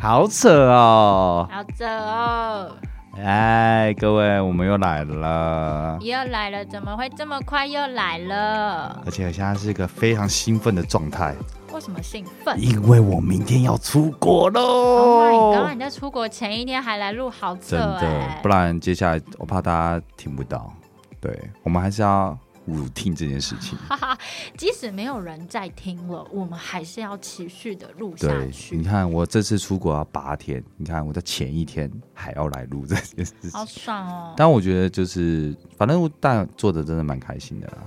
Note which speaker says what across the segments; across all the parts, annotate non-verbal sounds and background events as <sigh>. Speaker 1: 好扯哦！
Speaker 2: 好扯哦，
Speaker 1: 哎，各位，我们又来了，
Speaker 2: 又来了，怎么会这么快又来了？
Speaker 1: 而且我现在是一个非常兴奋的状态，
Speaker 2: 为什么兴奋
Speaker 1: 因为我明天要出国
Speaker 2: ？Oh my
Speaker 1: 喽
Speaker 2: god！！你在出国前一天还来录好扯
Speaker 1: 哦真的
Speaker 2: 哎，
Speaker 1: 不，然接下来我怕大家听不到。对，我们还是要 routine 这件事情。
Speaker 2: 哈哈，即使没有人在听了，我们还是要持续的录下
Speaker 1: 对，你
Speaker 2: 去。
Speaker 1: 看我这次出国要八天，你看我在前一天还要来录这件事情。
Speaker 2: 好爽哦！
Speaker 1: 但我觉得就是，反正我但做的真的蛮开心的啦。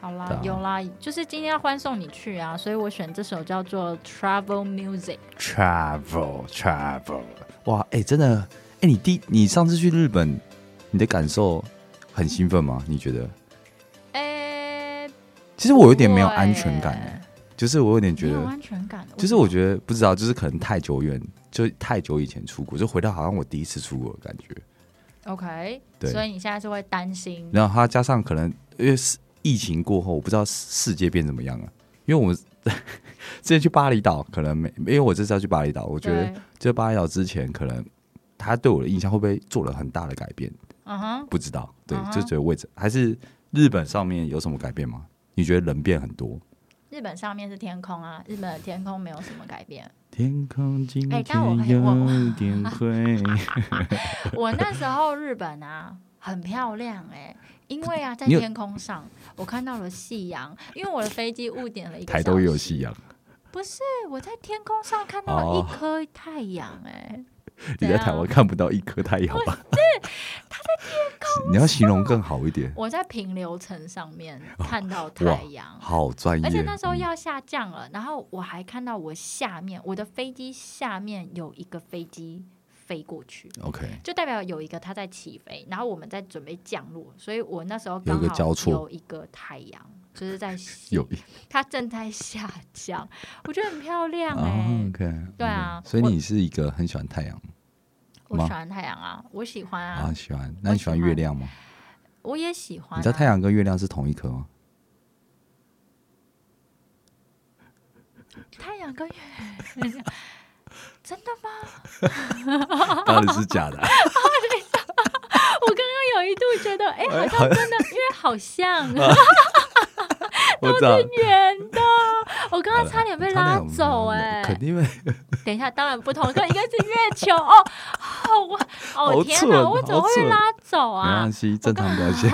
Speaker 2: 好啦，
Speaker 1: 对啊
Speaker 2: 有啦，就是今天要欢送你去啊，所以我选这首叫做《Travel Music》。
Speaker 1: Travel, travel，哇，哎、真的，哎、你第你上次去日本，你的感受很兴奋吗？你觉得？
Speaker 2: 哎、
Speaker 1: 其实我有点没有
Speaker 2: 不会
Speaker 1: 安全感、哎，就是我有点觉
Speaker 2: 没有啊
Speaker 1: 得，
Speaker 2: 安全感，
Speaker 1: 就是我
Speaker 2: 得
Speaker 1: 觉得不知道，就是可能太久远，就太久以前出国，就回到好像我第一次出国的感觉。
Speaker 2: OK，
Speaker 1: 对
Speaker 2: 所以你现在是会担心
Speaker 1: 然后它加上可能因为是疫情过后，我不知道世世界变怎么样了、啊因为我之前去巴厘岛，可能没，因为我这次要去巴厘岛，我觉得
Speaker 2: 对，
Speaker 1: 这巴厘岛之前可能他对我的印象会不会做了很大的改变？
Speaker 2: 嗯哼，
Speaker 1: 不知道，对
Speaker 2: 嗯，哼
Speaker 1: 就觉得位置还是日本上面有什么改变吗？你觉得人变很多？
Speaker 2: 日本上面是天空啊，日本的天空没有什么改变。 <laughs>
Speaker 1: 天空今
Speaker 2: 哎但我
Speaker 1: 天
Speaker 2: 还有
Speaker 1: 有点
Speaker 2: <laughs>
Speaker 1: 灰，
Speaker 2: 我那时候日本啊，很漂亮哎、因为啊，在
Speaker 1: 你有
Speaker 2: 天空上我看到了夕阳，因为我的飞机误点了一个
Speaker 1: 台
Speaker 2: 小
Speaker 1: 都
Speaker 2: 时
Speaker 1: 有啊夕阳，
Speaker 2: 不是我在天空上看到了一
Speaker 1: 哦
Speaker 2: 颗太阳哎、
Speaker 1: 你
Speaker 2: 怎
Speaker 1: 在
Speaker 2: 样
Speaker 1: 台湾看不到一颗太阳吧？ <laughs> 你要形容更好一点，
Speaker 2: 我在平流层上面
Speaker 1: 哦
Speaker 2: 看到太阳。
Speaker 1: 好专业。
Speaker 2: 而且那时候
Speaker 1: 嗯
Speaker 2: 要下降了，然后我还看到我下面，我的飞机下面有一个飞机飞过去，
Speaker 1: OK，
Speaker 2: 就代表有一个它在起飞，然后我们在准备降落，所以我那时候
Speaker 1: 有
Speaker 2: 刚
Speaker 1: 一个交
Speaker 2: 好
Speaker 1: 错
Speaker 2: 有一个太阳，就是在西
Speaker 1: 有
Speaker 2: 它正在下降，我觉得很漂亮哎、
Speaker 1: 啊 OK，
Speaker 2: 对啊
Speaker 1: OK，所以
Speaker 2: 我
Speaker 1: 你是一个很喜欢太阳
Speaker 2: 我
Speaker 1: 吗
Speaker 2: 喜欢太阳啊，我喜欢啊，
Speaker 1: 啊，喜欢。那你喜欢
Speaker 2: 喜欢
Speaker 1: 月亮吗？
Speaker 2: 我也喜欢、啊。
Speaker 1: 你知道太阳跟月亮是同一颗
Speaker 2: <laughs>
Speaker 1: 吗？
Speaker 2: 太阳跟月亮 <laughs> 真
Speaker 1: <laughs>
Speaker 2: 的吗？
Speaker 1: 当然是假的啊。
Speaker 2: 我刚刚有一度觉得，哎、好像真的， <laughs> 因为好像
Speaker 1: 啊我
Speaker 2: <laughs>
Speaker 1: 知道，
Speaker 2: 远的，我刚刚差点被
Speaker 1: 差
Speaker 2: 拉
Speaker 1: 点我们
Speaker 2: 走哎、
Speaker 1: 嗯肯定会
Speaker 2: 等一下，当然不同，可应该是月球哦， <laughs> 好哇，哦
Speaker 1: 好
Speaker 2: 天
Speaker 1: 蠢
Speaker 2: 哪，我怎么
Speaker 1: 好
Speaker 2: 会
Speaker 1: 蠢
Speaker 2: 被拉走
Speaker 1: 没
Speaker 2: 啊
Speaker 1: 关？系，正常表
Speaker 2: <laughs>
Speaker 1: 现。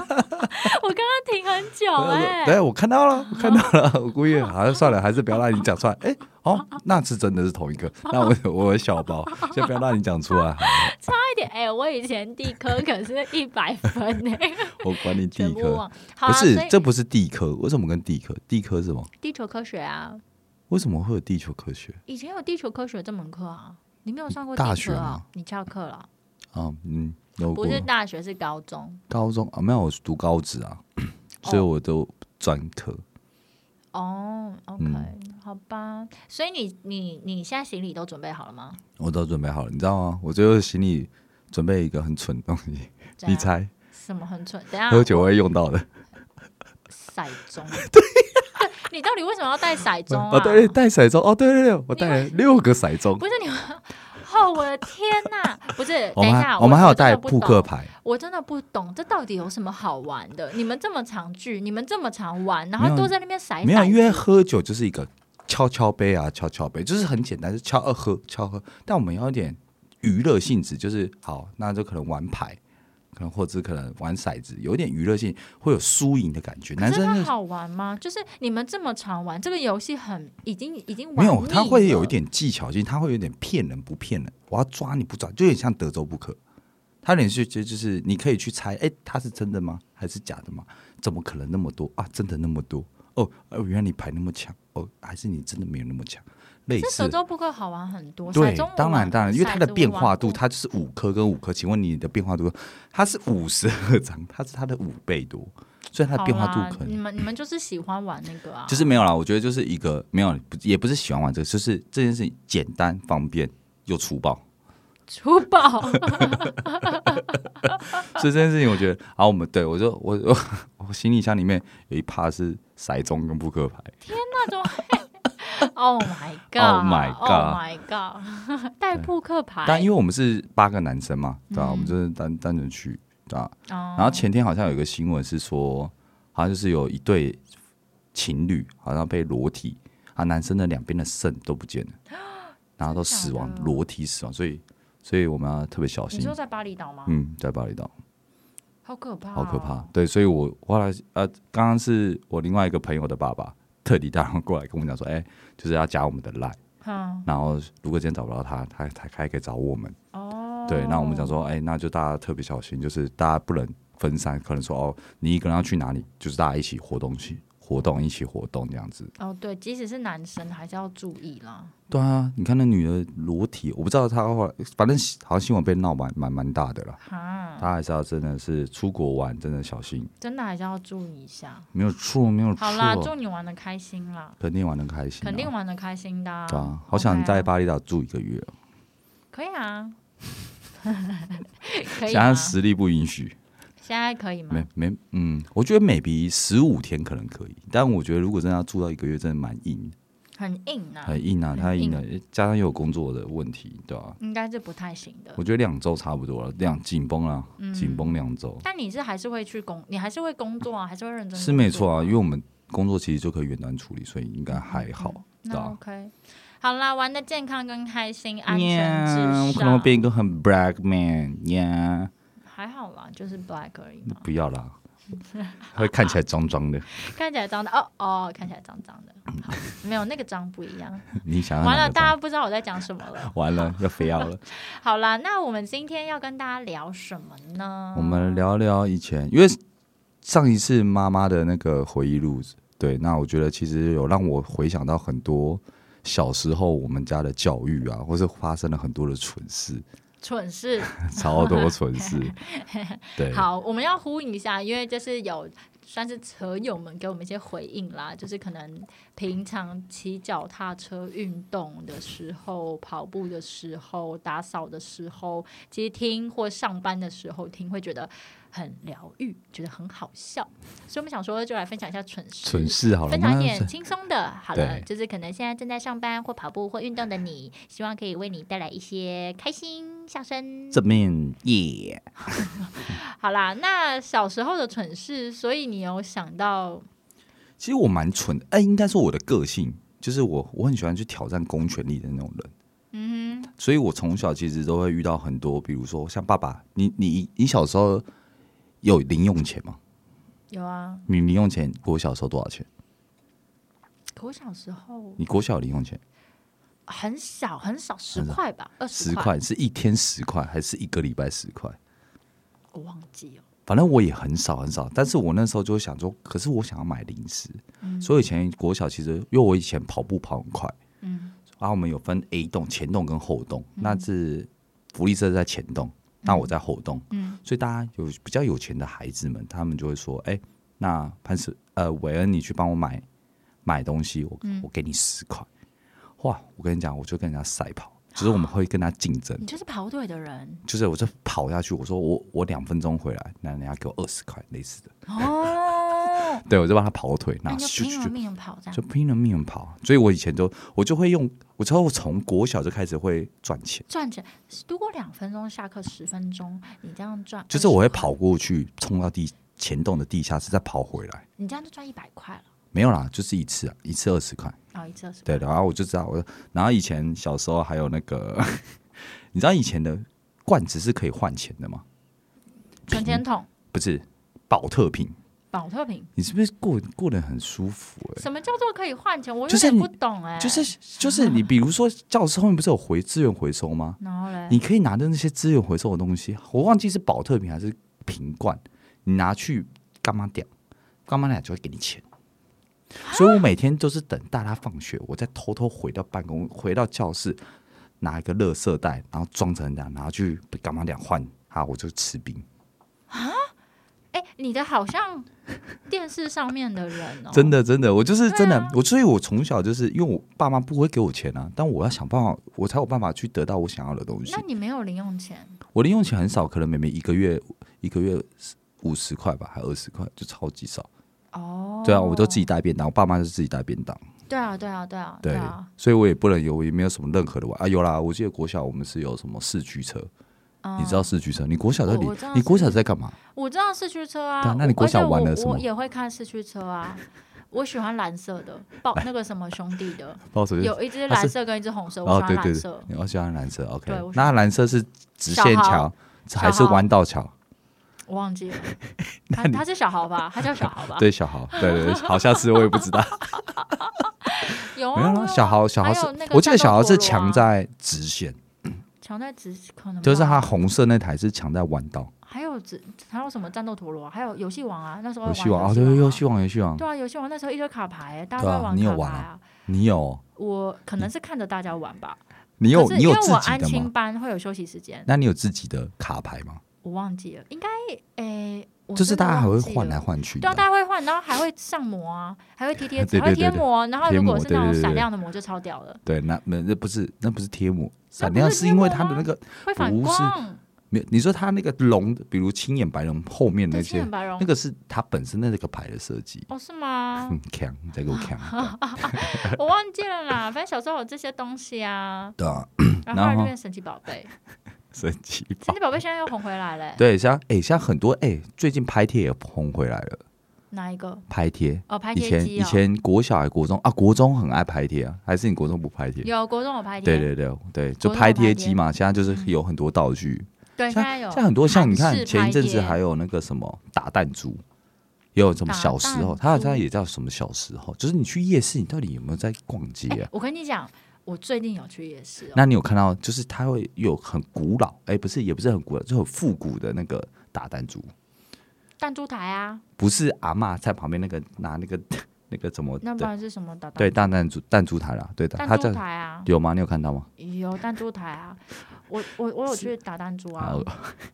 Speaker 2: 我刚刚停很久
Speaker 1: <laughs>
Speaker 2: 哎、
Speaker 1: 对，我看到
Speaker 2: <laughs>
Speaker 1: 了，我看到了，我故意， <laughs> 好像算了，还是不要让你讲出来。哎，哦，那是真的是同一
Speaker 2: <laughs>
Speaker 1: 个，那我我有小包，先不要让你讲出来，好了
Speaker 2: 差一点哎、我以前地科可是一百分
Speaker 1: <laughs>
Speaker 2: 哎、
Speaker 1: 我管你
Speaker 2: 全
Speaker 1: 地
Speaker 2: 部
Speaker 1: 科，
Speaker 2: 忘。好、
Speaker 1: 不
Speaker 2: 啊，
Speaker 1: 是
Speaker 2: 所以，
Speaker 1: 这不是地科，为什么跟地科？地科是什么？
Speaker 2: 地球科学啊，
Speaker 1: 为什么会有地球科学？
Speaker 2: 以前有地球科学这门课啊，你没有上过
Speaker 1: 大
Speaker 2: 地
Speaker 1: 学
Speaker 2: 科啊
Speaker 1: 吗？
Speaker 2: 你翘课了？
Speaker 1: 啊，嗯，有
Speaker 2: 不
Speaker 1: 过
Speaker 2: 是大学，是高中
Speaker 1: 高中啊，没有，我是读高职
Speaker 2: <coughs>
Speaker 1: 啊，所以我都专科。
Speaker 2: 哦。OK，、
Speaker 1: 嗯
Speaker 2: 好吧。所以你你你现在行李都准备好了吗？
Speaker 1: 我都准备好了，你知道吗？我最后行李准备一个很蠢的东西，
Speaker 2: 这
Speaker 1: 你
Speaker 2: 样啊
Speaker 1: 猜？
Speaker 2: 什么很蠢？等一下
Speaker 1: 喝酒会用到的。
Speaker 2: 骰盅。
Speaker 1: <laughs>
Speaker 2: 对， <laughs> 你到底为什么要带骰盅啊？
Speaker 1: 哦，对，带骰盅。哦，对对对，我带了六个骰盅。
Speaker 2: 不是你们， <laughs> 哦，我的天哪！不是，
Speaker 1: 我
Speaker 2: 等一
Speaker 1: 们
Speaker 2: 下，
Speaker 1: 还我们还有
Speaker 2: 真的
Speaker 1: 带
Speaker 2: 不
Speaker 1: 扑
Speaker 2: 懂
Speaker 1: 克，牌，
Speaker 2: 我真的不懂这到底有什么好玩的？你们这么常聚，你们这么常玩，然
Speaker 1: 没
Speaker 2: 后
Speaker 1: 有
Speaker 2: 都在那边骰
Speaker 1: 没有，因
Speaker 2: 骰。
Speaker 1: 为喝酒就是一个敲敲杯啊，敲敲杯，就是很简单，就敲二呃喝敲喝。但我们要一点娱乐性质，就是好，那就可能玩牌，可能或者可能玩骰子，有一点娱乐性，会有输赢的感觉。男
Speaker 2: 可是
Speaker 1: 生
Speaker 2: 它
Speaker 1: 是
Speaker 2: 好玩吗？就是你们这么常玩这个游戏很，已经已经玩
Speaker 1: 没有，
Speaker 2: 腻
Speaker 1: 他会有
Speaker 2: 了
Speaker 1: 一点技巧性，他会有点骗人不骗人，我要抓你不抓，就有点像德州扑克。他有点是就就是你可以去猜，哎、他是真的吗？还是假的吗？怎么可能那么多啊？真的那么多哦？哦，原来你牌那么强哦，还是你真的没有那么强？类
Speaker 2: 这
Speaker 1: 似
Speaker 2: 手州扑克好玩很多，
Speaker 1: 对
Speaker 2: 骰盅，
Speaker 1: 当然当然，因为它的变化度，
Speaker 2: 它
Speaker 1: 它就是五颗跟五颗。请问你的变化度，它是五十二张，它是它的五倍多，所以它的变化度可能
Speaker 2: 你们你们就是喜欢玩那个啊， <laughs>
Speaker 1: 就是没有啦，我觉得就是一个没有，不也不是喜欢玩这个，就是这件事情简单方便又粗暴，
Speaker 2: 珠宝
Speaker 1: 所以这件事情我觉得，啊，我们对我就我我我行李箱里面有一趴是骰盅跟扑克牌，
Speaker 2: 那种。 Oh my
Speaker 1: <laughs> Oh
Speaker 2: god！Oh
Speaker 1: my
Speaker 2: my god！带 <laughs> 扑克牌，
Speaker 1: 但因为我们是八个男生嘛，对吧、
Speaker 2: 哎
Speaker 1: 啊
Speaker 2: 嗯哦
Speaker 1: 我们就是单单纯去，对吧、啊
Speaker 2: 然
Speaker 1: 然后前天好像有一个新闻是说，好像就是有一对情侣好像被裸体啊，男生的两边的肾都不见了，然后都死亡
Speaker 2: 真的，假的
Speaker 1: 裸体死亡，所以所以我们要特别小
Speaker 2: 你
Speaker 1: 心。
Speaker 2: 说在巴厘岛吗？
Speaker 1: 嗯，在巴厘岛
Speaker 2: 好可怕，哦
Speaker 1: 好可怕，！对，所以我后来呃，刚刚是我另外一个朋友的爸爸特地打电话过来跟我们讲说，哎、就是要加我们的 line，
Speaker 2: 嗯，
Speaker 1: 然后如果今天找不到他，他他还可以找我们。
Speaker 2: 哦，
Speaker 1: 对，那我们讲说，哎、那就大家特别小心，就是大家不能分散，可能说哦，你一个人要去哪里，就是大家一起活动去活动，一起活动这样子。
Speaker 2: 哦，对，即使是男生还是要注意啦。
Speaker 1: 对啊，你看那女的裸体，我不知道她后来，反正好像新闻被闹蛮蛮蛮大的啦。
Speaker 2: 哈，
Speaker 1: 大家还是要真的是出国玩，真的小心，
Speaker 2: 真的还是要注意一下。
Speaker 1: 没有错，没有
Speaker 2: 好啦，祝
Speaker 1: 错，
Speaker 2: 你玩的开心啦，
Speaker 1: 肯定玩的开哦心、啊，
Speaker 2: 肯定玩的开心的、啊
Speaker 1: 对啊，好想在巴厘岛住一个月哦、
Speaker 2: 可以啊， <laughs> 可以啊
Speaker 1: 想
Speaker 2: 吗？
Speaker 1: 想实力不允许。
Speaker 2: 现在可以吗？
Speaker 1: 没没，嗯，我觉得 maybe 十五天可能可以，但我觉得如果真的要住到一个月，真的蛮硬的，
Speaker 2: 很硬啊，
Speaker 1: 很硬啊，
Speaker 2: 很
Speaker 1: 太硬
Speaker 2: 硬
Speaker 1: 了，加上又有工作的问题，对吧、啊
Speaker 2: 应该是不太行的
Speaker 1: 我。觉得两周差不多了，两紧绷了，
Speaker 2: 嗯
Speaker 1: 紧绷两周
Speaker 2: 但你是还是会去工，你还是会工作啊，还是会认真、
Speaker 1: 是没错啊，。因为我们工作其实就可以远端处理，所以应该还好，对啊
Speaker 2: 那
Speaker 1: 吧、
Speaker 2: OK，好啦，玩的健康跟开心，
Speaker 1: 啊
Speaker 2: 安全至上。
Speaker 1: 我可能会变一个很 black man 呀、
Speaker 2: 还好啦，就是 black 而已嘛，
Speaker 1: 不要啦，会看起来脏脏的。
Speaker 2: 看起来脏的哦哦，看起来脏脏的，好没有那个脏
Speaker 1: <laughs>
Speaker 2: 不一样。
Speaker 1: 你想要
Speaker 2: 完
Speaker 1: 哪
Speaker 2: 了，
Speaker 1: 啊个
Speaker 2: 大
Speaker 1: 脏
Speaker 2: 家嗯不知道我在讲什么了。
Speaker 1: 完了要非要了。
Speaker 2: 好啦，那我们今天要跟大家聊什么呢？
Speaker 1: 我们聊聊以前，因为上一次妈妈的那个回忆录，对，那我觉得其实有让我回想到很多小时候我们家的教育啊，或是发生了很多的蠢
Speaker 2: <laughs>
Speaker 1: 事，
Speaker 2: 蠢事。
Speaker 1: 超多蠢事。
Speaker 2: <laughs>
Speaker 1: 对，
Speaker 2: 好，我们要呼应一下，因为就是有算是车友们给我们一些回应啦，就是可能平常骑脚踏车运动的时候、跑步的时候、打扫的时候，其实听或上班的时候听，会觉得很疗愈，觉得很好笑，所以我们想说就来分享一下蠢事。
Speaker 1: 蠢事好了，
Speaker 2: 分享
Speaker 1: 妈
Speaker 2: 一点轻松的，好了，
Speaker 1: 对
Speaker 2: 就是可能现在正在上班或跑步或运动的你，希望可以为你带来一些开心笑声。
Speaker 1: 正面耶。
Speaker 2: 好啦，那小时候的蠢事，所以你有想到
Speaker 1: 其实我蛮蠢的，哎、应该说我的个性就是我我很喜欢去挑战公权力的那种人。嗯哼，所以我从小其实都会遇到很多，比如说像爸爸，你你你小时候有零用钱吗？
Speaker 2: 有啊？
Speaker 1: 你零用钱，国小收多少钱？
Speaker 2: 可我小时候
Speaker 1: 你国小有零用钱
Speaker 2: 很少很少，十块吧，二
Speaker 1: 十
Speaker 2: 十块，
Speaker 1: 块，是一天十块，还是一个礼拜十块？
Speaker 2: 我忘记了。
Speaker 1: 反正我也很少很少，但是我那时候就会想说，可是我想要买零食，所以以前国小其实，因为我以前跑步跑很快，
Speaker 2: 嗯，
Speaker 1: 然后我们有分 A 栋、前栋跟后栋，那是福利社在前栋，那我在后栋，
Speaker 2: 嗯，
Speaker 1: 所以大家有比较有钱的孩子们，他们就会说，哎、那潘石呃韦恩，你去帮我买买东西，我、
Speaker 2: 嗯
Speaker 1: 我给你十块，哇，我跟你讲，我就跟人家赛跑，
Speaker 2: <gasps>
Speaker 1: 就是我们会跟他竞争
Speaker 2: 你，就是跑腿
Speaker 1: <laughs>
Speaker 2: 的人
Speaker 1: 就是我就跑下去，我说我我两分钟回来，那人家给我二十块，类似的，
Speaker 2: 哦，
Speaker 1: 对我就帮他跑腿，
Speaker 2: 那
Speaker 1: 然
Speaker 2: 你
Speaker 1: 后
Speaker 2: 就
Speaker 1: 咻
Speaker 2: 拼
Speaker 1: 咻
Speaker 2: 了
Speaker 1: 咻
Speaker 2: 命跑这
Speaker 1: 就
Speaker 2: 样。
Speaker 1: 拼了命跑，所以我以前就我就会用，我之后从国小就开始会赚钱，
Speaker 2: 赚钱，如果两分钟下课十分钟，你这样赚，
Speaker 1: 就是我会，跑过去冲到地前栋的地下室，再跑回来，
Speaker 2: 你这样就赚一百块了，
Speaker 1: 没有啦，就是一次啊，一次二十块，
Speaker 2: 然后一次二十块。
Speaker 1: 对，然后我就知道我，然后以前小时候还有那个， <laughs> 你知道以前的罐子是可以换钱的吗？
Speaker 2: 存
Speaker 1: 嗯
Speaker 2: 钱筒、
Speaker 1: 不是，保特瓶，
Speaker 2: 保特瓶，
Speaker 1: 你是不是过过得很舒服、欸？
Speaker 2: 什么叫做可以换钱？我
Speaker 1: 就
Speaker 2: 有
Speaker 1: 是
Speaker 2: 点
Speaker 1: 你
Speaker 2: 不懂哎。
Speaker 1: 就是就是你，比如说教室后面不是有回资源回收吗？
Speaker 2: 然后嘞，
Speaker 1: 你可以拿着那些资源回收的东西，我忘记是保特瓶还是瓶罐，你拿去干嘛掉，干嘛俩就会给你钱。所以我每天都是等大家放学，我再偷偷回到办公，回到教室，拿一个垃圾袋，然后装成这样，然后去干嘛俩换，啊，我就吃冰，
Speaker 2: 哎，你的好像电视上面的人哦，啊
Speaker 1: 真的真的，我就是真的，我所以，我从小就是因为我爸妈不会给我钱啊，但我要想办法，我才有办法去得到我想要的东西
Speaker 2: 那。你没有零用钱，
Speaker 1: 我零用钱很少，可能每每一个月一个月五十块吧，还二十块，就超级少。
Speaker 2: 哦，
Speaker 1: 对啊，我都自己带便当，我爸妈就自己带便当。
Speaker 2: 对啊，对啊，对啊，
Speaker 1: 对，
Speaker 2: 啊，
Speaker 1: 所以我也不能有，我也没有什么任何的玩啊。有啦，我记得国小我们是有什么四驱车，
Speaker 2: 嗯
Speaker 1: 你知道四驱车？你国小在里
Speaker 2: 哦我我知道，
Speaker 1: 你国小在干嘛？
Speaker 2: 嗯我知道四驱车
Speaker 1: 对
Speaker 2: 啊
Speaker 1: 啊，那你国小
Speaker 2: 而且
Speaker 1: 玩
Speaker 2: 我
Speaker 1: 了什么
Speaker 2: 我也会看四驱车啊，我喜欢蓝色的，抱那个什么兄弟
Speaker 1: <laughs>
Speaker 2: 的，
Speaker 1: 抱手机。
Speaker 2: 有一只
Speaker 1: 啊它是
Speaker 2: 蓝色跟一只红色，我
Speaker 1: 哦
Speaker 2: 喜，欢
Speaker 1: 对对
Speaker 2: 蓝
Speaker 1: 对
Speaker 2: 色，。
Speaker 1: 你要喜欢蓝色，OK
Speaker 2: 对我。喜
Speaker 1: 那蓝色是直线
Speaker 2: 小
Speaker 1: 桥
Speaker 2: 豪
Speaker 1: 还是
Speaker 2: 小豪
Speaker 1: 弯道
Speaker 2: <laughs>
Speaker 1: 桥？
Speaker 2: 我
Speaker 1: <laughs>
Speaker 2: 忘记了，他他是小豪吧？他叫小豪吧？
Speaker 1: 对，小豪，对对
Speaker 2: <laughs>
Speaker 1: 对，好，下次我也不知道。
Speaker 2: 有
Speaker 1: 没
Speaker 2: 啊，
Speaker 1: 有
Speaker 2: 有
Speaker 1: 啦，
Speaker 2: 啊
Speaker 1: 小豪，小豪
Speaker 2: 还有
Speaker 1: 是
Speaker 2: 那，个
Speaker 1: 我记得小豪是
Speaker 2: 战斗陀螺啊啊
Speaker 1: 强在直线，
Speaker 2: 强在直可能吧
Speaker 1: 就是他红色那台是强在弯道。
Speaker 2: 还有只还有什么战斗陀螺啊，还有游戏王啊，那时候
Speaker 1: 游
Speaker 2: 玩
Speaker 1: 戏王哦，对对，游戏王，游戏王，
Speaker 2: 对啊，游戏王那时候一堆卡牌，大家
Speaker 1: 对啊
Speaker 2: 都在玩
Speaker 1: 你有
Speaker 2: 卡
Speaker 1: 玩
Speaker 2: 牌
Speaker 1: 啊
Speaker 2: 啊。
Speaker 1: 你有，
Speaker 2: 我可能是看着大家玩吧，
Speaker 1: 你
Speaker 2: 可
Speaker 1: 有，
Speaker 2: 是
Speaker 1: 你
Speaker 2: 因
Speaker 1: 有
Speaker 2: 为
Speaker 1: 自
Speaker 2: 我
Speaker 1: 己
Speaker 2: 安
Speaker 1: 的
Speaker 2: 亲
Speaker 1: 吗？
Speaker 2: 班会有休息时间，
Speaker 1: 那你有自己的卡牌吗？
Speaker 2: 我忘记了，应该诶，我
Speaker 1: 就是
Speaker 2: 真的
Speaker 1: 大家还会
Speaker 2: 忘记
Speaker 1: 换来
Speaker 2: 了。
Speaker 1: 换去的
Speaker 2: 对啊，大家会换，然后还会上膜啊，还会贴贴
Speaker 1: <laughs> 对
Speaker 2: 纸，
Speaker 1: 对
Speaker 2: 还会
Speaker 1: 对
Speaker 2: 贴
Speaker 1: 对
Speaker 2: 膜。然后
Speaker 1: 贴
Speaker 2: 如果
Speaker 1: 膜
Speaker 2: 是
Speaker 1: 对
Speaker 2: 那种
Speaker 1: 对对
Speaker 2: 闪
Speaker 1: 对
Speaker 2: 亮的膜，就超屌了，
Speaker 1: 对，那那那不是那不是贴膜，闪
Speaker 2: 那
Speaker 1: 亮
Speaker 2: 不是
Speaker 1: 是因为
Speaker 2: 贴
Speaker 1: 它
Speaker 2: 膜
Speaker 1: 的
Speaker 2: 啊
Speaker 1: 那个
Speaker 2: 会反
Speaker 1: 不是
Speaker 2: 光。
Speaker 1: 没有，你说它那个龙，比如青眼白龙后面那
Speaker 2: 对，青
Speaker 1: 些
Speaker 2: 眼，白绒
Speaker 1: 那。个是它本身的那个牌的设计。
Speaker 2: 哦，
Speaker 1: <laughs>
Speaker 2: 是吗？
Speaker 1: 很强，你再给我强，
Speaker 2: <laughs> 我忘记了啦。反正小时候有这些东西啊，
Speaker 1: <laughs> 对啊， <clears throat>
Speaker 2: 然后后来
Speaker 1: 然后
Speaker 2: 就变神奇宝贝。
Speaker 1: 神奇宝
Speaker 2: 神奇宝贝现在又红回来了、
Speaker 1: 对，像哎、像很多哎、最近拍贴也红回来了。
Speaker 2: 哪一个？
Speaker 1: 拍贴，
Speaker 2: 哦，拍
Speaker 1: 以
Speaker 2: 贴
Speaker 1: 前
Speaker 2: 机
Speaker 1: 以
Speaker 2: 哦。
Speaker 1: 前国小还国中啊，国中很爱拍贴啊，还是你国中不拍贴？
Speaker 2: 有国中有拍贴，
Speaker 1: 对对对对，就
Speaker 2: 国中有
Speaker 1: 拍
Speaker 2: 拍
Speaker 1: 贴
Speaker 2: 贴嗯
Speaker 1: 机嘛，现在就是有很多道具，
Speaker 2: 对现
Speaker 1: 像
Speaker 2: 在有
Speaker 1: 像很多像你看
Speaker 2: 韩式
Speaker 1: 前一阵
Speaker 2: 拍
Speaker 1: 子
Speaker 2: 贴
Speaker 1: 还有那个什么打弹珠，也有什么
Speaker 2: 打
Speaker 1: 小时候，
Speaker 2: 弹
Speaker 1: 它好像
Speaker 2: 珠
Speaker 1: 也叫什么小时候，就是你去夜市，你到底有没有在逛街啊？
Speaker 2: 我跟你讲，我最近有去夜市、哦，
Speaker 1: 那你有看到，就是它会有很古老，哎、不是，也不是很古老，就很复古的那个打弹珠，
Speaker 2: 弹珠台啊，
Speaker 1: 不是阿嬷在旁边那个拿那个 <laughs> 那个怎么
Speaker 2: 那不
Speaker 1: 对
Speaker 2: 然是什么打
Speaker 1: 对弹弹珠弹珠台啦，对的，它
Speaker 2: 弹珠
Speaker 1: 在
Speaker 2: 台啊，
Speaker 1: 有吗？你有看到吗？
Speaker 2: 有弹珠台啊，我我我有去打弹珠啊
Speaker 1: 好，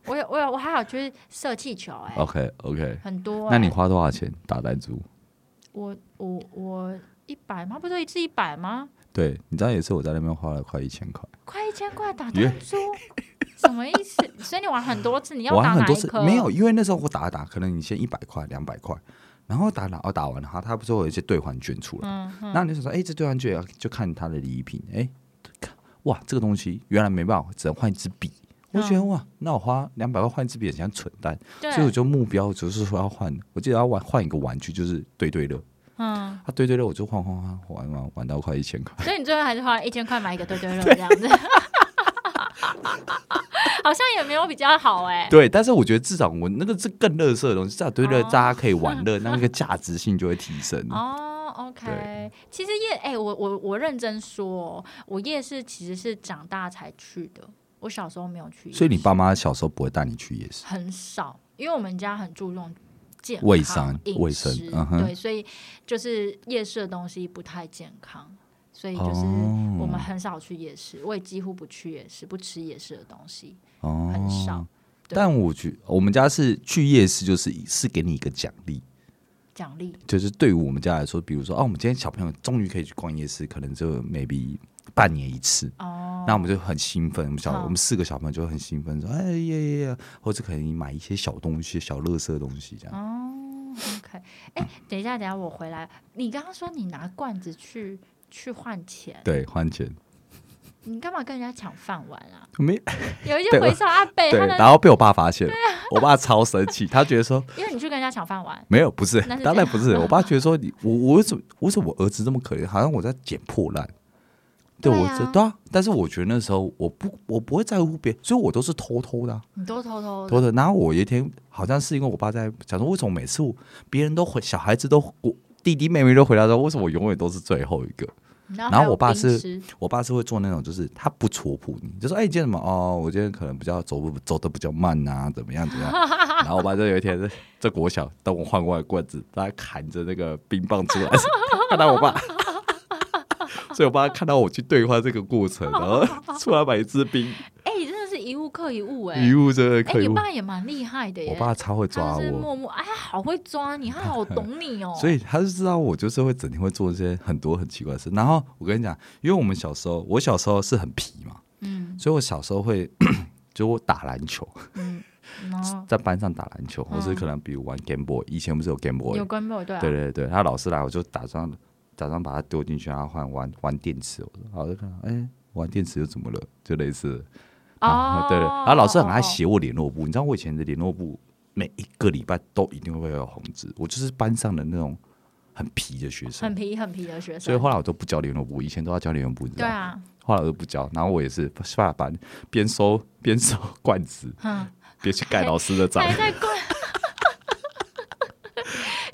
Speaker 2: 我有我有我还有去射气球哎、
Speaker 1: OK OK，
Speaker 2: 很多、
Speaker 1: 那
Speaker 2: 哎
Speaker 1: 你花多少钱打弹珠？
Speaker 2: 我我我一百吗？不对，是一百吗？
Speaker 1: 对，你知道也是我在那边花了快一千块，
Speaker 2: 快一千块打
Speaker 1: 约
Speaker 2: 弹珠，什么意思？ <laughs> 所以你玩很多次，你要
Speaker 1: 我
Speaker 2: 打
Speaker 1: 玩很
Speaker 2: 哪
Speaker 1: 多
Speaker 2: 一
Speaker 1: 次
Speaker 2: 颗？
Speaker 1: 没有，因为那时候我打打，可能你先一百块、两百块，然后打打哦打完了，哈，他不是会有一些兑换券出来，
Speaker 2: 嗯，嗯，
Speaker 1: 那你就想说，哎、这兑换券啊就看他的礼品，哎、看哇，这个东西原来没办法，只能换一支笔。我就觉得哇，那我花两百块换一支笔很像蠢蛋，所以我
Speaker 2: 嗯对，
Speaker 1: 就目标就是说要换，我记得要玩换一个玩具，就是堆堆乐。
Speaker 2: 嗯，
Speaker 1: 啊，堆堆乐我就换换换玩玩玩到快一千块，
Speaker 2: 所以你最后还是花了一千块买一个对对乐这样子， <laughs> 好像也没有比较好哎、
Speaker 1: 对，但是我觉得至少我那个是更乐色的东西，至少对乐
Speaker 2: 哦
Speaker 1: 大家可以玩乐，那那个价值性就会提升。
Speaker 2: <laughs> 哦，OK，其实夜哎、我我我认真说，哦我夜市其实是长大才去的，我小时候没有去夜市，
Speaker 1: 所以你爸妈小时候不会带你去夜市，
Speaker 2: 很少，因为我们家很注重健
Speaker 1: 卫
Speaker 2: 康
Speaker 1: 生
Speaker 2: 饮
Speaker 1: 卫生
Speaker 2: 食
Speaker 1: 嗯哼
Speaker 2: 对，所以就是夜市的东西不太健康，所以就是
Speaker 1: 哦
Speaker 2: 我们很少去夜市，我也几乎不去夜市，不吃夜市的东西，很少。
Speaker 1: 哦。
Speaker 2: 对
Speaker 1: 但我觉我们家是去夜市，就是是给你一个奖励，
Speaker 2: 奖励
Speaker 1: 就是对于我们家来说，比如说哦，我们今天小朋友终于可以去逛夜市，可能就 maybe 半年一次，
Speaker 2: 哦，
Speaker 1: 那我们就很兴奋，我们小
Speaker 2: 好
Speaker 1: 我们四个小朋友就很兴奋，说哎呀呀呀，或者可能买一些小东西、小乐色东西这样。
Speaker 2: 哦，OK，哎、等一下，等一下，我回来。你刚刚说你拿罐子去去换钱，
Speaker 1: 对，换钱
Speaker 2: 你干嘛跟人家抢饭碗
Speaker 1: <laughs>
Speaker 2: 啊？ <laughs>
Speaker 1: 没
Speaker 2: 有一些
Speaker 1: 对
Speaker 2: 回收阿贝，
Speaker 1: 对，
Speaker 2: 他
Speaker 1: 然
Speaker 2: 的，
Speaker 1: 后被我爸发现了，我爸超生气，他觉得说
Speaker 2: 因为你去跟人家抢饭碗，
Speaker 1: 没有，不是
Speaker 2: 那，是
Speaker 1: 当然
Speaker 2: 怎样
Speaker 1: 不是，我爸觉得说你我我为什么为什么我儿子这么可怜，好像我在捡破烂。对，
Speaker 2: 对
Speaker 1: 我
Speaker 2: 啊
Speaker 1: 这对啊，但是我觉得那时候我不我不会在乎别人，所以我都是偷偷的啊、
Speaker 2: 你都偷偷
Speaker 1: 偷
Speaker 2: 的，
Speaker 1: 偷。然后我有一天好像是因为我爸在讲说，为什么每次我别人都回小孩子都我弟弟妹妹都回答说，为什么我永远都是最后一个？
Speaker 2: 然
Speaker 1: 然后
Speaker 2: 后还有
Speaker 1: 我爸
Speaker 2: 冰
Speaker 1: 是
Speaker 2: 室
Speaker 1: 我爸是会做那种，就是他不戳破你，就说：“哎、你今天什么？哦，我今天可能比较走不走的比较慢啊，怎么样怎么样。”然后我爸就有一天在在国小，等我换过来棍子，他扛着那个冰棒出来，看到我爸，所以我爸看到我去对话这个过程，然后出来买一支冰，
Speaker 2: 哎、你真的是一物克一物哎、
Speaker 1: 一物真的
Speaker 2: 哎、
Speaker 1: 可以
Speaker 2: 你
Speaker 1: 物。
Speaker 2: 爸也蛮厉害的耶，
Speaker 1: 我爸超会抓
Speaker 2: 他是
Speaker 1: 我，
Speaker 2: 默默哎，他好会抓你，他好懂你哦，
Speaker 1: <laughs> 所以他就知道我就是会整天会做一些很多很奇怪的事。然后我跟你讲，因为我们小时候，我小时候是很皮嘛，
Speaker 2: 嗯
Speaker 1: 所以我小时候会 <coughs> 就我打篮球。
Speaker 2: 嗯，
Speaker 1: <laughs>
Speaker 2: 然后
Speaker 1: 在班上打篮球，或是
Speaker 2: 嗯
Speaker 1: 可能比如玩 Game Boy，以前不是有 Game Boy，
Speaker 2: 有跟我对啊，
Speaker 1: 对对对，他老师来我就打算早上把它丢进去，然后换玩玩电池。我说好，我就看到，哎，玩电池又怎么了？就类似，啊， <laughs> 对对。然后老师很
Speaker 2: 哦
Speaker 1: 爱写我联络簿，你知道我以前的联络簿每一个礼拜都一定会有红字，我就是班上的那种很皮的学
Speaker 2: 很
Speaker 1: 生，
Speaker 2: 皮很皮的学生，
Speaker 1: 所以后来我都不交联络簿，以前都要交联络簿，你知
Speaker 2: 对
Speaker 1: 道吗？
Speaker 2: 啊，
Speaker 1: 后来我都不交，然后我也是 <laughs> 算了，把边收边收罐子，
Speaker 2: 嗯，
Speaker 1: 别去盖老 <laughs> 师的章
Speaker 2: 还，在 <laughs> 灌，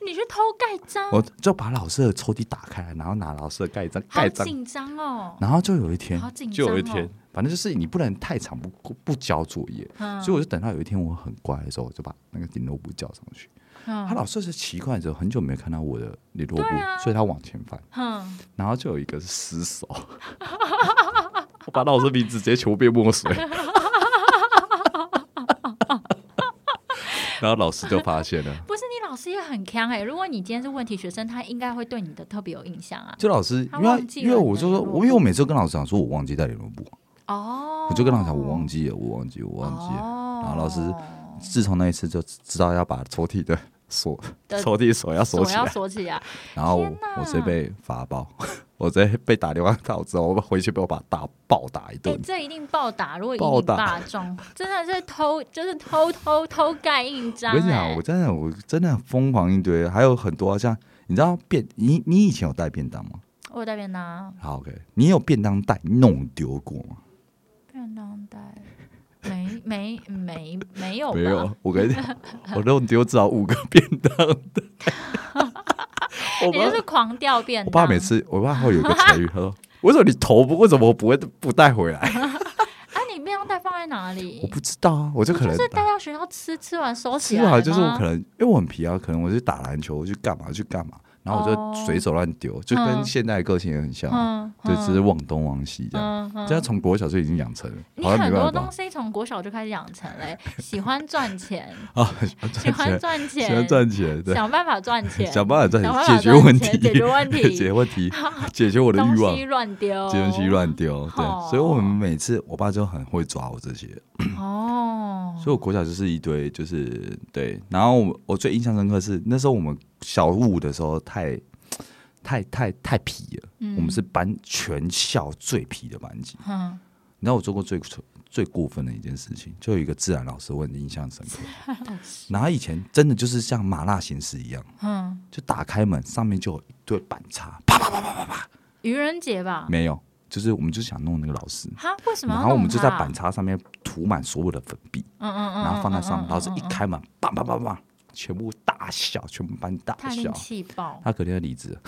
Speaker 2: 你去偷盖章，
Speaker 1: 我就把老师的抽屉打开来，然后拿老师的盖章
Speaker 2: 好
Speaker 1: 盖章，
Speaker 2: 紧张哦。
Speaker 1: 然后就有一天
Speaker 2: 好紧，
Speaker 1: 就有一
Speaker 2: 张哦
Speaker 1: 天，反正就是你不能太长不不交作业，
Speaker 2: 嗯
Speaker 1: 所以我就等到有一天我很乖的时候，我就把那个联络簿叫上去。他
Speaker 2: 嗯
Speaker 1: 老师是奇怪的时候，很久没有看到我的联络簿
Speaker 2: 对啊，
Speaker 1: 所以他往前翻，
Speaker 2: 嗯，
Speaker 1: 然后就有一个是失手， <laughs> 我把老师名字直接全部变墨
Speaker 2: <laughs>
Speaker 1: 水，然后老师就发现了，
Speaker 2: 不是你老师也很强哎、如果你今天是问题学生，他应该会对你的特别有印象啊。
Speaker 1: 就老师
Speaker 2: 他
Speaker 1: 因为
Speaker 2: 忘记了
Speaker 1: 因为
Speaker 2: 你的
Speaker 1: 我就
Speaker 2: 联
Speaker 1: 说，
Speaker 2: 络簿
Speaker 1: 我因为我每次跟老师讲说我忘记带联络簿，
Speaker 2: 哦，
Speaker 1: 我就跟老师讲我忘记了，我忘记了，我忘记了。
Speaker 2: 哦
Speaker 1: 然后老师自从那一次就知道要把抽屉的锁
Speaker 2: 的
Speaker 1: 抽屉锁要锁
Speaker 2: 手
Speaker 1: 起
Speaker 2: 要
Speaker 1: 来，
Speaker 2: 锁起
Speaker 1: <laughs>
Speaker 2: 来，啊哎
Speaker 1: 然后
Speaker 2: 天哪
Speaker 1: 我直接被罚包， <laughs> 我直接被打电话到之后，我回去被我爸打暴打一
Speaker 2: 哎、
Speaker 1: 顿。
Speaker 2: 这一定暴打！如果以
Speaker 1: 暴
Speaker 2: 你
Speaker 1: 打
Speaker 2: 爸中，真的是偷，就是偷偷偷盖印章、
Speaker 1: 我
Speaker 2: 哎
Speaker 1: 跟你讲，我真的我真的很疯狂一堆，还有很多啊像你知道便你你以前有带便当吗？
Speaker 2: 我有带便当，
Speaker 1: 好，OK，你有便当袋弄丢过吗？
Speaker 2: 便当袋没没没没有吧
Speaker 1: 没有，我跟你 <laughs> 讲，我弄丢至少五个便当
Speaker 2: <laughs>
Speaker 1: 袋。我
Speaker 2: 你
Speaker 1: 爸
Speaker 2: 就是狂掉便
Speaker 1: 我
Speaker 2: 当。
Speaker 1: 爸每次，我爸会有一个成语，他说：“为什么你头不为什么我不会不带回来？” <laughs>
Speaker 2: 啊，你便当袋放在哪
Speaker 1: 我
Speaker 2: 里？
Speaker 1: 不知道啊，我就可能
Speaker 2: 就是带到学校吃，吃完收起
Speaker 1: 吃
Speaker 2: 来吗。
Speaker 1: 完就是我可能因为我很皮啊，可能我去打篮球，我去干嘛去干嘛，然后我就随手乱丢，就跟现在的个性也很像啊，
Speaker 2: 哦
Speaker 1: 对，
Speaker 2: 嗯，嗯
Speaker 1: 只是忘东忘西这样。
Speaker 2: 嗯嗯
Speaker 1: 这样从国小就已经养成了，
Speaker 2: 你
Speaker 1: 好像
Speaker 2: 很
Speaker 1: 没
Speaker 2: 多
Speaker 1: 办
Speaker 2: 东
Speaker 1: 法
Speaker 2: 西从国小就开始养成
Speaker 1: <laughs>
Speaker 2: 嘞、喜欢赚钱，
Speaker 1: 啊，
Speaker 2: 喜
Speaker 1: 喜
Speaker 2: 欢
Speaker 1: 欢赚
Speaker 2: 赚
Speaker 1: 钱，
Speaker 2: 钱，
Speaker 1: 喜欢赚钱，对，
Speaker 2: 想办法赚钱，
Speaker 1: 想办法
Speaker 2: 想
Speaker 1: 赚
Speaker 2: 办
Speaker 1: 钱，
Speaker 2: 法
Speaker 1: 解决
Speaker 2: 赚
Speaker 1: 问
Speaker 2: 钱
Speaker 1: 题，
Speaker 2: 解
Speaker 1: <laughs>
Speaker 2: 决问题
Speaker 1: 解决问
Speaker 2: <laughs>
Speaker 1: 题，解决我的
Speaker 2: 东
Speaker 1: 欲望
Speaker 2: 西，乱丢，
Speaker 1: 解决乱丢，对
Speaker 2: 哦，
Speaker 1: 所以我们每次我爸就很会抓我这些，
Speaker 2: 哦，
Speaker 1: 所以我国小就是一堆，就是对。然后我我最印象深刻是那时候我们小五的时候太太太太皮了，
Speaker 2: 嗯
Speaker 1: 我们是班全校最皮的班级。
Speaker 2: 嗯，
Speaker 1: 你知道我做过最最过分的一件事情，就有一个自然老师，我很印象深刻。然后他以前真的就是像麻辣鲜师一样，
Speaker 2: 嗯，
Speaker 1: 就打开门上面就有一堆板擦，啪
Speaker 2: 愚人节吧？
Speaker 1: 没有，就是我们就想弄那个老师。
Speaker 2: 哈，为啊什么
Speaker 1: 然
Speaker 2: 要弄它？
Speaker 1: 后我们就在板擦上面涂满所有的粉笔，
Speaker 2: 嗯，嗯嗯嗯，
Speaker 1: 然后放在上
Speaker 2: 嗯
Speaker 1: 面，老师一，开门，棒棒棒棒，全部大笑，全部班大
Speaker 2: 嗯嗯他一
Speaker 1: 笑
Speaker 2: 定。气
Speaker 1: <laughs>
Speaker 2: 爆，
Speaker 1: 他隔天就离职了，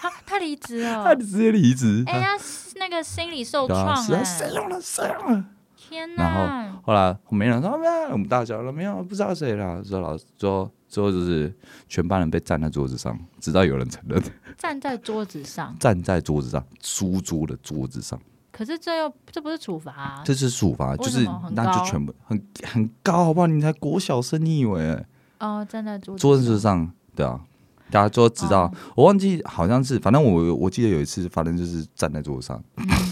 Speaker 2: 他他离职
Speaker 1: 他
Speaker 2: 了，
Speaker 1: 直接离职。
Speaker 2: 嗯哎呀，那个心理受
Speaker 1: 对
Speaker 2: 创
Speaker 1: 啊，是啊，谁
Speaker 2: 哎，
Speaker 1: 用了谁用了？
Speaker 2: 天
Speaker 1: 然
Speaker 2: 哪！
Speaker 1: 后来没人说没哎有，我们大家了没有，不知道谁了。之后老师最后最后就是全班人被站在桌子上，直到有人承认
Speaker 2: 站在桌子上，
Speaker 1: 站在桌子上，书桌的桌子上，
Speaker 2: 可是这又这不是处罚啊，
Speaker 1: 这是处罚，就
Speaker 2: 为什
Speaker 1: 是
Speaker 2: 么很
Speaker 1: 那
Speaker 2: 高
Speaker 1: 就全部很很高，好不好？你才国小生，你以为？
Speaker 2: 哦，站在桌
Speaker 1: 桌
Speaker 2: 子
Speaker 1: 子上，对啊，大家都知道，
Speaker 2: 哦
Speaker 1: 我忘记好像是，反正我我记得有一次，反正就是站在桌子上，
Speaker 2: 嗯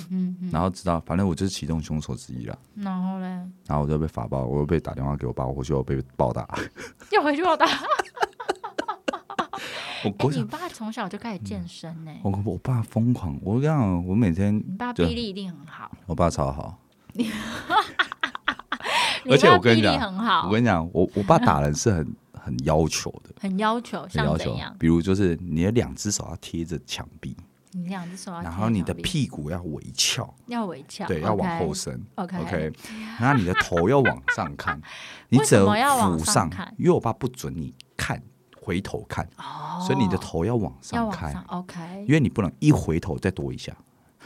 Speaker 1: 然后知道，反正我就是启动凶手之一了，
Speaker 2: 上，然后嘞，
Speaker 1: 然后我就被法报，我又被打电话给我爸，我回去我被暴打，
Speaker 2: 哎又回去报道。
Speaker 1: <laughs> 我
Speaker 2: 哎，
Speaker 1: 国小
Speaker 2: 你爸从小就开始健身呢，
Speaker 1: 我我爸疯狂，我跟你讲，我每天
Speaker 2: 你爸臂
Speaker 1: 对啊
Speaker 2: 力一定很好，
Speaker 1: 我爸超好，
Speaker 2: 你
Speaker 1: 而且
Speaker 2: 爸
Speaker 1: 我跟你
Speaker 2: 臂力
Speaker 1: 讲
Speaker 2: 很好
Speaker 1: 我，跟你讲，我我爸打人是很很要求的，
Speaker 2: 很要求，
Speaker 1: 很
Speaker 2: 像
Speaker 1: 要
Speaker 2: 怎
Speaker 1: 求
Speaker 2: 样，？
Speaker 1: 比如就是你的两只手要贴着墙壁，
Speaker 2: 你两只手要
Speaker 1: 然
Speaker 2: 贴墙壁，
Speaker 1: 后你的屁股要微翘。
Speaker 2: 要微翘，
Speaker 1: 对，要往后。伸。
Speaker 2: OK
Speaker 1: OK，然后你的头要往上
Speaker 2: <laughs>
Speaker 1: 看，你
Speaker 2: 为
Speaker 1: 只
Speaker 2: 什
Speaker 1: 能
Speaker 2: 么要往
Speaker 1: 俯
Speaker 2: 上看
Speaker 1: 因为我爸不准你看回头看，
Speaker 2: 哦，
Speaker 1: 所以你的头要往
Speaker 2: 要
Speaker 1: 上
Speaker 2: 往
Speaker 1: 看
Speaker 2: 上，，OK，
Speaker 1: 因为你不能一回头再多一下，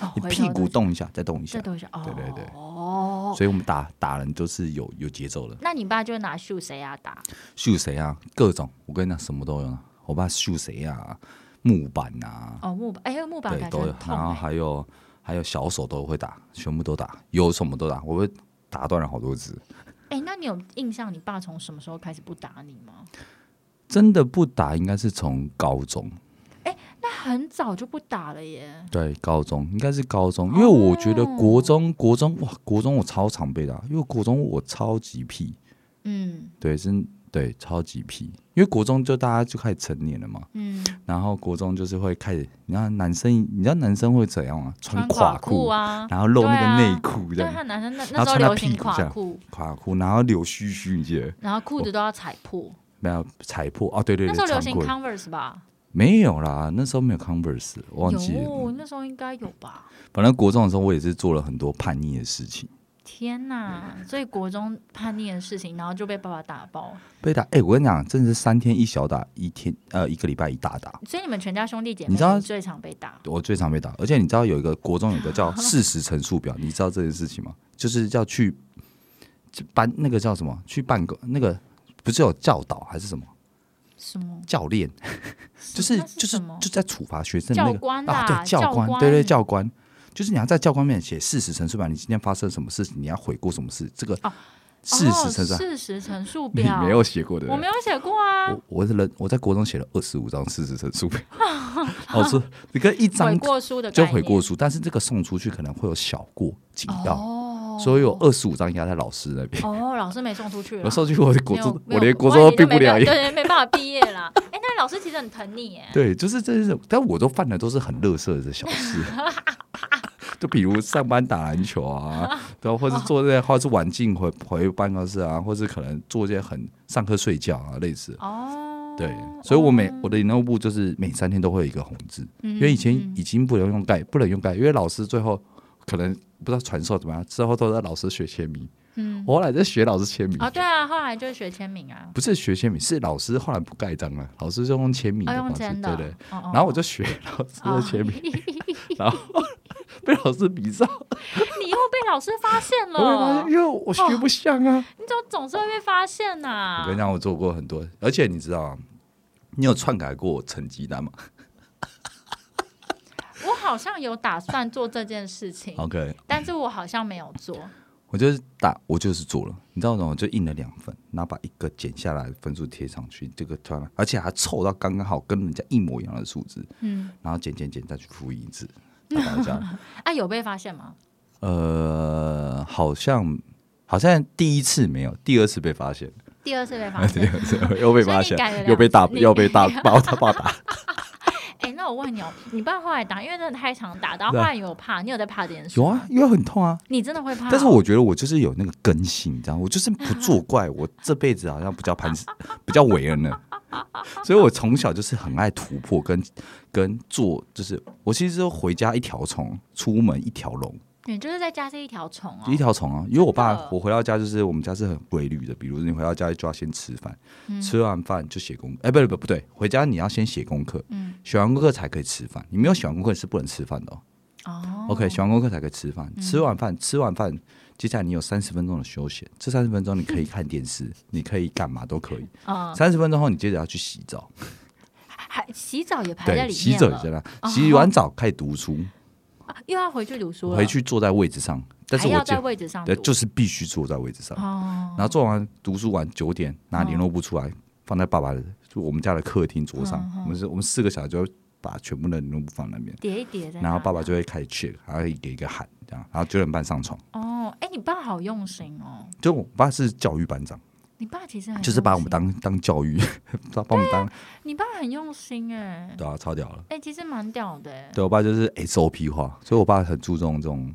Speaker 2: 哦
Speaker 1: 你
Speaker 2: 回
Speaker 1: 屁
Speaker 2: 头
Speaker 1: 股
Speaker 2: 再
Speaker 1: 动一下再动一下
Speaker 2: 再。多一下，哦，
Speaker 1: 对对对
Speaker 2: 哦。
Speaker 1: 所以我们打打人都是有有节奏的，
Speaker 2: 那你爸就拿秀谁啊打？
Speaker 1: 秀谁啊，各种，我跟你讲什么都有呢。我爸秀谁啊，木板啊，
Speaker 2: 哦，木板，哎，木板
Speaker 1: 对
Speaker 2: 感觉
Speaker 1: 都有
Speaker 2: 很，痛
Speaker 1: 然后
Speaker 2: 哎
Speaker 1: 还有还有小手都会打，全部都打，有什么都打，我会打断了好多只。
Speaker 2: 哎，那你有印象你爸从什么时候开始不打你吗？
Speaker 1: 真的不打应该是从高中，
Speaker 2: 那很早就不打了耶。
Speaker 1: 对，高中应该是高中，因为我觉得
Speaker 2: 哦
Speaker 1: 国中、国中哇，国中我超常被打，因为国中我超级屁，
Speaker 2: 嗯
Speaker 1: 对，真对超级屁，因为国中就大家就开始成年了嘛，
Speaker 2: 嗯，
Speaker 1: 然后国中就是会开始，你知道男生，你知道男生会怎样吗？
Speaker 2: 穿
Speaker 1: 垮
Speaker 2: 裤，啊，
Speaker 1: 然后露那个
Speaker 2: 对啊
Speaker 1: 内裤这
Speaker 2: 对
Speaker 1: 样，
Speaker 2: 他男生那
Speaker 1: 然后
Speaker 2: 那时候
Speaker 1: 穿到
Speaker 2: 流行
Speaker 1: 屁股这
Speaker 2: 垮
Speaker 1: 样
Speaker 2: 裤，
Speaker 1: 垮裤，然后留须须，你记得
Speaker 2: 然后裤子都要踩破。
Speaker 1: 没有？踩破哦，对对
Speaker 2: 那
Speaker 1: 对，
Speaker 2: 时候流
Speaker 1: 长
Speaker 2: 行
Speaker 1: 裤
Speaker 2: Converse 吧？
Speaker 1: 没有啦，那时候没有 Converse，我忘记了。
Speaker 2: 有，那时候应该有吧？
Speaker 1: 反正国中的时候，我也是做了很多叛逆的事情，
Speaker 2: 天呐！所以国中叛逆的事情，然后就被爸爸打爆。
Speaker 1: 被打。哎、我跟你讲，真的是三天一小打，一天呃一个礼拜一大打。
Speaker 2: 所以你们全家兄弟姐
Speaker 1: 你
Speaker 2: 妹
Speaker 1: 知道
Speaker 2: 最常被打。
Speaker 1: 我最常被打，而且你知道有一个国中有一个
Speaker 2: <laughs>
Speaker 1: 叫事实陈述表，你知道这件事情吗？就是要去去班那个叫什么？去办公那个不是有教导还是什么
Speaker 2: 什么？
Speaker 1: 教练？就是
Speaker 2: 那
Speaker 1: 就是
Speaker 2: 哦什么
Speaker 1: 就在处罚学生的那
Speaker 2: 教
Speaker 1: 个
Speaker 2: 官
Speaker 1: 啊，
Speaker 2: 啦
Speaker 1: 对教官，
Speaker 2: 教
Speaker 1: 对对
Speaker 2: 官
Speaker 1: 教官，就是你要在教官面前写事实陈述表，你今天发生什么事情，你要悔过什么事，这个
Speaker 2: 哦
Speaker 1: 事实陈述、
Speaker 2: 哦事实陈述
Speaker 1: 你
Speaker 2: 表，
Speaker 1: 没有写过的，
Speaker 2: 我没有写过啊。
Speaker 1: 我我是人，我在国中写了二十五张事实陈述
Speaker 2: <laughs>
Speaker 1: 表，老师，你跟一
Speaker 2: 悔
Speaker 1: 张
Speaker 2: 过书的
Speaker 1: 就
Speaker 2: 概
Speaker 1: 悔过
Speaker 2: 念
Speaker 1: 书，但是这个送出去可能会有小过警告，
Speaker 2: 哦，
Speaker 1: 所以有二十五张压在老师那边。
Speaker 2: 哦，老师没送出去了。
Speaker 1: 我送去我的国
Speaker 2: 没有
Speaker 1: 中，
Speaker 2: 没
Speaker 1: 我
Speaker 2: 有
Speaker 1: 连国
Speaker 2: 万
Speaker 1: 中都
Speaker 2: 一
Speaker 1: 毕不
Speaker 2: 没
Speaker 1: 了
Speaker 2: 办
Speaker 1: 业。
Speaker 2: 对，没办法毕业啦。 <laughs> 哎，那老师其实很疼你耶。
Speaker 1: 对，就是这是，但我都犯的都是很乐色的小事， <laughs> 就比如上班打篮球啊，然后或是做这些，或是晚进回回办公室啊，或是可能做一些很上课睡觉啊，类似的。
Speaker 2: 哦，
Speaker 1: 对，所以我每
Speaker 2: 哦
Speaker 1: 我的研究部就是每三天都会有一个红字，
Speaker 2: 嗯
Speaker 1: 因为以前已经不能用盖，不能用盖，因为老师最后可能不知道传授怎么样，之后都在老师学签名。
Speaker 2: 嗯，
Speaker 1: 我后来在学老师签名，
Speaker 2: 哦，对啊，后来就学签名啊， <laughs>
Speaker 1: 不是学签名，是老师后来不盖章了，老师就用签名
Speaker 2: 哦，
Speaker 1: 的方
Speaker 2: 用
Speaker 1: 式，
Speaker 2: 真的
Speaker 1: 对
Speaker 2: 哦，
Speaker 1: 对。
Speaker 2: 哦
Speaker 1: 然后我就学老师的签名，然后被老师比照，
Speaker 2: 你又被老师发现
Speaker 1: 我会发
Speaker 2: 了
Speaker 1: 现，因，为我学不像啊。
Speaker 2: 你怎么总是会被发现呐、
Speaker 1: 我跟你讲，我做过很多，而且你知道啊，你有篡改过成绩单吗
Speaker 2: 我好像有打算做这件事情，
Speaker 1: ？OK，
Speaker 2: 但是我好像没有做。
Speaker 1: 我就是打，我就是做了，你知道吗？我就印了两份，然后把一个剪下来的分数贴上去，这个突然，而且还凑到刚刚好，跟人家一模一样的数字，
Speaker 2: 嗯，
Speaker 1: 然后剪剪剪再去复印一次，然后打一下。
Speaker 2: 啊，有被发现吗？
Speaker 1: 呃，好像好像第一次没有，第二次被发现，
Speaker 2: 第二次
Speaker 1: <laughs>
Speaker 2: 被发现。
Speaker 1: 又被发
Speaker 2: 所以
Speaker 1: 现
Speaker 2: 你改了两，次
Speaker 1: 又被打，
Speaker 2: 你
Speaker 1: 又被
Speaker 2: <laughs>
Speaker 1: 打，把我打暴打。
Speaker 2: 哎、那我问你哦，你爸后来打，因为真的太常打，到后
Speaker 1: 对
Speaker 2: 来有怕，你有在怕这件事？
Speaker 1: 啊有，啊，因为很痛啊。
Speaker 2: 你真的会怕哦、
Speaker 1: 但是我觉得我就是有那个根性，你知道吗，我就是不作怪，
Speaker 2: <laughs>
Speaker 1: 我这辈子好像不叫 <laughs> 潘石，不叫韦恩了。所以我从小就是很爱突破跟跟做，就是我其实就回家一条虫，出门一条龙，
Speaker 2: 你就是在家是一条虫哦
Speaker 1: 一。条虫啊。因为我
Speaker 2: 真
Speaker 1: 爸
Speaker 2: 的，
Speaker 1: 我回到家就是我们家是很规律的，比如你回到家就要先吃饭，
Speaker 2: 嗯
Speaker 1: 吃完饭就写功，哎、不不不对，回家你要先写功课，
Speaker 2: 嗯
Speaker 1: 写完功课才可以吃饭，你没有写完功课你是不能吃饭的哦。
Speaker 2: 哦嗯
Speaker 1: OK，写完功课才可以吃饭。吃完饭，吃完饭，接下来你有三十分钟的休闲。这三十分钟你可以看电
Speaker 2: <laughs>
Speaker 1: 视，你可以干嘛都可以。
Speaker 2: 嗯，
Speaker 1: 三十分钟后，你接着要去洗澡，
Speaker 2: 还洗澡也排在里面
Speaker 1: 对，
Speaker 2: 了，哦
Speaker 1: 洗澡也在那。洗完澡开始读
Speaker 2: <laughs>
Speaker 1: 书，
Speaker 2: 啊又要回去读书了，
Speaker 1: 回去坐在位置上。但是
Speaker 2: 还
Speaker 1: 我
Speaker 2: 要在
Speaker 1: 见，
Speaker 2: 位置上
Speaker 1: 对，
Speaker 2: 读
Speaker 1: 就是必须坐在位置上。
Speaker 2: 哦，
Speaker 1: 然后做完读书完九点，拿联络簿出来，放在爸爸的，就我们家的客厅桌上。
Speaker 2: 嗯
Speaker 1: 我们是，我们四个小时就会把全部的联络簿放那边，
Speaker 2: 叠一叠在那。
Speaker 1: 然后爸爸就会开始 check，然后给一个喊这样，然后九点半上床。
Speaker 2: 哦，哎、你爸好用心哦。
Speaker 1: 就我爸是教育班长。
Speaker 2: 你爸其实很
Speaker 1: 就是把我
Speaker 2: 用
Speaker 1: 们当
Speaker 2: 心，
Speaker 1: 当教育， <laughs> 他把我们当
Speaker 2: <laughs> 你爸很用心哎、
Speaker 1: 对啊，超屌了。
Speaker 2: 哎、其实蛮屌的、欸，
Speaker 1: 对我爸就是 SOP 化，所以我爸很注重这种。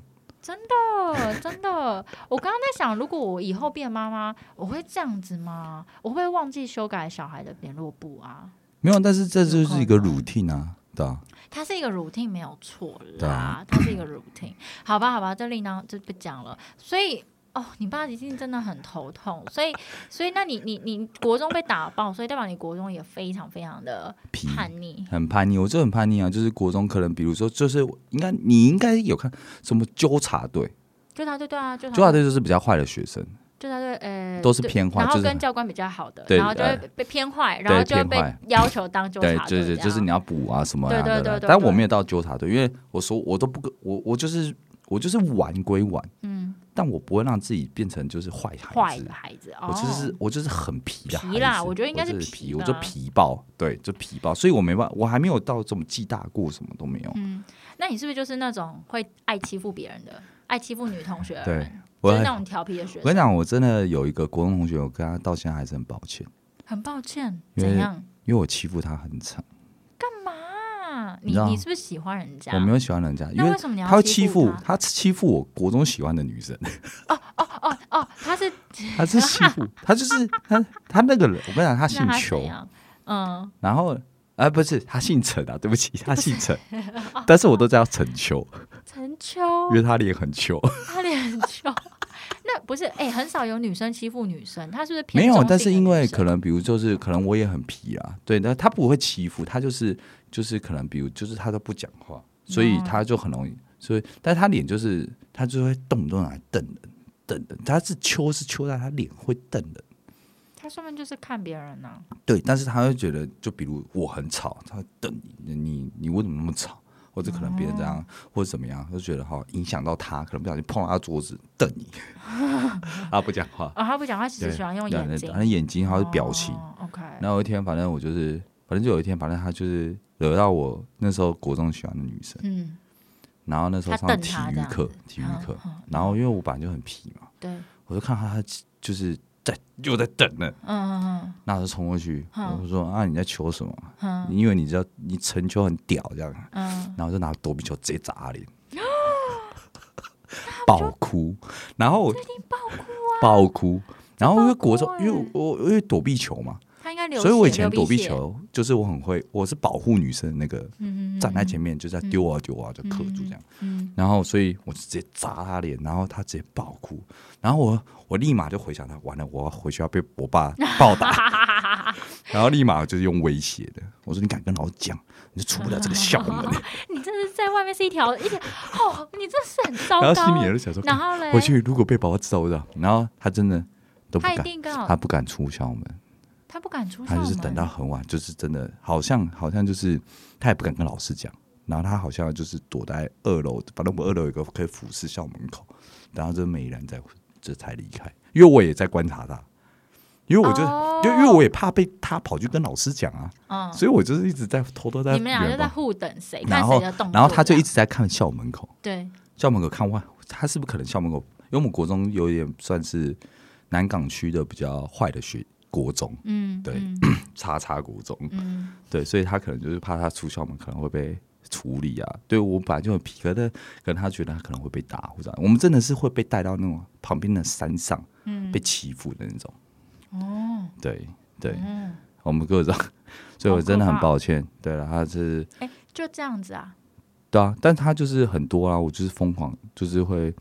Speaker 2: 哦真的。我刚刚在想，如果我以后变妈妈，我会这样子吗？我会不会忘记修改小孩的联络簿啊？
Speaker 1: 没有，但是这就是一个
Speaker 2: 有空
Speaker 1: routine 啊，对啊，
Speaker 2: 它是一个 routine 没有错
Speaker 1: 对
Speaker 2: 啦
Speaker 1: 啊，
Speaker 2: 它是一个 routine。好吧，好吧，这里呢就不讲了。所以哦，你爸一定真的很头痛。所以，所以那你你你国中被打爆，所以代表你国中也非常非常的
Speaker 1: 皮
Speaker 2: 叛逆。
Speaker 1: 很叛逆，我就很叛逆啊，就是国中可能比如说就是应该你应该有看什么纠察队，
Speaker 2: 纠察队对啊，纠
Speaker 1: 纠察
Speaker 2: 察队
Speaker 1: 队就是比较坏的学生，
Speaker 2: 纠察队呃
Speaker 1: 都是
Speaker 2: 对
Speaker 1: 偏坏
Speaker 2: 然
Speaker 1: 就
Speaker 2: 后
Speaker 1: 是
Speaker 2: 跟
Speaker 1: 很
Speaker 2: 教官比较好的，
Speaker 1: 对
Speaker 2: 然后就会
Speaker 1: 呃
Speaker 2: 被被偏坏，然后就会
Speaker 1: 偏
Speaker 2: 被
Speaker 1: 坏
Speaker 2: 要求当纠
Speaker 1: 对
Speaker 2: 察，队
Speaker 1: 就
Speaker 2: 这
Speaker 1: 是
Speaker 2: 样，
Speaker 1: 就是你要补啊什么啊
Speaker 2: 对对
Speaker 1: 的啦
Speaker 2: 对对
Speaker 1: 但我
Speaker 2: 对
Speaker 1: 没有到纠察队，因为我说我都不跟我我就是我就是玩归玩，
Speaker 2: 嗯
Speaker 1: 但我不会让自己变成就是坏孩
Speaker 2: 坏
Speaker 1: 子
Speaker 2: 的，孩子，
Speaker 1: 我
Speaker 2: 哦，
Speaker 1: 就是我就是很皮的孩
Speaker 2: 皮啦
Speaker 1: 子
Speaker 2: 我觉得应该是
Speaker 1: 就是
Speaker 2: 皮
Speaker 1: 皮，我就
Speaker 2: 啦
Speaker 1: 皮爆，对，就皮爆，所以我没办法，我还没有到这么记大过，什么都没有。
Speaker 2: 嗯，那你是不是就是那种会爱欺负别人的，爱欺负女同学的
Speaker 1: 对
Speaker 2: 人？
Speaker 1: 我
Speaker 2: 就是
Speaker 1: 还
Speaker 2: 那种调皮的学
Speaker 1: 我
Speaker 2: 生
Speaker 1: 跟。你讲，我真的有一个国中同学，我跟他到现在还是很抱歉，
Speaker 2: 很抱歉，
Speaker 1: 因为
Speaker 2: 怎样？
Speaker 1: 因为我欺负他很惨。
Speaker 2: 干嘛啊？
Speaker 1: 你
Speaker 2: 你
Speaker 1: 知道
Speaker 2: 你是不是喜欢人家？
Speaker 1: 我没有喜欢人家，因
Speaker 2: 那为什么你要
Speaker 1: 他会
Speaker 2: 欺
Speaker 1: 欺
Speaker 2: 负
Speaker 1: 负
Speaker 2: 他
Speaker 1: 他欺负我国中喜欢的女生， <laughs>
Speaker 2: 哦哦，他是
Speaker 1: 他是欺
Speaker 2: <laughs>
Speaker 1: 负他就是他他那个人，我跟你讲， <laughs> 他
Speaker 2: 那
Speaker 1: 姓
Speaker 2: 他怎
Speaker 1: 邱，
Speaker 2: 样？嗯，
Speaker 1: 然后啊不是他姓陈啊，对不起，他姓
Speaker 2: <laughs>
Speaker 1: 陈，但是我都叫陈秋，
Speaker 2: 陈秋
Speaker 1: 因，为他脸很秋。
Speaker 2: 他脸秋。 <laughs> 那不是哎、很少有女生欺负女生，他是不是偏
Speaker 1: 没有，
Speaker 2: 中
Speaker 1: 但
Speaker 2: 性
Speaker 1: 是
Speaker 2: 的
Speaker 1: 因
Speaker 2: 女
Speaker 1: 为
Speaker 2: 生
Speaker 1: 可能，比如就是可能我也很皮啊，对，但他不会欺负，他就是就是可能比如就是他都不讲话，所以
Speaker 2: 嗯
Speaker 1: 他就很容易，所以但他脸就是他就会动不动来瞪人，瞪人，他是秋是秋在他脸会瞪人，
Speaker 2: 他说明就是看别人呢、
Speaker 1: 对，但是他会觉得就比如我很吵，他会瞪你，你你为什么那么吵？或者可能别人这样，
Speaker 2: 哦
Speaker 1: 或者怎么样，就觉得哈影响到他，可能不小心碰到他桌子，瞪
Speaker 2: <laughs>
Speaker 1: 你，啊不讲话，
Speaker 2: 哦，他不讲话，其实喜欢用
Speaker 1: 对
Speaker 2: 眼睛
Speaker 1: 对，他眼睛还有表情，
Speaker 2: 哦 OK，
Speaker 1: 然后有一天，反正我就是，反正就有一天，反正他就是惹到我那时候国中喜欢的女生，
Speaker 2: 嗯，
Speaker 1: 然后那时候
Speaker 2: 他
Speaker 1: 上
Speaker 2: 瞪
Speaker 1: 体
Speaker 2: 她这
Speaker 1: 育
Speaker 2: 样
Speaker 1: 课
Speaker 2: 子，
Speaker 1: 体育
Speaker 2: 嗯
Speaker 1: 课
Speaker 2: 嗯，
Speaker 1: 然后因为我本来就很皮嘛，
Speaker 2: 对，嗯
Speaker 1: 我就看他他就是在又在等呢，
Speaker 2: 嗯
Speaker 1: 那我就冲过去，
Speaker 2: 嗯
Speaker 1: 我就说啊你在求什么？
Speaker 2: 嗯
Speaker 1: 你以为你知道你成球很屌这样，
Speaker 2: 嗯嗯，
Speaker 1: 然后就拿躲避球直接砸他
Speaker 2: <gasps>
Speaker 1: 脸，爆哭，然后我
Speaker 2: 爆哭，啊
Speaker 1: 爆哭，然后因为国中
Speaker 2: 爆哭，欸
Speaker 1: 因为我我因为躲避球嘛，
Speaker 2: 他应该流血，
Speaker 1: 所以我以前躲避
Speaker 2: 流鼻血，
Speaker 1: 球就是我很会，我是保护女生的那个
Speaker 2: 嗯，
Speaker 1: 站在前面就在丢啊丢啊就克住这样，
Speaker 2: 嗯，
Speaker 1: 然后所以我就直接砸他脸，然后他直接爆哭，然后我我立马就回想他完了，我要回去要被我爸暴打，
Speaker 2: <laughs>
Speaker 1: 然后立马就是用威胁的，我说你敢跟老子讲，你就出不了这个校
Speaker 2: 啊
Speaker 1: 门，欸
Speaker 2: 你这是在外面是一条一条，哦，你这是很糟糕。
Speaker 1: 然后心里也是想说，
Speaker 2: 哦然后嘞，
Speaker 1: 回去如果被爸爸知道我知道，然后他真的都不
Speaker 2: 他一
Speaker 1: 敢，
Speaker 2: 定跟
Speaker 1: 他
Speaker 2: 他
Speaker 1: 不敢出校门。
Speaker 2: 他不敢出校
Speaker 1: 他
Speaker 2: 门，
Speaker 1: 就是等到很晚，就是真的好像好像就是他也不敢跟老师讲，然后他好像就是躲在二楼，反正我们二楼有个可以俯视校门口，然后这美然在这才离开，因为我也在观察他，因为我就、
Speaker 2: 哦
Speaker 1: 就因为我也怕被他跑去跟老师讲啊，
Speaker 2: 嗯，
Speaker 1: 所以我就是一直在偷偷在
Speaker 2: 你们俩就
Speaker 1: 远
Speaker 2: 在
Speaker 1: 方，
Speaker 2: 互等谁，
Speaker 1: 然
Speaker 2: 看谁
Speaker 1: 后
Speaker 2: 的动作。
Speaker 1: 然后他就一直在看校门口，
Speaker 2: 对，
Speaker 1: 校门口看外，他是不是可能校门口，因为我们国中有点算是南港区的比较坏的学国中，
Speaker 2: 嗯，
Speaker 1: 对
Speaker 2: 嗯
Speaker 1: 叉叉国中，
Speaker 2: 嗯，
Speaker 1: 对，所以他可能就是怕他出校门可能会被处理啊。对我本来就很皮，可是可能他觉得他可能会被打或者我们真的是会被带到那种旁边的山上，
Speaker 2: 嗯
Speaker 1: 被欺负的那种。
Speaker 2: 哦，
Speaker 1: 对对，
Speaker 2: 嗯，
Speaker 1: 我们
Speaker 2: <laughs>
Speaker 1: 各种，所以我真的很抱歉。对了，他是
Speaker 2: 哎，就这样子啊，
Speaker 1: 对啊，但他就是很多啊，我就是疯狂，就是会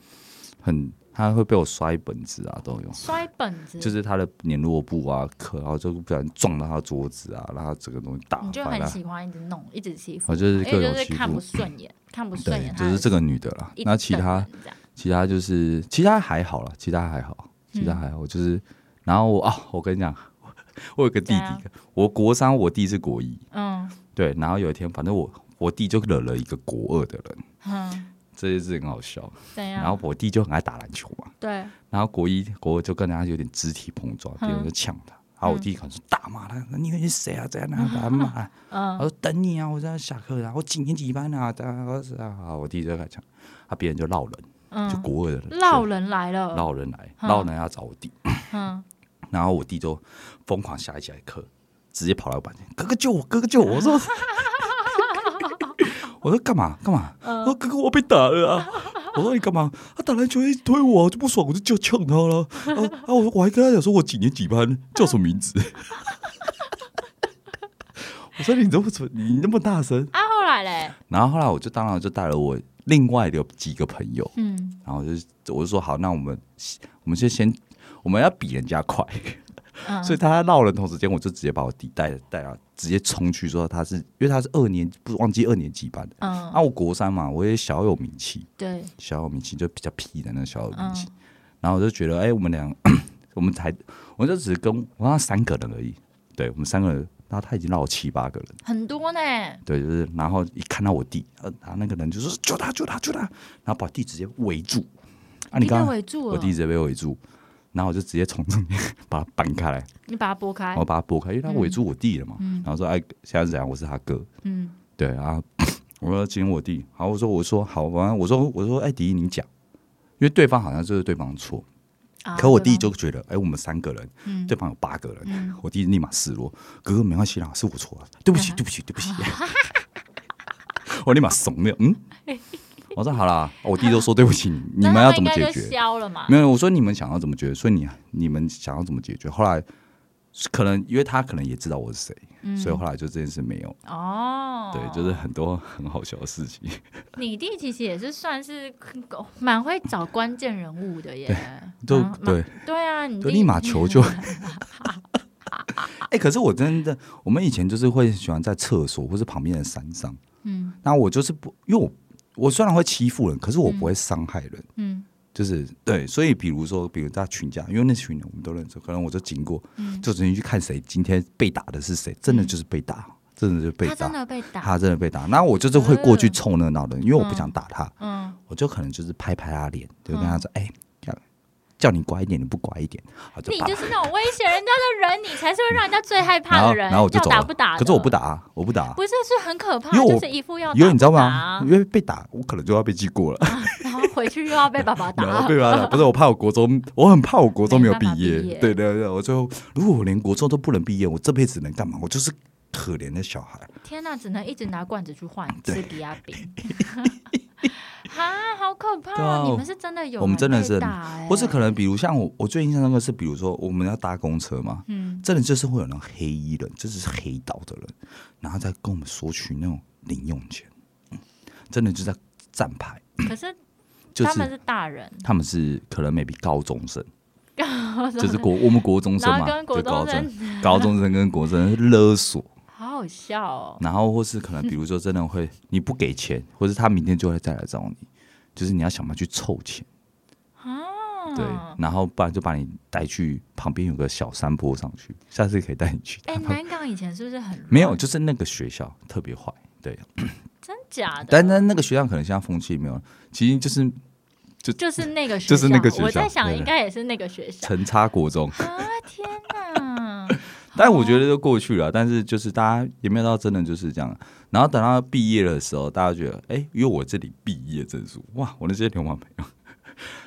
Speaker 1: 很他会被我摔本子啊，都有。
Speaker 2: 摔本子，
Speaker 1: 就是他的联络部啊，课，然后就不小心撞到他桌子啊，然后整个东西打
Speaker 2: 你就
Speaker 1: 翻啊
Speaker 2: 很
Speaker 1: 了。
Speaker 2: 喜欢一直弄，一直欺负，
Speaker 1: 我哦就是
Speaker 2: 因
Speaker 1: 各
Speaker 2: 为
Speaker 1: 种
Speaker 2: 哎就是
Speaker 1: 欺
Speaker 2: 看
Speaker 1: 负
Speaker 2: 不，顺眼，看不顺
Speaker 1: 对
Speaker 2: 眼，，
Speaker 1: 就是这个女的啦。
Speaker 2: 一直
Speaker 1: 那其
Speaker 2: 瞪
Speaker 1: 他
Speaker 2: 人这样
Speaker 1: 其他就是其他还好了，其他还好，
Speaker 2: 嗯
Speaker 1: 其他还好。我就是，然后我啊、我跟你讲， <laughs> 我有个弟
Speaker 2: 怎样
Speaker 1: 弟，我国三，我弟是国一，
Speaker 2: 嗯
Speaker 1: 对。然后有一天，反正我我弟就惹了一个国二的人，
Speaker 2: 嗯，
Speaker 1: 这件事很好笑。
Speaker 2: 怎样？
Speaker 1: 然后我弟就很爱打篮球嘛，
Speaker 2: 对，
Speaker 1: 然后国一国二就跟人家有点肢体碰撞，
Speaker 2: 嗯
Speaker 1: 别人就呛他。然后我弟可能是大骂他，你你是谁啊？怎样啊？把他骂啊。
Speaker 2: 嗯
Speaker 1: <laughs> 我说等你啊，我在下课啊，我几年级班啊？怎样啊？怎样啊？我弟就开始讲，啊，别人就闹人，就
Speaker 2: 嗯，
Speaker 1: 国二的人
Speaker 2: 闹人来了，
Speaker 1: 闹人来，
Speaker 2: 嗯
Speaker 1: 闹人要找我弟，
Speaker 2: 嗯，
Speaker 1: 然后我弟就疯狂下一节课，直接跑来我房间，哥哥救我，哥哥救我！我说， <laughs> 我说干嘛干嘛？我说哥哥我被打了啊！我说你干嘛？他打篮球一直推我，我就不爽，我就就呛他了。啊啊！我我还跟他讲说我几年几班，叫什么名字？ <laughs> 我说你怎么怎么你那么大声？
Speaker 2: 啊，后来嘞，
Speaker 1: 然后后来我就当然就带了我另外的几个朋友，
Speaker 2: 嗯，
Speaker 1: 然后我就我就说好，那我们我们就先我们要比人家快，
Speaker 2: 嗯
Speaker 1: 所以他在闹人同时间，我就直接把我弟带带啊，直接冲去说他是因为他是二年不忘记二年级班的，
Speaker 2: 嗯，
Speaker 1: 啊，我国三嘛，我也小有名气，
Speaker 2: 对，
Speaker 1: 小有名气就比较屁的那个小有名气，
Speaker 2: 嗯
Speaker 1: 然后我就觉得哎、我们俩 <coughs> 我们才我就只是跟我那三个人而已，对我们三个人，然后他已经闹了七八个人。
Speaker 2: 很多呢，
Speaker 1: 对，就是然后一看到我弟，呃，然后那个人就说救他救他救他，然后把弟直接围住。啊，
Speaker 2: 你
Speaker 1: 你刚
Speaker 2: 被
Speaker 1: 刚
Speaker 2: 围住
Speaker 1: 我
Speaker 2: 了
Speaker 1: 弟，直接被围住，然后我就直接从中间 <laughs> 把他搬开来，
Speaker 2: 你把它拨开
Speaker 1: 然后，把他拨开，因为他围住我弟了嘛。然后说哎，现在是怎样？我是他哥。
Speaker 2: 嗯
Speaker 1: 对啊， <coughs> 我说今天我弟，好，我说我说好，完了我说我说哎，迪你讲，因为对方好像就是对方错，
Speaker 2: 啊
Speaker 1: 可我
Speaker 2: 对
Speaker 1: 弟
Speaker 2: 吧
Speaker 1: 就觉得，哎、我们三个人，
Speaker 2: 嗯
Speaker 1: 对方有八个人，
Speaker 2: 嗯
Speaker 1: 我弟立马示弱，哥哥没关系啦，是我错了，对不
Speaker 2: <laughs>
Speaker 1: 起，
Speaker 2: 嗯
Speaker 1: 对不起，对不起， <laughs> 我立马怂了，嗯， <laughs> 我说好啦，哦我弟都说对不起，你
Speaker 2: 那
Speaker 1: 们
Speaker 2: 他
Speaker 1: 要怎么
Speaker 2: 应
Speaker 1: 解
Speaker 2: 该就
Speaker 1: 决？
Speaker 2: 消了嘛？
Speaker 1: 没有，我说你们想要怎么解决，所以你你们想要怎么解决？后来可能因为他可能也知道我是谁，所以后来就这件事没有。
Speaker 2: 哦，
Speaker 1: 对，
Speaker 2: 嗯
Speaker 1: 就是很多很好笑的事情。
Speaker 2: 你弟其实也是算是蛮会找关键人物的耶，
Speaker 1: 就
Speaker 2: 蛮蛮
Speaker 1: 对，
Speaker 2: 对啊，你
Speaker 1: 就
Speaker 2: 弟
Speaker 1: 立马求救。哎、
Speaker 2: 啊
Speaker 1: 可是我真的，我们以前就是会喜欢在厕所或是旁边的山上。
Speaker 2: <laughs> 嗯
Speaker 1: 那我就是不，因为我我虽然会欺负人，可是我不会伤害人。
Speaker 2: 嗯
Speaker 1: 就是对，所以比如说，比如在群架，因为那群人我们都认识，可能我就经过，
Speaker 2: 嗯，
Speaker 1: 就直接去看谁今天被打的是谁，真的
Speaker 2: 嗯
Speaker 1: 就是被打，真的就是被
Speaker 2: 他
Speaker 1: 打
Speaker 2: 真。的被打，
Speaker 1: 他真的被打，那我就是会过去凑热闹的，因为我不想打他，
Speaker 2: 嗯，
Speaker 1: 我就可能就是拍拍他脸，就跟他说：“哎、叫叫你乖一点，你不乖一点，我就
Speaker 2: 你
Speaker 1: 打。
Speaker 2: 就是那种威胁人家的人，你才是会让人家最害
Speaker 1: 然
Speaker 2: 怕
Speaker 1: 后
Speaker 2: 的人。
Speaker 1: 然后我就
Speaker 2: 要
Speaker 1: 走
Speaker 2: 打
Speaker 1: 了。
Speaker 2: 不打？
Speaker 1: 可是我不，打啊、我不打啊、
Speaker 2: 不是是很可怕，
Speaker 1: 因为我
Speaker 2: 就是一副要打
Speaker 1: 因为你知道
Speaker 2: 不打
Speaker 1: 吗？因为被打，我可能就要被记过了，
Speaker 2: 然后回去又要被爸爸 <laughs> 打，
Speaker 1: <laughs> 然后被他打。不是我怕我国中，我很怕我国中没有
Speaker 2: 没办法
Speaker 1: 业。
Speaker 2: 毕业
Speaker 1: 对对对，我最后如果我连国中都不能毕业，我这辈子能干嘛？我就是可怜的小孩。
Speaker 2: <laughs> 天呐，只能一直拿罐子去换吃比亚饼，
Speaker 1: <laughs>
Speaker 2: <laughs> 哈，好可怕
Speaker 1: 对啊
Speaker 2: 哦！你们是真的有人被打欸，
Speaker 1: 我们真的是或是可能比如像我，我最印象深刻是，比如说我们要搭公车嘛，
Speaker 2: 嗯
Speaker 1: 真的就是会有那种黑衣人，这就是黑道的人，然后再跟我们索取那种零用钱，嗯真的就在站牌，
Speaker 2: 可是
Speaker 1: <clears throat> 就
Speaker 2: 他们
Speaker 1: 是
Speaker 2: 是大人，
Speaker 1: 他们是可能 maybe 高中
Speaker 2: <laughs>
Speaker 1: 生，就是国我们国中生
Speaker 2: 然后
Speaker 1: 嘛，
Speaker 2: 跟
Speaker 1: 就
Speaker 2: 国
Speaker 1: 高
Speaker 2: 中
Speaker 1: 中
Speaker 2: 生，
Speaker 1: 高中生跟国中生勒索，
Speaker 2: 好好笑哦。
Speaker 1: 然后或是可能比如说真的会你不给钱，或是他明天就会再来找你，就是你要想办法去凑钱，
Speaker 2: 啊
Speaker 1: 对，然后不然就把你带去旁边有个小山坡上去，下次可以带你去， <laughs>
Speaker 2: 哎，南港以前是不是很
Speaker 1: 没有
Speaker 2: 乱
Speaker 1: 就是那个学校特别坏，对。
Speaker 2: 真假的？
Speaker 1: 但但那个学校可能现在风气没有，其实就是
Speaker 2: 就是那个学
Speaker 1: 就是那个学校
Speaker 2: 我在想
Speaker 1: 对
Speaker 2: 应该也是那个学校。
Speaker 1: 成差国中，
Speaker 2: 啊天哪！
Speaker 1: 但我觉得就过去了。但是就是大家也没有到真的就是这样。然后等到毕业的时候，大家觉得，哎、因为我这里毕业证书，哇，我那些流氓朋友，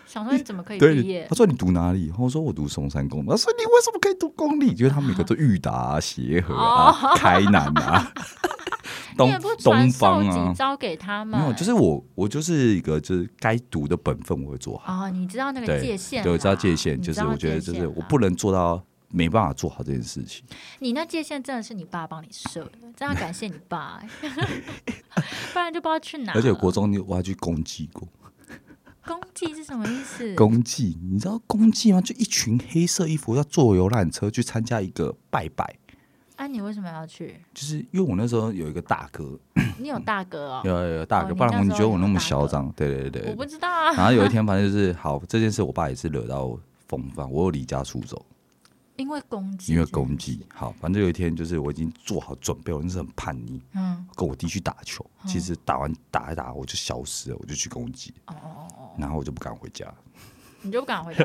Speaker 2: 想说你怎么可以
Speaker 1: 对
Speaker 2: 毕，业
Speaker 1: 他？说你读哪里？我说我读松山公立。他说你为什么可以读公立？因为他们每个都裕达、啊、协和啊、开南啊、
Speaker 2: 哦 <laughs> 你
Speaker 1: 东
Speaker 2: 也不传
Speaker 1: 东
Speaker 2: 授
Speaker 1: 方
Speaker 2: 几
Speaker 1: 啊。
Speaker 2: 招给他们？
Speaker 1: 没有，就是我，我就是一个，就是该读的本分我会做好。
Speaker 2: 哦，你知道那个
Speaker 1: 对，
Speaker 2: 界限啦，啊
Speaker 1: 对，我知道界限，
Speaker 2: 你
Speaker 1: 就
Speaker 2: 知
Speaker 1: 是
Speaker 2: 道
Speaker 1: 我觉得
Speaker 2: 界
Speaker 1: 就是
Speaker 2: 限啊
Speaker 1: 我
Speaker 2: 啦
Speaker 1: 不能做到没办法做好这件事情。
Speaker 2: 你那界限真的是你爸帮你设的，真的要感谢你爸、 <laughs> 欸，不然就不知道去哪了。
Speaker 1: 而且国中我还去公祭过，
Speaker 2: 公祭是什么意思？
Speaker 1: 公祭你知道公祭吗？就一群黑色衣服要坐游览车去参加一个拜拜，
Speaker 2: 啊，你为什么要去？
Speaker 1: 就是因为我那时候有一个大哥，
Speaker 2: 你有大哥哦？
Speaker 1: 有有有大
Speaker 2: 哦
Speaker 1: 哥，
Speaker 2: 你
Speaker 1: 不然
Speaker 2: 那
Speaker 1: 我你
Speaker 2: 时
Speaker 1: 觉得
Speaker 2: 候
Speaker 1: 我
Speaker 2: 有
Speaker 1: 那么
Speaker 2: 大
Speaker 1: 嚣
Speaker 2: 哥
Speaker 1: 张？对对对
Speaker 2: 我不
Speaker 1: 对。
Speaker 2: 知道啊，
Speaker 1: 然后有一天，反正就是好这件事，我爸也是惹到风范，我有离家出走。
Speaker 2: 因为公祭，
Speaker 1: 因为攻击。好，反正有一天就是我已经做好准备，我那时候很叛逆，
Speaker 2: 嗯，
Speaker 1: 跟我弟去打球，其实打完打一打我就消失了，我就去攻击，
Speaker 2: 哦哦哦，
Speaker 1: 然后我就不敢回家，
Speaker 2: 你就不敢回答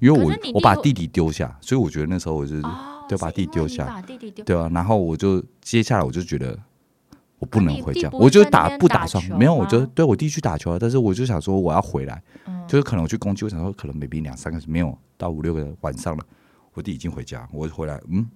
Speaker 1: 因为
Speaker 2: 可
Speaker 1: 我
Speaker 2: 是你弟
Speaker 1: 我把
Speaker 2: 会
Speaker 1: 弟弟丢下，所以我觉得那时候我就是、
Speaker 2: 哦，
Speaker 1: 对把
Speaker 2: 是因
Speaker 1: 弟
Speaker 2: 为
Speaker 1: 丢
Speaker 2: 你
Speaker 1: 下
Speaker 2: 把弟弟丢。
Speaker 1: 对啊，然后我就接下来我就觉得。我不
Speaker 2: 可
Speaker 1: 能
Speaker 2: 你
Speaker 1: 回
Speaker 2: 弟
Speaker 1: 家，
Speaker 2: 不
Speaker 1: 我
Speaker 2: 会
Speaker 1: 就
Speaker 2: 在那
Speaker 1: 打
Speaker 2: 边
Speaker 1: 不
Speaker 2: 打
Speaker 1: 打算
Speaker 2: 球
Speaker 1: 没有，我就
Speaker 2: 吗
Speaker 1: 对我弟去打球啊，但是我就想说我要回来，
Speaker 2: 嗯
Speaker 1: 就是可能我去攻击，我想说可能 maybe 两三个没有到五六个晚上了，我弟已经回家，我回来，嗯，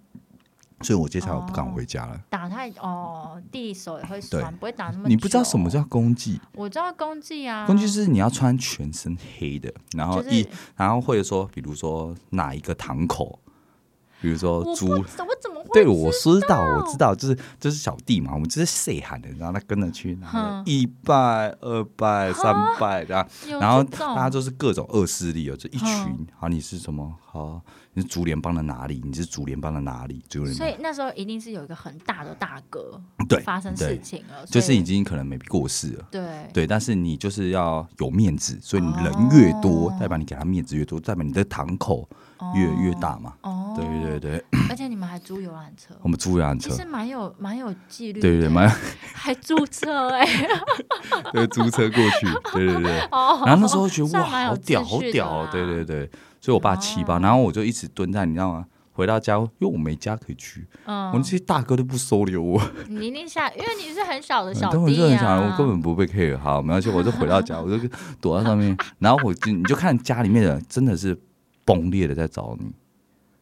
Speaker 1: 所以我接下来我不敢
Speaker 2: 哦
Speaker 1: 回家了。
Speaker 2: 打太哦，弟弟手也会
Speaker 1: 对
Speaker 2: 酸，不会打那么久。
Speaker 1: 你不知道什么叫公祭，
Speaker 2: 我知道公祭啊，
Speaker 1: 公祭是你要穿全身黑的，然后
Speaker 2: 就是
Speaker 1: 一、然后或者说，比如说哪一个堂口，比如
Speaker 2: 我
Speaker 1: 说
Speaker 2: 不
Speaker 1: 猪，
Speaker 2: 我怎么会
Speaker 1: 对我知道，我知道，就是就是小弟嘛，我们就是谁喊的，然后他跟着去，然后
Speaker 2: 哼啊
Speaker 1: 一拜、二拜、三拜，然后
Speaker 2: 有
Speaker 1: 然后
Speaker 2: 这种
Speaker 1: 大家就是各种恶势力哦，这一群
Speaker 2: 哼，
Speaker 1: 好你是什么？好，你是竹联帮的哪里？你是竹联帮的哪里？竹联
Speaker 2: 所
Speaker 1: 帮
Speaker 2: 以那时候一定是有一个很大的大哥
Speaker 1: 对
Speaker 2: 发生
Speaker 1: 对
Speaker 2: 事情了，所
Speaker 1: 就
Speaker 2: 以
Speaker 1: 是已经可能 maybe 过世了。
Speaker 2: 对
Speaker 1: 对，但是你就是要有面子，所以你人越多，
Speaker 2: 哦
Speaker 1: 代表你给他面子越多，代表你的堂口越、越大嘛。
Speaker 2: 哦，
Speaker 1: 对对对，
Speaker 2: 而且你们还租游览车，
Speaker 1: 我们租游览车
Speaker 2: 其，实蛮有蛮有纪律的，
Speaker 1: 对对对，蛮
Speaker 2: 还租车哎、
Speaker 1: <laughs> 对租车过去，对对对。
Speaker 2: 哦，
Speaker 1: 然后那时候觉得哇，
Speaker 2: <laughs> 算蛮有
Speaker 1: 好屌，
Speaker 2: 秩
Speaker 1: 好
Speaker 2: 序的啊
Speaker 1: 屌
Speaker 2: 哦
Speaker 1: 哦
Speaker 2: 啦！
Speaker 1: 对对对，所以我爸气爆，然后我就一直蹲在，你知道吗？回到家，因为我没家可以去，我那
Speaker 2: 嗯，
Speaker 1: 些大哥都不收留我，
Speaker 2: 你一定下，因为你是
Speaker 1: <laughs>
Speaker 2: 很小的小
Speaker 1: 根本就
Speaker 2: 弟
Speaker 1: 很
Speaker 2: 啊，
Speaker 1: 想，我根本不被 care。好，没关系，我就回到家，我就躲在上面，然后我就你就看家里面的人真的是崩裂的在找你，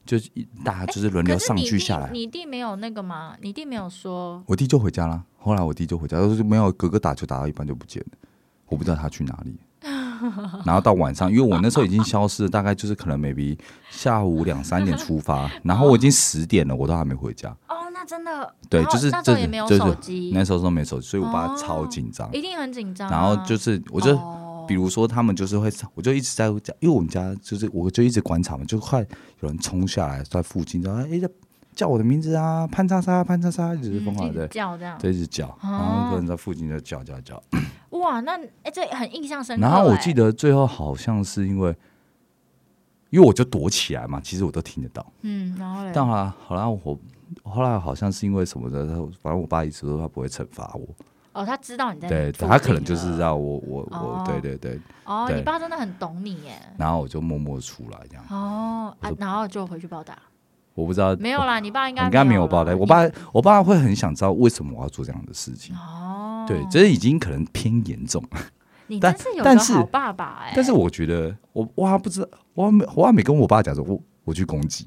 Speaker 1: 就是一大家就是轮流
Speaker 2: 可是
Speaker 1: 上
Speaker 2: 你
Speaker 1: 去
Speaker 2: 弟
Speaker 1: 下来。
Speaker 2: 你弟没有那个吗？你弟没有说
Speaker 1: 我弟就回家啦，后来我弟就回家，他说没有哥哥打球打到一半就不见了，我不知道他去哪
Speaker 2: <laughs>
Speaker 1: 里。然后到晚上，因为我那时候已经消失了，大概就是可能 maybe 下午两三点出
Speaker 2: <laughs>
Speaker 1: 发，然后我已经十点了，我都还没回家。
Speaker 2: 哦，那真的
Speaker 1: 对，
Speaker 2: 然后
Speaker 1: 就是
Speaker 2: 那时
Speaker 1: 这
Speaker 2: 候也没有
Speaker 1: 就是
Speaker 2: 手机，
Speaker 1: 那时候都没手机，所以我爸
Speaker 2: 哦
Speaker 1: 超紧张。
Speaker 2: 一定很紧张啊、
Speaker 1: 然后就是，我就
Speaker 2: 哦
Speaker 1: 比如说他们就是会，我就一直在讲，因为我们家就是我就一直观察嘛，就快有人冲下来在附近，然后哎叫我的名字啊，潘莎莎，潘莎莎，一直
Speaker 2: 嗯哦
Speaker 1: 疯狂
Speaker 2: 一直
Speaker 1: 的
Speaker 2: 叫这样，
Speaker 1: 对，一直叫，然后可能在附近就叫叫叫。
Speaker 2: 哇，那哎、这很印象深刻、哎
Speaker 1: 然后我记
Speaker 2: 得，
Speaker 1: 得最后好像是因为，因为我就躲起来嘛，其实我都听得到。
Speaker 2: 嗯，然后嘞，
Speaker 1: 但后来好像我后来好像是因为什么的，他反正我爸一直说他不会惩罚我，
Speaker 2: 哦，他知道你在
Speaker 1: 对
Speaker 2: 附近
Speaker 1: 他可能就是
Speaker 2: 了
Speaker 1: 让我我我，
Speaker 2: 哦
Speaker 1: 对对对。
Speaker 2: 哦，
Speaker 1: 对
Speaker 2: 你爸真的很懂你耶。
Speaker 1: 然后我就默默出来这样，
Speaker 2: 哦啊
Speaker 1: 我，
Speaker 2: 然后就回去报答，
Speaker 1: 我不知道
Speaker 2: 没有啦，你爸应该
Speaker 1: 应该没有
Speaker 2: 啦
Speaker 1: 报答。
Speaker 2: 你
Speaker 1: 我爸我爸会很想知道为什么我要做这样的事情。
Speaker 2: 哦，
Speaker 1: 对，这已经可能偏严重了，
Speaker 2: 你
Speaker 1: 但
Speaker 2: 真是有
Speaker 1: 但
Speaker 2: 个
Speaker 1: 是
Speaker 2: 好爸爸哎，
Speaker 1: 但是我觉得我我还不知道，我还没我还没跟我爸讲说我我去攻击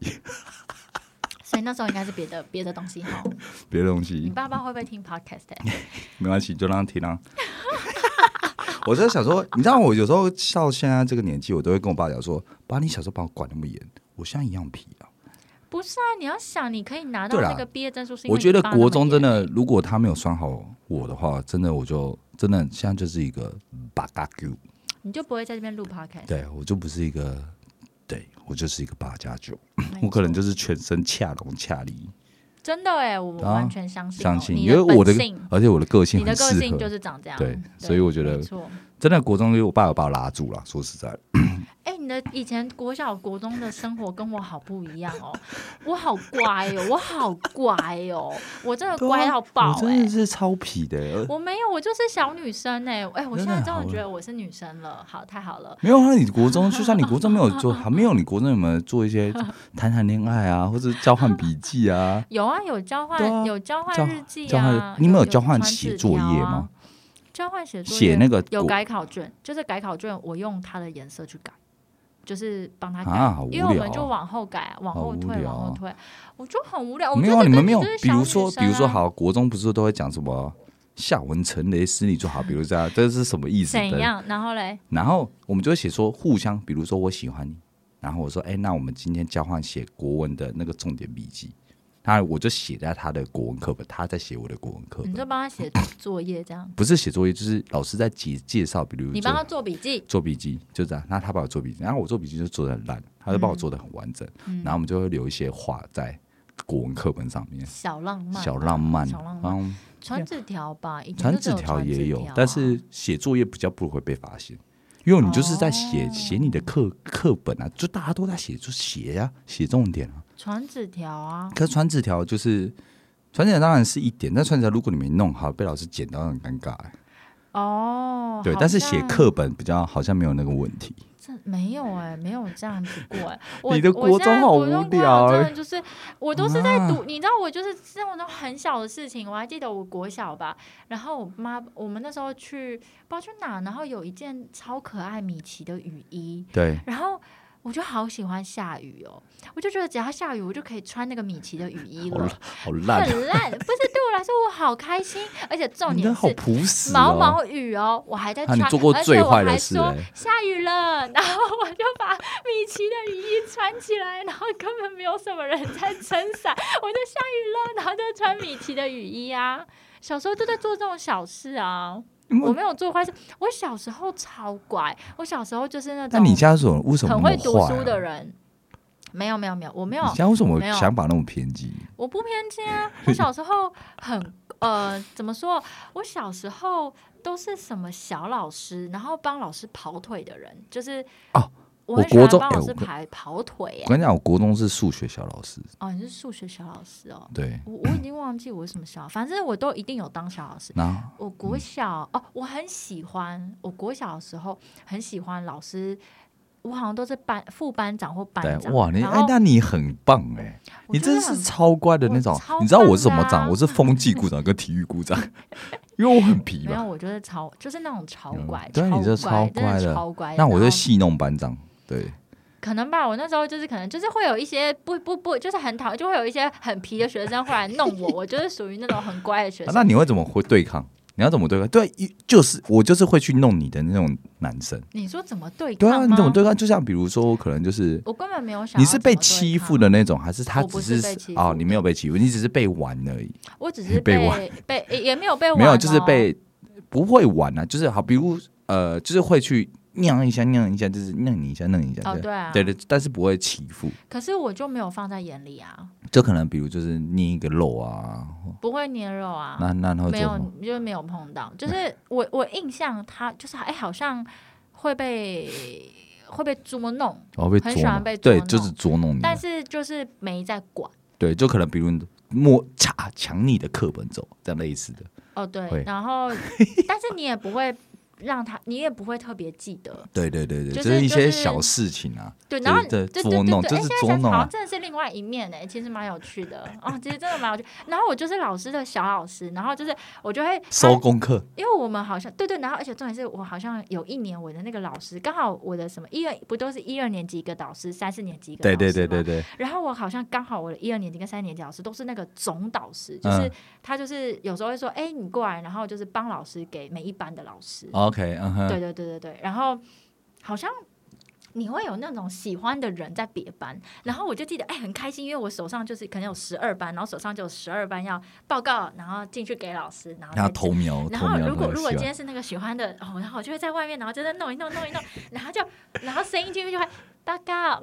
Speaker 1: <laughs>
Speaker 2: 所以那时候应该是别的别的东西
Speaker 1: 嗯
Speaker 2: 哈。
Speaker 1: 别的东
Speaker 2: 你
Speaker 1: 西，
Speaker 2: 爸爸会不会听 podcast？哎
Speaker 1: 没关系，就让他听啊。 <laughs> 我在想说，你知道我有时候到现在这个年纪，我都会跟我爸讲说，爸，你小时候把我管那么严，我现在一样皮啊。
Speaker 2: 不是啊，你要想，你可以拿到
Speaker 1: 对啦
Speaker 2: 那个毕业证书，是因为
Speaker 1: 我觉得
Speaker 2: 你爸那么
Speaker 1: 国中真的，
Speaker 2: 严
Speaker 1: 如果他没有算好我的话，真的我就真的现在就是一个嗯八嘎 Q，
Speaker 2: 你就不会在这边
Speaker 1: <laughs>
Speaker 2: 录 podcast。
Speaker 1: 对我就不是一个，对我就是一个八加九，
Speaker 2: 没
Speaker 1: 我可能就
Speaker 2: 错
Speaker 1: 是全身恰龙恰力，
Speaker 2: 真的哎，我
Speaker 1: 啊
Speaker 2: 完全相信哦
Speaker 1: 相信，
Speaker 2: 你
Speaker 1: 因为我的
Speaker 2: 本性，
Speaker 1: 而且我的个性
Speaker 2: 你
Speaker 1: 很
Speaker 2: 的
Speaker 1: 适
Speaker 2: 个性
Speaker 1: 合，
Speaker 2: 就是长这样。
Speaker 1: 对所以我觉得
Speaker 2: 没错。
Speaker 1: 真的国中就是我爸有把我拉住了，说实在的，
Speaker 2: 哎、你的以前国小、国中的生活跟我好不一样哦， <laughs> 我好乖哦，我好乖哦，我真的乖到爆
Speaker 1: 啊我
Speaker 2: 哎、
Speaker 1: 真的是超皮的、呃
Speaker 2: 我没有，我就是小女生哎、哎、我
Speaker 1: 真
Speaker 2: 现
Speaker 1: 的啊
Speaker 2: 在终
Speaker 1: 好
Speaker 2: 于觉得我是女生了，好，太好了。
Speaker 1: 没有啊，你国中就算你国中没有做，还没有你国中有没有做一
Speaker 2: <laughs>
Speaker 1: 些谈谈恋爱啊，或者交换笔记啊，
Speaker 2: 有啊，有交换，
Speaker 1: 对啊
Speaker 2: 有交
Speaker 1: 交
Speaker 2: 换日记
Speaker 1: 交
Speaker 2: 啊
Speaker 1: 换，你们有
Speaker 2: 有
Speaker 1: 交换
Speaker 2: 传
Speaker 1: 写
Speaker 2: 纸
Speaker 1: 作业
Speaker 2: 条啊
Speaker 1: 吗？
Speaker 2: 交换写作业，
Speaker 1: 写那个
Speaker 2: 有
Speaker 1: 国
Speaker 2: 改考卷，就是改考卷，我用它的颜色去改，就是帮他改，
Speaker 1: 啊好无
Speaker 2: 因为我们
Speaker 1: 聊
Speaker 2: 就
Speaker 1: 哦
Speaker 2: 往后改，啊往
Speaker 1: 好
Speaker 2: 后
Speaker 1: 无
Speaker 2: 退，
Speaker 1: 聊哦
Speaker 2: 往后退，我就很无聊。我
Speaker 1: 没
Speaker 2: 就
Speaker 1: 有啊，
Speaker 2: 是
Speaker 1: 你们
Speaker 2: 跟
Speaker 1: 没有
Speaker 2: 就是，
Speaker 1: 比
Speaker 2: 小
Speaker 1: 如
Speaker 2: 女
Speaker 1: 说，
Speaker 2: 生
Speaker 1: 比如说，
Speaker 2: 啊，
Speaker 1: 好，国中不是都会讲什么下文成雷，诗里做好，比如这样，这是什么意思？
Speaker 2: 怎？样？然后嘞，
Speaker 1: 然后我们就会写说互相，比如说我喜欢你，然后我说，哎，那我们今天交换写国文的那个重点笔记，那我就写在他的国文课本，他在写我的国文课
Speaker 2: 你
Speaker 1: 本，
Speaker 2: 就帮他写作业这样，
Speaker 1: 不是写作业，就是老师在介介绍，比如
Speaker 2: 你
Speaker 1: 说
Speaker 2: 帮他做笔记，
Speaker 1: 做笔记就这样，那他帮我做笔记，然后我做笔记就做的很烂，他就帮我做的很完整，
Speaker 2: 嗯
Speaker 1: 然后我们就会留一些话在国文课本上面，
Speaker 2: 小浪漫，
Speaker 1: 小浪漫，
Speaker 2: 小浪漫，
Speaker 1: 嗯。
Speaker 2: 传纸条吧，以前
Speaker 1: 传
Speaker 2: 就只
Speaker 1: 纸
Speaker 2: 有
Speaker 1: 条
Speaker 2: 传
Speaker 1: 也有，
Speaker 2: 啊
Speaker 1: 但是写作业比较不会被发现，因为你就是在写
Speaker 2: 哦
Speaker 1: 写、你的课课本啊，就大家都在写，就写呀、写重点啊。
Speaker 2: 传纸条啊，
Speaker 1: 可是传纸条就是传纸条当然是一点，但传纸条如果你没弄好，被老师捡到很尴尬、欸。
Speaker 2: 哦，
Speaker 1: 对，
Speaker 2: 好
Speaker 1: 但是写
Speaker 2: 像
Speaker 1: 课本比较好像没有那个问题。
Speaker 2: 这没有哎、没有这样子过哎、我
Speaker 1: 你的
Speaker 2: 我
Speaker 1: 国
Speaker 2: 现在
Speaker 1: 中好
Speaker 2: 国
Speaker 1: 无
Speaker 2: 国小
Speaker 1: 聊
Speaker 2: 真
Speaker 1: 欸
Speaker 2: 的就是我都是在
Speaker 1: 啊
Speaker 2: 读，你知道我就是这种都很小的事情，我还记得我国小吧，然后我妈我们那时候去不知道去哪，然后有一件超可爱米奇的雨衣，
Speaker 1: 对，
Speaker 2: 然后。我就好喜欢下雨哦，我就觉得只要下雨，我就可以穿那个米奇的雨衣
Speaker 1: 好
Speaker 2: 了，
Speaker 1: 好烂啊，
Speaker 2: 很烂。不是对我来说，我好开心，而且重
Speaker 1: 你
Speaker 2: 点
Speaker 1: 的好
Speaker 2: 是
Speaker 1: 朴实、哦。
Speaker 2: 毛毛雨哦，我还在
Speaker 1: 啊
Speaker 2: 穿，
Speaker 1: 你做过
Speaker 2: 而且
Speaker 1: 最
Speaker 2: 我
Speaker 1: 坏的
Speaker 2: 还
Speaker 1: 事哎
Speaker 2: 说
Speaker 1: 嘞
Speaker 2: 下雨了，然后我就把米奇的雨衣穿起来，然后根本没有什么人在撑伞，我就下雨了，然后就穿米奇的雨衣啊。小时候都在做这种小事啊，
Speaker 1: 因为
Speaker 2: 我没有做坏事。我小时候超乖，我小时候就是那
Speaker 1: 那
Speaker 2: 种
Speaker 1: 你家为什么为什么
Speaker 2: 很
Speaker 1: 那
Speaker 2: 会
Speaker 1: 么
Speaker 2: 读
Speaker 1: 坏、啊？
Speaker 2: 书的人。没有没有没有，我没有
Speaker 1: 你，家为什么
Speaker 2: 没有
Speaker 1: 想法那么偏激？
Speaker 2: 我不偏见
Speaker 1: <laughs>
Speaker 2: 啊！我小时候很呃，怎么说？我小时候都是什么小老师，然后帮老师跑腿的人，就是
Speaker 1: 哦，我
Speaker 2: 我很喜
Speaker 1: 国
Speaker 2: 欢
Speaker 1: 中
Speaker 2: 帮
Speaker 1: 哎
Speaker 2: 老
Speaker 1: 我
Speaker 2: 师
Speaker 1: 跟
Speaker 2: 排跑腿
Speaker 1: 我
Speaker 2: 哎、
Speaker 1: 跟你讲，我国中是数学小老师，
Speaker 2: 哦，你是数学小老师哦，
Speaker 1: 对，
Speaker 2: 我我已经忘记我是什么小，反正我都一定有当小老师。
Speaker 1: 然后
Speaker 2: 我国小哦，我很喜欢，我国小的时候很喜欢老师，我好像都是班副班长或班
Speaker 1: 对，
Speaker 2: 长。
Speaker 1: 哇，你
Speaker 2: 然
Speaker 1: 哎
Speaker 2: 后，
Speaker 1: 那你很棒哎、
Speaker 2: 我
Speaker 1: 你
Speaker 2: 就
Speaker 1: 真
Speaker 2: 是
Speaker 1: 是
Speaker 2: 很
Speaker 1: 超乖的那
Speaker 2: 我
Speaker 1: 种
Speaker 2: 超。
Speaker 1: 你知道我是什
Speaker 2: 棒的
Speaker 1: 么长？
Speaker 2: 啊
Speaker 1: 我是风纪股长跟体育股长， <laughs> 因为我很皮
Speaker 2: 没有，
Speaker 1: 吧。
Speaker 2: 我就是超，就是那种超
Speaker 1: 嗯
Speaker 2: 乖，
Speaker 1: 对你这
Speaker 2: 超
Speaker 1: 超
Speaker 2: 乖，真
Speaker 1: 乖
Speaker 2: 的
Speaker 1: 的
Speaker 2: 超乖。
Speaker 1: 那我就
Speaker 2: 然后
Speaker 1: 戏弄班长，对，
Speaker 2: 可能吧，我那时候就是可能就是会有一些不不不，就是很讨，就会有一些很皮的学生会来弄我，我就是属于那种很乖的
Speaker 1: <laughs>
Speaker 2: 学
Speaker 1: 啊
Speaker 2: 生。
Speaker 1: 那你会怎么会对抗？你要怎么对抗？对，一就是我就是会去弄你的那种男生。
Speaker 2: 你说怎么对
Speaker 1: 对
Speaker 2: 抗
Speaker 1: 啊，
Speaker 2: 吗？
Speaker 1: 你怎么对抗？就像比如说，我可能就是
Speaker 2: 我根本没有想。
Speaker 1: 你是被欺负，的那种，还是他
Speaker 2: 我
Speaker 1: 只
Speaker 2: 不
Speaker 1: 是
Speaker 2: 是被欺负
Speaker 1: 哦，你没有被欺负，你只是被玩而已，
Speaker 2: 我只是
Speaker 1: 被
Speaker 2: 被
Speaker 1: 玩
Speaker 2: <laughs> 被也也没有被玩、哦
Speaker 1: 没有就是。被不会玩啊，就是好，比如呃，就是会去酿一下酿一下，就是弄你一下弄你一下，
Speaker 2: 哦，对啊，
Speaker 1: 对对，但是不会欺负，
Speaker 2: 可是我就没有放在眼里啊，
Speaker 1: 就可能比如就是捏一个肉啊，
Speaker 2: 不会捏肉啊，
Speaker 1: 那那他会
Speaker 2: 没
Speaker 1: 做
Speaker 2: 有
Speaker 1: 什么？
Speaker 2: 就是没有碰到，就是我我印象他就是哎、好像会被会被捉弄，
Speaker 1: 然后被
Speaker 2: 很
Speaker 1: 哦捉
Speaker 2: 喜欢
Speaker 1: 弄
Speaker 2: 被
Speaker 1: 对，
Speaker 2: 捉
Speaker 1: 就是
Speaker 2: 弄
Speaker 1: 捉弄你，啊
Speaker 2: 但是就是没在管。
Speaker 1: 对，就可能比如摸卡抢你的课本走，这样类似的，
Speaker 2: 哦，
Speaker 1: 会
Speaker 2: 对，然
Speaker 1: <laughs>
Speaker 2: 后但是你也不会让他，你也不会特别记得，
Speaker 1: 对对对对，
Speaker 2: 就是
Speaker 1: 是一
Speaker 2: 就
Speaker 1: 些
Speaker 2: 是
Speaker 1: 小事情啊，
Speaker 2: 对，
Speaker 1: 对
Speaker 2: 然后
Speaker 1: 对
Speaker 2: 对对
Speaker 1: 捉
Speaker 2: 对
Speaker 1: 弄
Speaker 2: 对，
Speaker 1: 这
Speaker 2: 哎
Speaker 1: 是
Speaker 2: 现在
Speaker 1: 捉
Speaker 2: 想
Speaker 1: 弄啊
Speaker 2: 好像真的是另外一面呢、欸其实蛮有趣的哦，其实真的蛮有趣。然后我就是老师的小老师，然后就是我就会
Speaker 1: 收功课，
Speaker 2: 因为我们好像对对，然后而且重点是我好像有一年我的那个老师刚好我的什么一二不都是一二年级一个导师，三四年级一个导
Speaker 1: 对
Speaker 2: 师
Speaker 1: 对对对
Speaker 2: 吗。
Speaker 1: 对，
Speaker 2: 然后我好像刚好我的一二年级跟三年级老师都是那个总导师，就是、
Speaker 1: 嗯
Speaker 2: 他就是有时候会说，哎、你过来，然后就是帮老师给每一班的老师。
Speaker 1: OK，嗯哼，
Speaker 2: 对对对对对，然后好像。你会有那种喜欢的人在别班，然后我就记得哎很开心，因为我手上就是可能有十二班，然后手上就有十二班要报告，然后进去给老师，然后
Speaker 1: 然后
Speaker 2: 再
Speaker 1: 偷瞄，
Speaker 2: 啊然
Speaker 1: 偷
Speaker 2: 后
Speaker 1: 瞄
Speaker 2: 如
Speaker 1: 那
Speaker 2: 果
Speaker 1: 个
Speaker 2: 如果
Speaker 1: 希望
Speaker 2: 今天是那个喜欢的，哦，然后我就会在外面，然后真的弄一弄弄一弄，然后就然后声音进去就会报告， <laughs> 然后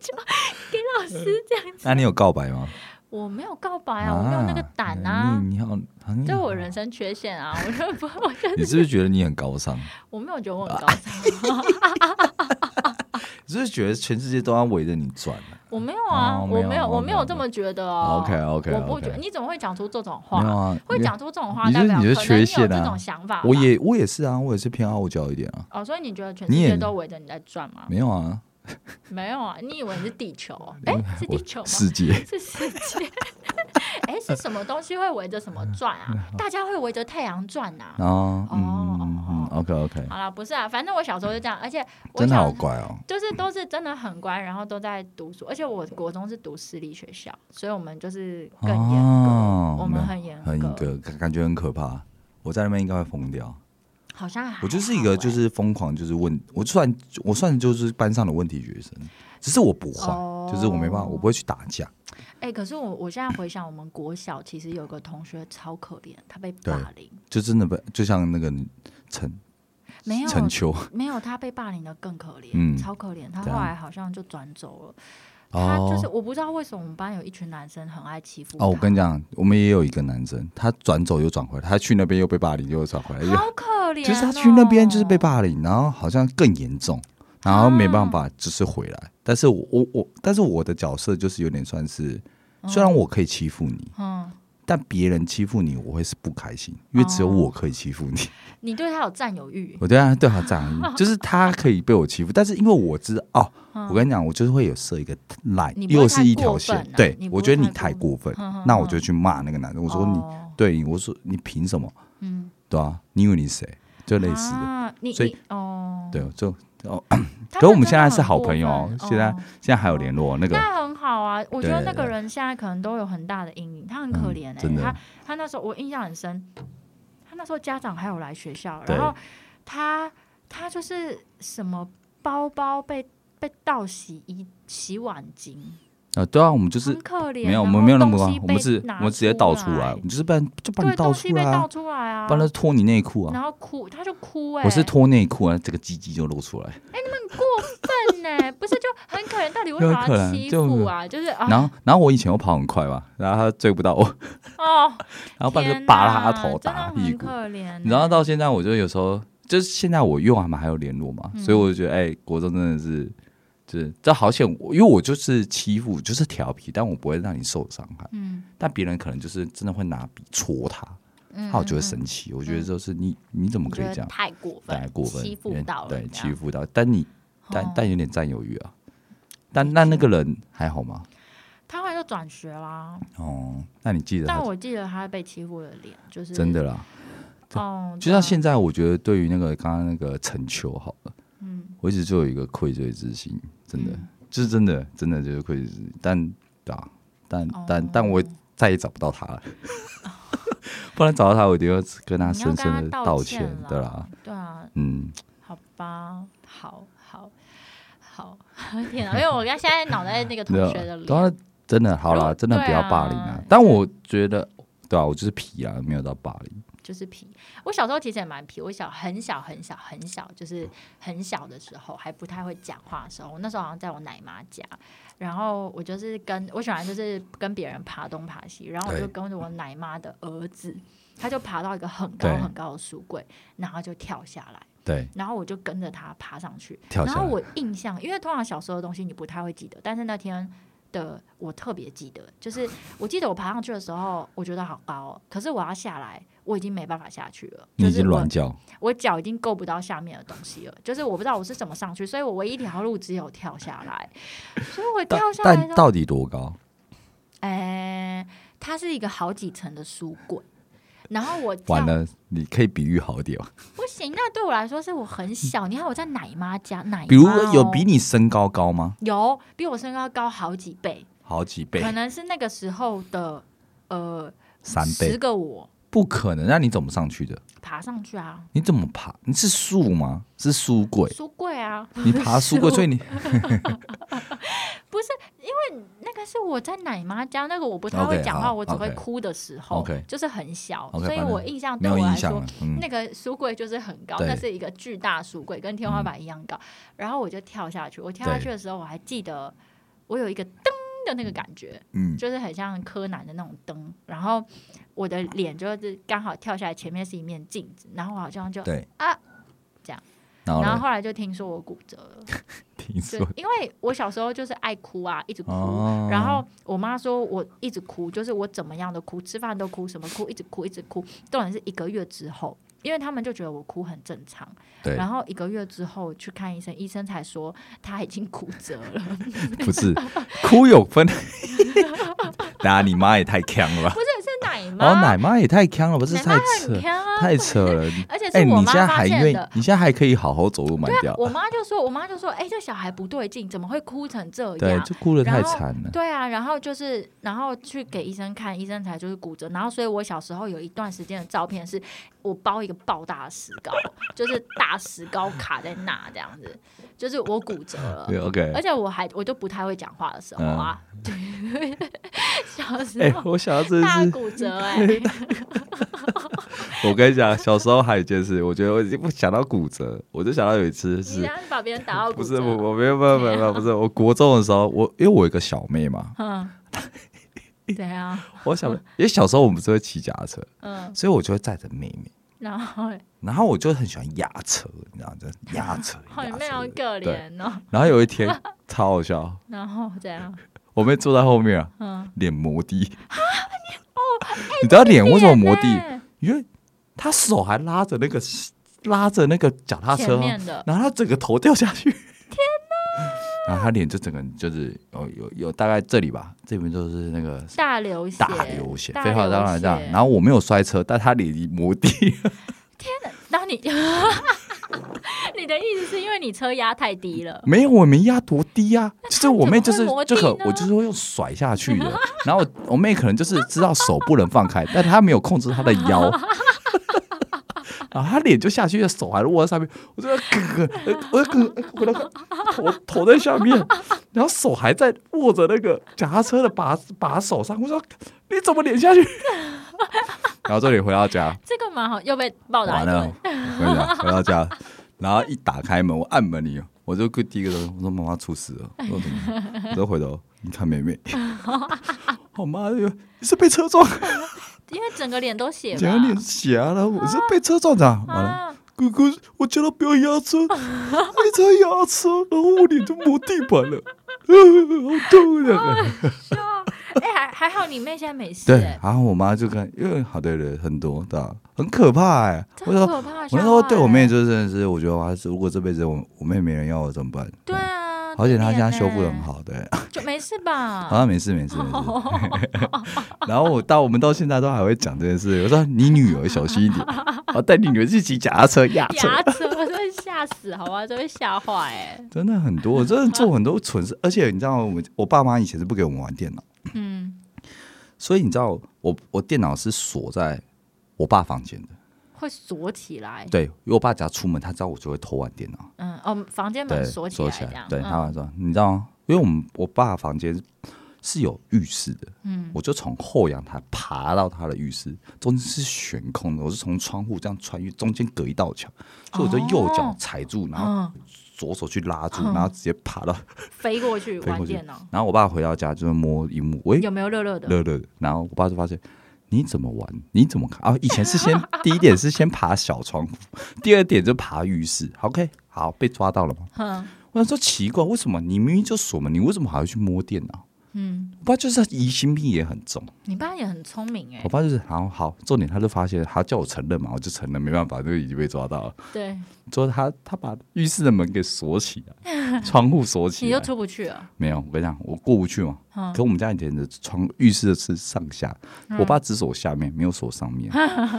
Speaker 2: 就 <laughs> 给老师这样。
Speaker 1: 那你有告白吗？
Speaker 2: 我没有告白啊，我没有那个胆啊，
Speaker 1: 你你好，啊你
Speaker 2: 这
Speaker 1: 好
Speaker 2: 我人生缺陷啊， <laughs> 我就不，我就
Speaker 1: 你是不是觉得你很高尚？
Speaker 2: 我没有觉得我很高尚，啊
Speaker 1: 你是不是觉得全世界都要围着你转啊
Speaker 2: 我没有啊，
Speaker 1: 哦
Speaker 2: 我
Speaker 1: 没
Speaker 2: 没
Speaker 1: 有
Speaker 2: 有
Speaker 1: 哦
Speaker 2: 我没
Speaker 1: 没有
Speaker 2: 有这么觉得哦。
Speaker 1: OK，OK，
Speaker 2: 我不
Speaker 1: OK
Speaker 2: 觉得，你怎么会讲出这种
Speaker 1: 没有
Speaker 2: 话？
Speaker 1: 啊，
Speaker 2: 会
Speaker 1: 因为
Speaker 2: 讲出这种话，
Speaker 1: 你就
Speaker 2: 代
Speaker 1: 是
Speaker 2: 表
Speaker 1: 你
Speaker 2: 可
Speaker 1: 的
Speaker 2: 能
Speaker 1: 缺
Speaker 2: 你有
Speaker 1: 陷
Speaker 2: 这
Speaker 1: 啊
Speaker 2: 种想法吧。
Speaker 1: 我也我也是啊，我也是偏傲娇一点啊，
Speaker 2: 哦，所以你觉得全世
Speaker 1: 你也
Speaker 2: 界都围着你在转吗？
Speaker 1: 没有啊，
Speaker 2: 没有啊，你以为你是地球哦？哎，是地
Speaker 1: 嗯我
Speaker 2: 球吗？
Speaker 1: 世界
Speaker 2: 是世界。哎，是什么东西会围着什么转
Speaker 1: 嗯
Speaker 2: 啊？大家会围着太阳转呐、
Speaker 1: 啊，嗯
Speaker 2: <laughs> 哦
Speaker 1: 嗯
Speaker 2: 哦
Speaker 1: 嗯嗯
Speaker 2: 哦
Speaker 1: ，OK OK，
Speaker 2: 好啦，不是啊，反正我小时候就这样，而且我
Speaker 1: 真的
Speaker 2: 小
Speaker 1: 好乖哦，
Speaker 2: 就是都是真的很乖，然后都在读书，而且我国中是读私立学校，所以我们就是更严格，
Speaker 1: 哦
Speaker 2: 我们很严
Speaker 1: 很一个感感觉很可怕，我在那边应该会疯掉。
Speaker 2: 好像还
Speaker 1: 我就是一个
Speaker 2: 哦好欸
Speaker 1: 就是疯狂就是问，我算我算就是班上的问题学生，只是我不坏，
Speaker 2: 哦
Speaker 1: 就是我没办法，我不会去打架。
Speaker 2: 哎、可是我我现在回想，我们国小其实有个同学超可怜，他被
Speaker 1: 对
Speaker 2: 霸凌，
Speaker 1: 就真的被就像那个陈
Speaker 2: 没有
Speaker 1: 陈秋
Speaker 2: 没有，他被霸凌的更可怜，
Speaker 1: 嗯
Speaker 2: 超可怜。他
Speaker 1: 怎
Speaker 2: 后
Speaker 1: 样
Speaker 2: 来好像就转走了。他
Speaker 1: 哦
Speaker 2: 就是我不知道为什么我们班有一群男生很爱欺负
Speaker 1: 哦，我
Speaker 2: 他
Speaker 1: 跟你讲，我们也有一个男生，他转走又转回来，他去那边又被霸凌又转回来，又
Speaker 2: 好可怜、
Speaker 1: 哎
Speaker 2: 哦。
Speaker 1: 就是他去那边就是被霸凌，然后好像更严重，然后没办法就是回来。但是我我我，但是我的角色就是有点算是，虽然我可以欺负你，
Speaker 2: 嗯，
Speaker 1: 但别人欺负你我会是不开心，因为只有
Speaker 2: 哦
Speaker 1: 我可以欺负你。
Speaker 2: 你对他有占有欲，
Speaker 1: 我对他对他这
Speaker 2: <laughs>
Speaker 1: 样，就是他可以被我欺负，但是因为我知道哦，我跟你讲，我就是会有设一个 line，
Speaker 2: 嗯你不会
Speaker 1: 又是一条
Speaker 2: 太
Speaker 1: 线
Speaker 2: 过分，啊
Speaker 1: 对
Speaker 2: 你不
Speaker 1: 我
Speaker 2: 会
Speaker 1: 觉得你太
Speaker 2: 太
Speaker 1: 过
Speaker 2: 过
Speaker 1: 分
Speaker 2: 嗯嗯，
Speaker 1: 那我就去骂那个男生，我说你
Speaker 2: 哦
Speaker 1: 对，我说你凭什么？
Speaker 2: 嗯，
Speaker 1: 对啊，你以为你是谁？就类似的，
Speaker 2: 啊、你
Speaker 1: 所以
Speaker 2: 你哦，
Speaker 1: 对，就
Speaker 2: 他们真的很过分。
Speaker 1: 可我们现在是好朋友哦现在
Speaker 2: 哦
Speaker 1: 现在还有联络那个，
Speaker 2: 那很好啊，我觉得
Speaker 1: 对
Speaker 2: 那个
Speaker 1: 对
Speaker 2: 人现在可能都有很大的阴影，他很可怜
Speaker 1: 嗯
Speaker 2: 哎、
Speaker 1: 真的
Speaker 2: 他他那时候我印象很深，他那时候家长还有来学校，
Speaker 1: 对
Speaker 2: 然后他他就是什么包包被被盗洗衣洗碗巾，
Speaker 1: 啊，对啊，我们就是
Speaker 2: 很可怜。
Speaker 1: 没有，我
Speaker 2: 然
Speaker 1: 们
Speaker 2: 后
Speaker 1: 没有那么
Speaker 2: 东
Speaker 1: 高
Speaker 2: 西，
Speaker 1: 我
Speaker 2: 被
Speaker 1: 们是
Speaker 2: 拿
Speaker 1: 我们直接倒出
Speaker 2: 出
Speaker 1: 来，我们就是不然就把你
Speaker 2: 对，
Speaker 1: 倒
Speaker 2: 东
Speaker 1: 出
Speaker 2: 西被
Speaker 1: 来啊
Speaker 2: 倒，出来啊，
Speaker 1: 不然就脱你内裤啊，
Speaker 2: 然后哭，他就哭哎、
Speaker 1: 我是脱内裤啊，这个鸡鸡就露出来。
Speaker 2: 笨呢、欸不是就很可怜，到底为什
Speaker 1: 很
Speaker 2: 么
Speaker 1: 可
Speaker 2: 要
Speaker 1: 怜
Speaker 2: 欺
Speaker 1: 就
Speaker 2: 负啊？就是啊
Speaker 1: 然后，然后我以前又跑很快嘛，然后他追不到我，
Speaker 2: 哦，
Speaker 1: 然后不然
Speaker 2: 天
Speaker 1: 就
Speaker 2: 哪
Speaker 1: 扒拉他头，打他
Speaker 2: 真的
Speaker 1: 屁
Speaker 2: 很
Speaker 1: 股。
Speaker 2: 可怜欸。
Speaker 1: 你知道到现在，我就有时候就是现在我用还蛮还有联络嘛，所
Speaker 2: 嗯
Speaker 1: 以我就觉得，哎、国中真的是，就是这好险我，因为我就是欺负，就是调皮，但我不会让你受伤害。
Speaker 2: 嗯，
Speaker 1: 但别人可能就是真的会拿笔戳他，
Speaker 2: 嗯，
Speaker 1: 他我就会
Speaker 2: 嗯
Speaker 1: 生气。我觉得就是你你怎么
Speaker 2: 我
Speaker 1: 可以
Speaker 2: 觉得
Speaker 1: 这样，
Speaker 2: 太过分，
Speaker 1: 太过分，
Speaker 2: 欺负
Speaker 1: 有点
Speaker 2: 到了，
Speaker 1: 对，
Speaker 2: 这
Speaker 1: 欺
Speaker 2: 样
Speaker 1: 负到，但你但
Speaker 2: 哦
Speaker 1: 但有点占有欲啊。但那那个人还好吗？
Speaker 2: 他后来就转学啦，
Speaker 1: 哦，那你记得
Speaker 2: 但
Speaker 1: 他
Speaker 2: 我记得他被欺负的脸就是
Speaker 1: 真的啦。
Speaker 2: 哦，
Speaker 1: 就像
Speaker 2: 对啊
Speaker 1: 现在，我觉得对于那个刚刚那个陈秋好了，
Speaker 2: 嗯，
Speaker 1: 我一直就有一个愧罪之心，真的，就是真的，真的就是愧罪之心。但对啊，但
Speaker 2: 哦
Speaker 1: 但但我再也找不到他了， <laughs> 不然找到他，我一定要跟他
Speaker 2: <laughs> 你
Speaker 1: 深
Speaker 2: 要跟
Speaker 1: 深的
Speaker 2: 他
Speaker 1: 道
Speaker 2: 歉
Speaker 1: 歉，对啦
Speaker 2: 啦，，对啊，
Speaker 1: 嗯，
Speaker 2: 好吧，好好好， <laughs> 天啊，因为我刚现在脑袋那个同
Speaker 1: 对啊
Speaker 2: 学的，脸
Speaker 1: 当，然真的好
Speaker 2: 如
Speaker 1: 啦，
Speaker 2: 果
Speaker 1: 真的
Speaker 2: 对
Speaker 1: 不要霸凌
Speaker 2: 啊
Speaker 1: 啊。但我觉得，对啊，我就是皮啊，没有到霸凌。
Speaker 2: 就是皮。我小时候其实也蛮皮，我小很小很小很小，就是很小的时候还不太会讲话的时候，我那时候好像在我奶妈家，然后我就是跟我喜欢就是跟别人爬东爬西，然后我就
Speaker 1: 对
Speaker 2: 跟着我奶妈的儿子，他就爬到一个很高
Speaker 1: 对
Speaker 2: 很高的书柜，然后就跳下来。
Speaker 1: 对，
Speaker 2: 然后我就跟着他爬上去，
Speaker 1: 跳下
Speaker 2: 然
Speaker 1: 来
Speaker 2: 后我印象，因为通常小时候的东西你不太会记得，但是那天的我特别记得，
Speaker 1: <laughs>
Speaker 2: 就是我记得我爬上去的时候，我觉得好高、哦，可是我要下来，我已经没办法下去了，
Speaker 1: 你
Speaker 2: 就
Speaker 1: 已经
Speaker 2: 是我
Speaker 1: 软脚，
Speaker 2: 我脚已经够不到下面的东西了，就是我不知道我是怎么上去，所以我唯一一条路只有跳下来，所以我
Speaker 1: 但
Speaker 2: 跳下来
Speaker 1: 但
Speaker 2: 的时候，
Speaker 1: 到底多高？
Speaker 2: 哎，它是一个好几层的书柜。然后我跳
Speaker 1: 完了，你可以比喻好一点哦吗？
Speaker 2: 不行，那对我来说是我很小。你看我在奶妈家，奶妈、哦、
Speaker 1: 比如有比你身高高吗？
Speaker 2: 有比我身高高好几倍，
Speaker 1: 好几倍
Speaker 2: 可，能是那个时候的呃
Speaker 1: 三
Speaker 2: 十
Speaker 1: 倍，
Speaker 2: 个我
Speaker 1: 不可能。那你怎么上去的？
Speaker 2: 爬上去啊，
Speaker 1: 你怎么爬？你是树吗？是书柜？
Speaker 2: 书柜啊，
Speaker 1: 你爬书柜，所以你
Speaker 2: 那个是我在奶妈家，那个我不太会
Speaker 1: OK，
Speaker 2: 讲话
Speaker 1: 好
Speaker 2: 我只会
Speaker 1: OK
Speaker 2: 哭的时候
Speaker 1: OK
Speaker 2: 就是很小
Speaker 1: OK，
Speaker 2: 所以
Speaker 1: 反正
Speaker 2: 我印象
Speaker 1: 没
Speaker 2: 对
Speaker 1: 有
Speaker 2: 我来
Speaker 1: 印象
Speaker 2: 说
Speaker 1: 了。。嗯，
Speaker 2: 那个书柜就是很高，
Speaker 1: 对
Speaker 2: 那是一个巨大书柜，跟天花板一样高。然后我就跳下去，我跳下去的时候，我还记得我有一个噔的那个感觉，
Speaker 1: 嗯
Speaker 2: 就是很像柯南的那种灯，然后我的脸就是刚好跳下来，前面是一面镜子，然后我好像就，
Speaker 1: 对
Speaker 2: 啊，这样，
Speaker 1: 然后
Speaker 2: 然后
Speaker 1: 呢？
Speaker 2: 后来就听说我骨折
Speaker 1: <laughs>
Speaker 2: 了，
Speaker 1: 听
Speaker 2: 就
Speaker 1: 说
Speaker 2: 因为我小时候就是爱哭啊，一直哭，
Speaker 1: 哦
Speaker 2: 然后我妈说我一直哭，就是我怎么样的哭，吃饭都哭，什么哭，一直哭一直哭，重点是一个月之后。因为他们就觉得我哭很正常，
Speaker 1: 对，
Speaker 2: 然后一个月之后去看医生，医生才说他已经骨折了。
Speaker 1: <laughs> 不
Speaker 2: <laughs>
Speaker 1: 是哭有分。当然，你妈也太强了吧
Speaker 2: 不？是，是奶妈，
Speaker 1: 哦，奶妈也太强了吧？这
Speaker 2: 奶
Speaker 1: 太
Speaker 2: 妈
Speaker 1: 扯
Speaker 2: 很，强啊，
Speaker 1: 太扯
Speaker 2: <laughs>
Speaker 1: 了。
Speaker 2: 而且是
Speaker 1: 哎，
Speaker 2: 我
Speaker 1: 你
Speaker 2: 妈
Speaker 1: 现在
Speaker 2: 发
Speaker 1: 还
Speaker 2: 现
Speaker 1: 愿
Speaker 2: 的。，
Speaker 1: 你现在还可以好好走路慢
Speaker 2: 对啊
Speaker 1: 掉，，
Speaker 2: 我妈就说，我妈就说，哎、这小孩不对劲，怎么会哭成这样？
Speaker 1: 对，就哭的太
Speaker 2: 然后
Speaker 1: 惨了。
Speaker 2: 对啊，然后就是，然后去给医生看，医生才就是骨折。然后，所以我小时候有一段时间的照片是，我包一个爆大的石膏，就是大石膏卡在那这样子，就是我骨折了。
Speaker 1: 对，OK，
Speaker 2: 而且我还我就不太会讲话的时候啊，对， <laughs> 小时
Speaker 1: 嗯哎、
Speaker 2: 候
Speaker 1: 我想到这
Speaker 2: 大
Speaker 1: 是，
Speaker 2: 骨折哎、
Speaker 1: <laughs> 我跟你讲，小时候还有一件事，我觉得我已经不想到骨折，我就想到有一次
Speaker 2: 你这
Speaker 1: 是，
Speaker 2: 样把别人打到骨
Speaker 1: 不
Speaker 2: 折啊
Speaker 1: 是我我没有没有没有没有不是，我国中的时候，我因为我有一个小妹嘛，
Speaker 2: 嗯，对啊，
Speaker 1: 我
Speaker 2: <laughs>
Speaker 1: 想，因为小时候我们是会骑脚踏车，
Speaker 2: 嗯，
Speaker 1: 所以我就会载着妹妹，
Speaker 2: 然后
Speaker 1: 然后我就很喜欢压车，你知道吗？就是压车，
Speaker 2: <laughs> 好
Speaker 1: 压
Speaker 2: 非常
Speaker 1: 车。
Speaker 2: 可怜哦。
Speaker 1: 然后有一
Speaker 2: <laughs>
Speaker 1: 天超好笑，
Speaker 2: 然后这样，
Speaker 1: 我妹坐在后面啊，
Speaker 2: 嗯，
Speaker 1: 脸磨
Speaker 2: <laughs>
Speaker 1: 地，
Speaker 2: 啊哦哎
Speaker 1: 你知道脸为什么磨地？
Speaker 2: 脸呢
Speaker 1: 因为她手还拉着那个拉着那个脚踏车
Speaker 2: 前
Speaker 1: 哦、
Speaker 2: 面的
Speaker 1: 然后他整个头掉下 <laughs> 去，天哪！然后他脸就整个就是有有有大概这里吧，这边就是那个
Speaker 2: 大流血，
Speaker 1: 大流血，
Speaker 2: 大
Speaker 1: 废话
Speaker 2: 流
Speaker 1: 当然这样。
Speaker 2: 血
Speaker 1: 然后我没有摔车，但他脸已经磨地了，
Speaker 2: 然后你， <laughs> 你的意思是因为你车压太低了，
Speaker 1: <laughs> 没有我没压多低啊，就是我妹就是
Speaker 2: 怎么会磨地
Speaker 1: 就
Speaker 2: 呢
Speaker 1: 可我就是会用甩下去的。然后我我妹可能就是知道手不能放开，但她没有控制她的
Speaker 2: <laughs>
Speaker 1: 腰。然后她脸就下去，手还握在上面，我就咯，我咯，我的头头在下
Speaker 2: <laughs>
Speaker 1: 面，然后手还在握着那个脚踏车的把把手上，我说你怎么脸下去？ <laughs> 然后这里回到家，
Speaker 2: 这个蛮好，又被暴打
Speaker 1: 完
Speaker 2: 一
Speaker 1: 了
Speaker 2: 顿。，
Speaker 1: 我跟你讲，回到家，然后一打开门，我按门铃，我就第一个东西，我说妈妈出事了，我说怎么？ <laughs> 我就回头，你看妹 <laughs> 妹，我妈就你是被车撞，
Speaker 2: 因为整个脸都血
Speaker 1: 讲脸
Speaker 2: 吧。
Speaker 1: 血啊，然后我是被车撞的啊，完了。
Speaker 2: 啊，
Speaker 1: 哥哥，我叫他不要压车，你才压车，然后我脸就磨地板了， <laughs> 好痛啊！
Speaker 2: 就哎、还还好你妹现在没事、
Speaker 1: <laughs> 对
Speaker 2: 哎，
Speaker 1: 然后我妈就跟，因为好对对，很多的，很可怕哎、
Speaker 2: 真
Speaker 1: 我说，
Speaker 2: 可怕。
Speaker 1: 我那时
Speaker 2: 吓
Speaker 1: 候
Speaker 2: 坏
Speaker 1: 对我妹
Speaker 2: 了
Speaker 1: 就真的是，我觉得我还是如果这辈子我我妹没人要我怎么办？
Speaker 2: 对啊，
Speaker 1: 好险她现在
Speaker 2: 这脸
Speaker 1: 修复的很
Speaker 2: 哎，
Speaker 1: 好，对，啊
Speaker 2: 就没事吧？
Speaker 1: 好像没事没
Speaker 2: <laughs>
Speaker 1: 事没事。然后我到我们到现在都还会讲
Speaker 2: <laughs>
Speaker 1: 哦这件事，我说你女儿小心一点，我带你女儿去骑脚踏车压车。
Speaker 2: 牙齿我真的吓吓死，好吧，就会吓坏哎。
Speaker 1: 真的很多，我真的做很多蠢事，而且你知道，我我爸妈以前是不给我们玩电脑，
Speaker 2: 嗯，
Speaker 1: <clears throat> 所以你知道，我我电脑是锁在我爸房间的。
Speaker 2: 会锁起来。
Speaker 1: 对，因为我爸只要出门，他知道我就会偷玩电脑，
Speaker 2: 嗯，哦，房间
Speaker 1: 对，
Speaker 2: 门
Speaker 1: 锁
Speaker 2: 锁起来这
Speaker 1: 来
Speaker 2: 样。，
Speaker 1: 对，他
Speaker 2: 嗯
Speaker 1: 晚上你知道吗，因为我们我爸房间是有浴室的，
Speaker 2: 嗯
Speaker 1: 我就从后阳台爬到他的浴室，中间是悬空的，我是从窗户这样穿越，中间隔一道墙，所以我就右脚
Speaker 2: 哦
Speaker 1: 踩住，然后
Speaker 2: 嗯，
Speaker 1: 左手去拉住，然后直接爬到，
Speaker 2: 飞过去
Speaker 1: 飞过
Speaker 2: 玩
Speaker 1: 去
Speaker 2: 电脑，
Speaker 1: 然后我爸回到家就是摸荧幕，喂，
Speaker 2: 有没有热热的？
Speaker 1: 乐乐的，然后我爸就发现你怎么玩，你怎么看啊？以前是
Speaker 2: <laughs>
Speaker 1: 先第一点是先爬小窗户，第二点就爬浴室。OK，好，被抓到了吗？
Speaker 2: 哼，
Speaker 1: 我想说奇怪，为什么你明明就锁门，你为什么还要去摸电脑？
Speaker 2: 嗯，
Speaker 1: 我爸就是疑心病也很重，
Speaker 2: 你爸也很聪明哎
Speaker 1: 我。爸就是好好，重点他就发现他叫我承认嘛，我就承认，没办法，就已经被抓到了。
Speaker 2: 对，
Speaker 1: 之后他他把浴室的门给锁起
Speaker 2: <laughs>
Speaker 1: 来，窗户锁起
Speaker 2: 你
Speaker 1: 来
Speaker 2: 就，出不去了。
Speaker 1: 没有，我跟你讲，我过不去嘛。
Speaker 2: 嗯
Speaker 1: 可我们家以前的窗浴室是上下，我爸只锁下面，没有锁上
Speaker 2: <laughs>
Speaker 1: 面，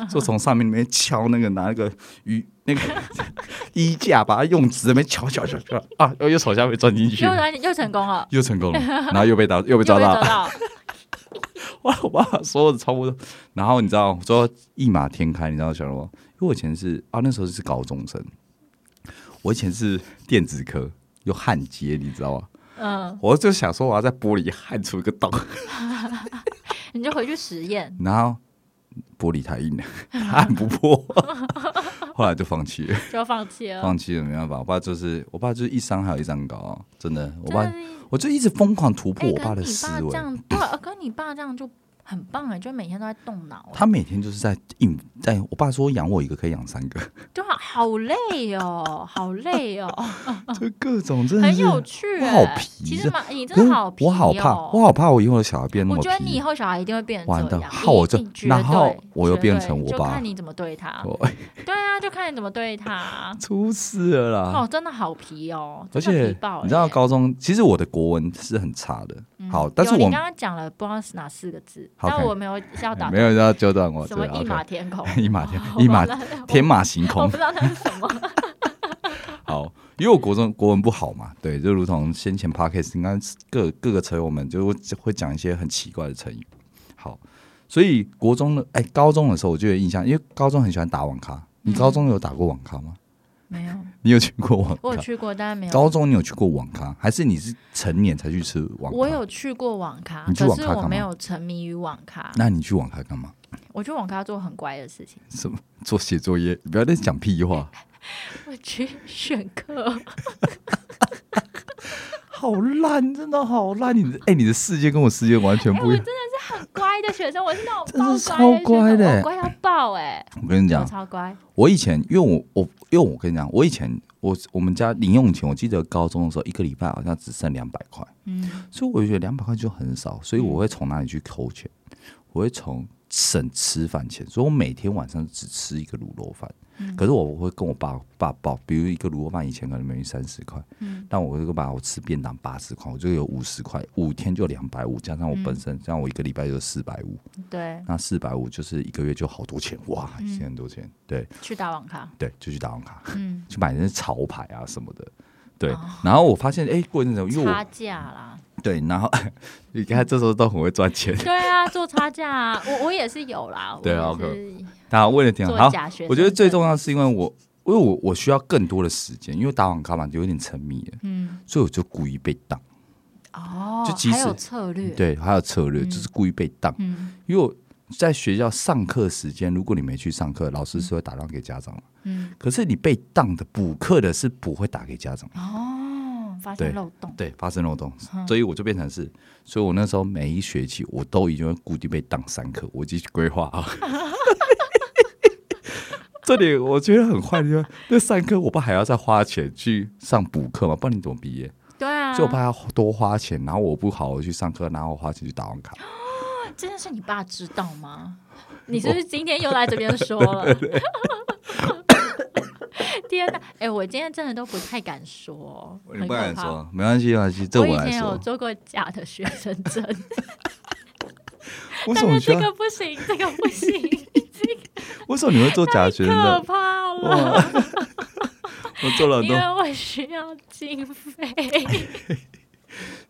Speaker 1: 就从上面那边敲那个拿那个鱼那个 <laughs> 衣架把它用直，那边敲敲敲敲啊，又又手下面钻进去
Speaker 2: 又，来又成功了，
Speaker 1: 又成功了， <laughs> 然后又被
Speaker 2: <laughs>
Speaker 1: 打，又被
Speaker 2: 又
Speaker 1: 抓
Speaker 2: 被
Speaker 1: 到
Speaker 2: 抓。到，
Speaker 1: <laughs> 哇！我爸把所有的窗户都，然后你知道，最后一马天开，你知道想什么？因为我以前是啊，那时候是高中生，我以前是电子科，又焊接，你知道吗？
Speaker 2: 嗯，
Speaker 1: 我就想说，我要在玻璃焊出一个洞，
Speaker 2: 你就回去实验。
Speaker 1: 然后玻璃太硬了， <laughs> 按不破， <laughs> 后来就放弃了，
Speaker 2: 就放弃了。
Speaker 1: 放弃了，没办法。我爸就是，我爸就是一伤还有一伤高啊，真的，我
Speaker 2: 真
Speaker 1: 爸
Speaker 2: 的是
Speaker 1: 我就一直疯狂突破
Speaker 2: 哎
Speaker 1: 我爸
Speaker 2: 跟
Speaker 1: 的
Speaker 2: 你
Speaker 1: 思
Speaker 2: 爸
Speaker 1: 维
Speaker 2: 这，样对啊，跟你爸这样就很棒哎，就每天都在动脑哎，
Speaker 1: 他每天就是在硬，在我爸说养我一个可以养三个，
Speaker 2: 对啊，好累哦，好累哦，
Speaker 1: 就各种 <laughs> 真的
Speaker 2: 很
Speaker 1: 是，
Speaker 2: 有趣
Speaker 1: 我
Speaker 2: 哎。
Speaker 1: 好皮
Speaker 2: 其实
Speaker 1: 这
Speaker 2: 嘛，你
Speaker 1: 可
Speaker 2: 真
Speaker 1: 是
Speaker 2: 的好皮哦，
Speaker 1: 我好怕，我好怕我以后的小孩变那
Speaker 2: 我
Speaker 1: 么
Speaker 2: 觉得你以
Speaker 1: 皮，
Speaker 2: 后小孩一定会变成
Speaker 1: 完
Speaker 2: 这
Speaker 1: 蛋
Speaker 2: 样，
Speaker 1: 好我
Speaker 2: 一
Speaker 1: 这
Speaker 2: 定绝
Speaker 1: 然后
Speaker 2: 对
Speaker 1: 我又
Speaker 2: 绝
Speaker 1: 变
Speaker 2: 对
Speaker 1: 成我
Speaker 2: 就
Speaker 1: 爸
Speaker 2: 看你怎么对他。
Speaker 1: <laughs> 我。
Speaker 2: 对啊，就看你怎么对他
Speaker 1: 出事了啦。
Speaker 2: 哦，真的好皮哦，
Speaker 1: 啊而
Speaker 2: 真的
Speaker 1: 且
Speaker 2: 皮爆
Speaker 1: 你知道
Speaker 2: 欸
Speaker 1: 高中，其实我的国文是很差的，
Speaker 2: 嗯
Speaker 1: 好，但是
Speaker 2: 有
Speaker 1: 我
Speaker 2: 你刚刚讲了不知道是哪四个字，
Speaker 1: 好
Speaker 2: 但
Speaker 1: 看
Speaker 2: 我没有是要打
Speaker 1: 哎没有人要纠正我，
Speaker 2: 什么
Speaker 1: 对
Speaker 2: 一哦马天空，
Speaker 1: OK 一马天 <laughs>
Speaker 2: 我
Speaker 1: 一马
Speaker 2: 不知道
Speaker 1: 天马行
Speaker 2: <laughs> 我
Speaker 1: 空
Speaker 2: 不。知道
Speaker 1: <laughs>
Speaker 2: 那是什么。
Speaker 1: 好，因为我国中国文不好嘛，对，就如同先前 podcast 应该各各个成友们就会会讲一些很奇怪的成语。好，所以国中的哎，高中的时候我就有印象，因为高中很喜欢打网咖。
Speaker 2: 嗯
Speaker 1: 你高中有打过网咖吗？
Speaker 2: 没有，
Speaker 1: 你有去过网
Speaker 2: 我有
Speaker 1: 咖？
Speaker 2: 去过，但是没有。
Speaker 1: 高中你有去过网咖，还是你是成年才去吃网咖？
Speaker 2: 我。有去过网咖，
Speaker 1: 你去
Speaker 2: 可
Speaker 1: 网
Speaker 2: 是
Speaker 1: 咖干
Speaker 2: 我
Speaker 1: 嘛
Speaker 2: 没有沉迷于网咖。
Speaker 1: 那你去网咖干嘛？
Speaker 2: 我去网咖做很乖的事情，
Speaker 1: 什么做写作业？不要再讲屁话，
Speaker 2: 我去
Speaker 1: <laughs>
Speaker 2: 选课。
Speaker 1: 好烂，真的好烂！你的哎、你的世界跟我世界完全
Speaker 2: 哎，
Speaker 1: 不
Speaker 2: 我
Speaker 1: 一样。
Speaker 2: 真的是很乖的学生，我是那种
Speaker 1: <laughs> 真的
Speaker 2: 爆
Speaker 1: 是
Speaker 2: 乖的
Speaker 1: 超乖
Speaker 2: 学
Speaker 1: 的欸
Speaker 2: 生，我乖到爆哎，
Speaker 1: 我跟你
Speaker 2: 我
Speaker 1: 讲，
Speaker 2: 超乖。
Speaker 1: 我以前因为我我因为我跟你讲，我以前我我们家零用钱，我记得高中的时候一个礼拜好像只剩两百块，
Speaker 2: 嗯，
Speaker 1: 所以我就觉得两百块就很少，所以我会从哪里去抠钱？我会从省吃饭钱，所以我每天晚上只吃一个卤肉饭。
Speaker 2: 嗯
Speaker 1: 可是我会跟我爸爸报，比如一个卤肉饭以前可能每天三十块，
Speaker 2: 嗯
Speaker 1: 但我就把我吃便当八十块，我就有五十块，五天就两百五，加上我本身，
Speaker 2: 嗯
Speaker 1: 这样我一个礼拜就四百五，
Speaker 2: 对，
Speaker 1: 那四百五就是一个月就好多钱，哇，
Speaker 2: 嗯
Speaker 1: 以前很多钱，对
Speaker 2: 去打网咖。
Speaker 1: 对，就去打网卡。
Speaker 2: 嗯，
Speaker 1: 去买那些潮牌啊什么的。对
Speaker 2: 哦，
Speaker 1: 然后我发现，哎，过一阵子，因为
Speaker 2: 差
Speaker 1: 我
Speaker 2: 价啦，
Speaker 1: 对，然后 <laughs> 你看这时候都很会赚
Speaker 2: <laughs>
Speaker 1: 钱，
Speaker 2: 对啊，做差价啊，我我也是有啦，
Speaker 1: 对啊
Speaker 2: 我也是
Speaker 1: 大家为了点好
Speaker 2: 做，假学生，
Speaker 1: 我觉得最重要是因为我，因为我我需要更多的时间，因为打网咖嘛就有点沉迷了，
Speaker 2: 嗯
Speaker 1: 所以我就故意被当。
Speaker 2: 哦，
Speaker 1: 就即使
Speaker 2: 还有策略，，
Speaker 1: 对，还有策略
Speaker 2: 嗯
Speaker 1: 就是故意被当，
Speaker 2: 嗯
Speaker 1: 因为我在学校上课时间，如果你没去上课，老师是会打电话给家长的
Speaker 2: 嗯
Speaker 1: 可是你被当的补课的是不会打给家长的。
Speaker 2: 哦，发现
Speaker 1: 对
Speaker 2: 漏洞，
Speaker 1: 对，发生漏洞，
Speaker 2: 嗯
Speaker 1: 所以我就变成是，所以我那时候每一学期我都已经会固定被当三课，我已经规划啊。 <laughs> 这里我觉得很坏的地方，那三科我爸还要再花钱去上补课嘛，不然你怎么毕业？
Speaker 2: 对啊，
Speaker 1: 所以我爸要多花钱，然后我不好好去上课，然后我花钱去打网卡。
Speaker 2: 这件事你爸知道
Speaker 1: <laughs>
Speaker 2: 吗？你是不是今天又来这边说了？ <laughs> 天哪！哎、我今天真的都不太敢说，很
Speaker 1: 没
Speaker 2: 可怕。，
Speaker 1: 关系，没关系，这
Speaker 2: 我以
Speaker 1: 来
Speaker 2: 前有
Speaker 1: 说。
Speaker 2: 做过假的学生证，
Speaker 1: <laughs> 为什么
Speaker 2: 但
Speaker 1: 你
Speaker 2: 是这
Speaker 1: 觉
Speaker 2: 个
Speaker 1: 得？
Speaker 2: 不行，这个不
Speaker 1: <laughs>
Speaker 2: 行，
Speaker 1: 为什么你会做假学生
Speaker 2: 可
Speaker 1: 的？
Speaker 2: 怕了。
Speaker 1: 哇！ <laughs> 我做了很
Speaker 2: 因为
Speaker 1: 多
Speaker 2: 我需要经费， <laughs>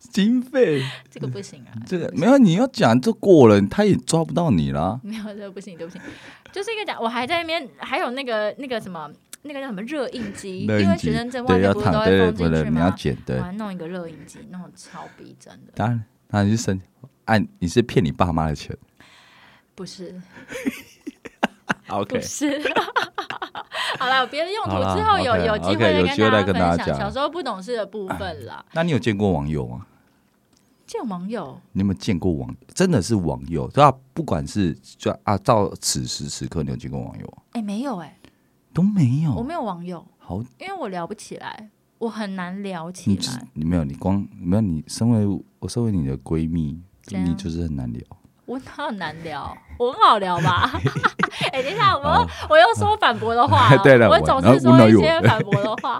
Speaker 1: 经费，
Speaker 2: 这个不行啊，
Speaker 1: <laughs> 这个没有你要讲就过了，他也抓不到你啦。
Speaker 2: 没有，这个不行，对不起，就是一个讲，我还在那边，还有那个那个什么，那个叫什么热印机，
Speaker 1: 热
Speaker 2: 因为
Speaker 1: 印
Speaker 2: 学
Speaker 1: 机
Speaker 2: 生证外
Speaker 1: 对
Speaker 2: 面
Speaker 1: 要
Speaker 2: 不是都
Speaker 1: 烫，
Speaker 2: 会
Speaker 1: 对对
Speaker 2: 放进
Speaker 1: 对，
Speaker 2: 去
Speaker 1: 你要
Speaker 2: 吗？
Speaker 1: 剪对
Speaker 2: 我，还弄一个热印机，弄得超逼真的，
Speaker 1: 当然，当然是生，按你是骗你爸妈的
Speaker 2: <laughs>
Speaker 1: 钱。
Speaker 2: 不是不
Speaker 1: OK，
Speaker 2: 是。 <laughs> 好了，有别的用途
Speaker 1: 好啦
Speaker 2: 之后有
Speaker 1: OK，
Speaker 2: 有机
Speaker 1: OK，
Speaker 2: 会
Speaker 1: 有机会
Speaker 2: 再
Speaker 1: 再
Speaker 2: 跟
Speaker 1: 跟大家
Speaker 2: 大家分享
Speaker 1: 讲啊
Speaker 2: 小时候不懂事的部分啦。
Speaker 1: 那你有见过网友吗？
Speaker 2: 见网友，
Speaker 1: 你有没有见过网？真的是网友，对吧？不管是就啊，到此时此刻，你有见过网友吗
Speaker 2: 哎、没有哎、
Speaker 1: 都没
Speaker 2: 我
Speaker 1: 有？
Speaker 2: 没有网友，
Speaker 1: 好，
Speaker 2: 因为我聊不起来，我很难聊起
Speaker 1: 你只
Speaker 2: 来。
Speaker 1: 你没有，你光没有你，身为我身为你的闺蜜，
Speaker 2: 怎样
Speaker 1: 你就是很难聊。
Speaker 2: 我哪有难聊？ <laughs> 我很好
Speaker 1: <laughs>
Speaker 2: 聊吧？哎、等一下，我又我又说反驳的话了。
Speaker 1: 哦 <laughs> 对了
Speaker 2: 我
Speaker 1: 我
Speaker 2: 总
Speaker 1: 然
Speaker 2: 是
Speaker 1: 后问
Speaker 2: 说
Speaker 1: 到
Speaker 2: 一
Speaker 1: 有
Speaker 2: 些反驳的话。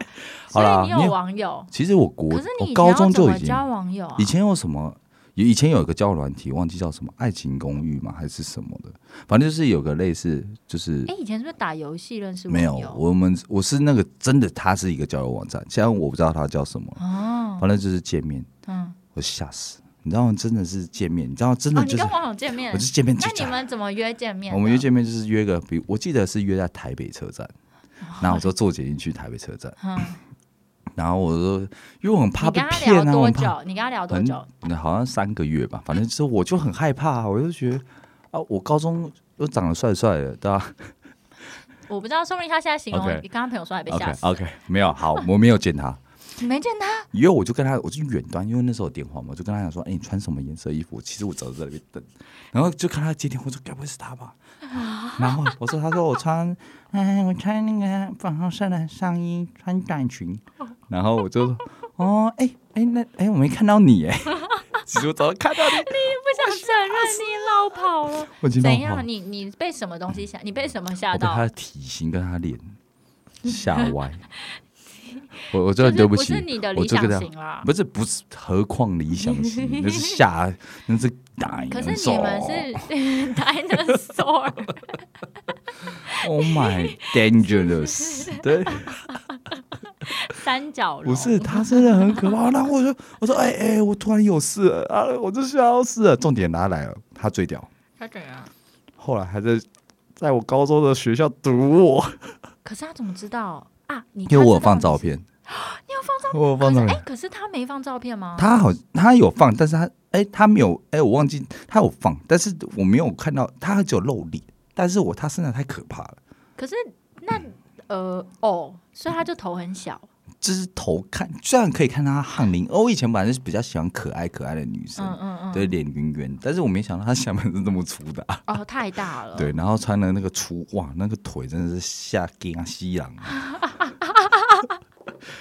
Speaker 1: <laughs>
Speaker 2: 所
Speaker 1: 好啦
Speaker 2: 以你
Speaker 1: 你
Speaker 2: 有
Speaker 1: 有
Speaker 2: 网友，
Speaker 1: 其实我国
Speaker 2: 可是
Speaker 1: 我
Speaker 2: 你以前
Speaker 1: 高
Speaker 2: 要
Speaker 1: 中
Speaker 2: 怎
Speaker 1: 就
Speaker 2: 么
Speaker 1: 已经
Speaker 2: 交网友啊
Speaker 1: 以？前有什么？有以前有一个交友软体，忘记叫什么《爱情公寓》嘛，还是什么的，反正就是有个类似，就是
Speaker 2: 哎、以前是不是打游戏认识网
Speaker 1: 没有
Speaker 2: 友？
Speaker 1: 我们我是那个真的，它是一个交友网站，现在我不知道它叫什么，
Speaker 2: 哦，
Speaker 1: 反正就是见面，
Speaker 2: 嗯，
Speaker 1: 我吓死，你知道吗？真的是见面，你知道真
Speaker 2: 哦，
Speaker 1: 的
Speaker 2: 你
Speaker 1: 就是，
Speaker 2: 跟网友见面
Speaker 1: 我就，是见面就
Speaker 2: 那
Speaker 1: 这
Speaker 2: 你
Speaker 1: 样，
Speaker 2: 们怎么约见面的？
Speaker 1: 我们约见面就是约个，比如我记得是约在台北车站，然后我说坐捷运去台北车站，
Speaker 2: 哦嗯，
Speaker 1: 然后我说因为我很怕
Speaker 2: 你
Speaker 1: 被
Speaker 2: 跟他聊
Speaker 1: 骗啊，我
Speaker 2: 多
Speaker 1: 很怕
Speaker 2: 久？你跟他聊多
Speaker 1: 很
Speaker 2: 久？
Speaker 1: 好像三个月吧，反正就是我就很害怕，我就觉得啊，我高中又长得帅帅的，对吧、
Speaker 2: 我不知道，说不定他现在形容
Speaker 1: OK
Speaker 2: 你刚刚朋友说还被
Speaker 1: o
Speaker 2: 吓
Speaker 1: k
Speaker 2: 死。
Speaker 1: OK，没有好，我没有见他，
Speaker 2: 你没见他？
Speaker 1: 因为我就跟他，我就远端，因为那时候有电话嘛，我就跟他讲说，哎、你穿什么颜色衣服？其实我早就在那边等，然后就看他接电话，我说该不会是他吧？然后我说，他说我穿，哎，我穿那个粉红色的上衣，穿短裙，然后我就说，哦，哎、哎、那哎、我没看到你哎、其实我早就看到你，
Speaker 2: 不想承认你绕跑了。
Speaker 1: 我今
Speaker 2: 怎
Speaker 1: 天
Speaker 2: 样？啊你你被什么东西吓？你被什么吓
Speaker 1: 我被
Speaker 2: 到
Speaker 1: 他？的体型跟他
Speaker 2: <laughs>
Speaker 1: 脸吓歪。我我真的
Speaker 2: 就是
Speaker 1: 对不
Speaker 2: 是
Speaker 1: 起，
Speaker 2: 你的
Speaker 1: 我
Speaker 2: 理
Speaker 1: 就跟
Speaker 2: 想
Speaker 1: 他
Speaker 2: 型啦。
Speaker 1: 不是不是，何况理想型，那是吓，那是打
Speaker 2: 可是你们
Speaker 1: <laughs>
Speaker 2: 是 <laughs> dinosaur，
Speaker 1: Oh my
Speaker 2: <laughs>
Speaker 1: dangerous，对，
Speaker 2: 三角
Speaker 1: 不
Speaker 2: 龙。
Speaker 1: 是他真的很可怕。然后我就我说哎哎，我突然有事了啊，我就消失了。重点哪来了？他最屌，
Speaker 2: 他怎样？
Speaker 1: 后来还在在我高中的学校堵我，
Speaker 2: 可是他怎么知道啊？你
Speaker 1: 因为我有
Speaker 2: 他知道
Speaker 1: 放
Speaker 2: 你
Speaker 1: 照片，
Speaker 2: 你有放照
Speaker 1: 我有放照
Speaker 2: 片？
Speaker 1: 片
Speaker 2: 哎、。可是他没放照片吗？
Speaker 1: 他好，他有放，但是他哎、他没有哎、我忘记他有放，但是我没有看到他只有露脸，但是我他身材太可怕了，
Speaker 2: 可是那呃哦，所以他就头很小。
Speaker 1: 就是头看虽然可以看到他汗淋，哦，我以前本来是比较喜欢可爱可爱的女生，
Speaker 2: 嗯嗯嗯。
Speaker 1: 对，脸圆圆，但是我没想到她下半身这么粗的啊、
Speaker 2: 哦，太大了。
Speaker 1: 对，然后穿了那个粗哇，那个腿真的是下给啊西洋，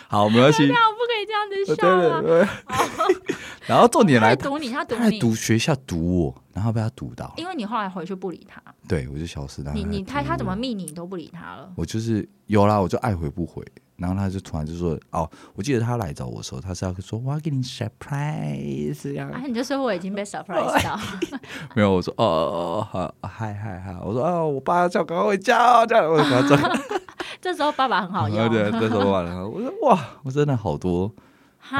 Speaker 1: 好，没关系，
Speaker 2: 那我不可以这样子
Speaker 1: 对
Speaker 2: 笑
Speaker 1: 对
Speaker 2: 啊！
Speaker 1: 对， <laughs> 然后重点
Speaker 2: 他
Speaker 1: 来，
Speaker 2: 堵你，他堵
Speaker 1: 他来
Speaker 2: 你，
Speaker 1: 堵学校堵我，然后被他堵到，
Speaker 2: 因为你后来回去不理他，
Speaker 1: 对我就消失了，
Speaker 2: 你你
Speaker 1: 哎太
Speaker 2: 他他怎么密你你都不理他了。
Speaker 1: 我就是有啦，我就爱回不回。然后他就突然就说：“哦，我记得他来找我的时候，他是要说我要给你 surprise 这样。
Speaker 2: 啊，你就说我
Speaker 1: <laughs>
Speaker 2: 已经被 surprise 到，
Speaker 1: 没有，我说：“哦哦哦，好，嗨嗨嗨。”我说：“哦，我爸叫我赶快回家哦，这样我就赶快走。
Speaker 2: 这时候爸爸很 <laughs> 好
Speaker 1: 然后
Speaker 2: 用。
Speaker 1: 嗯 <laughs> 对，这时候我完了，我说：“哇，我真的好多，
Speaker 2: 哈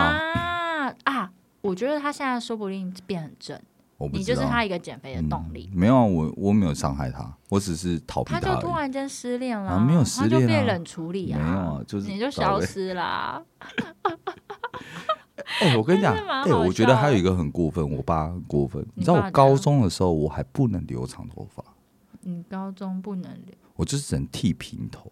Speaker 2: 啊！我觉得他现在说不定变很正，
Speaker 1: 我不
Speaker 2: 你
Speaker 1: 知
Speaker 2: 就
Speaker 1: 道。
Speaker 2: 是他一个减肥的动力。
Speaker 1: 没有啊，我我没有伤害他，我只是逃避
Speaker 2: 他就
Speaker 1: 而
Speaker 2: 突
Speaker 1: 已。
Speaker 2: 然间失恋了、
Speaker 1: 啊没有失恋啊
Speaker 2: 他就被冷处理啊，
Speaker 1: 没有啊就是
Speaker 2: 你就消失啦、
Speaker 1: <laughs> 哎、我跟你讲，
Speaker 2: 真的蛮
Speaker 1: 哎、
Speaker 2: 好
Speaker 1: 我觉得
Speaker 2: 笑
Speaker 1: 还
Speaker 2: 的
Speaker 1: 有一个很过分，我爸很过分。
Speaker 2: 你
Speaker 1: 你知道，
Speaker 2: 爸
Speaker 1: 我
Speaker 2: 怎
Speaker 1: 高
Speaker 2: 样
Speaker 1: 中的时候我还不能留长头发，
Speaker 2: 你高中不能留
Speaker 1: 我就是只能剃平头。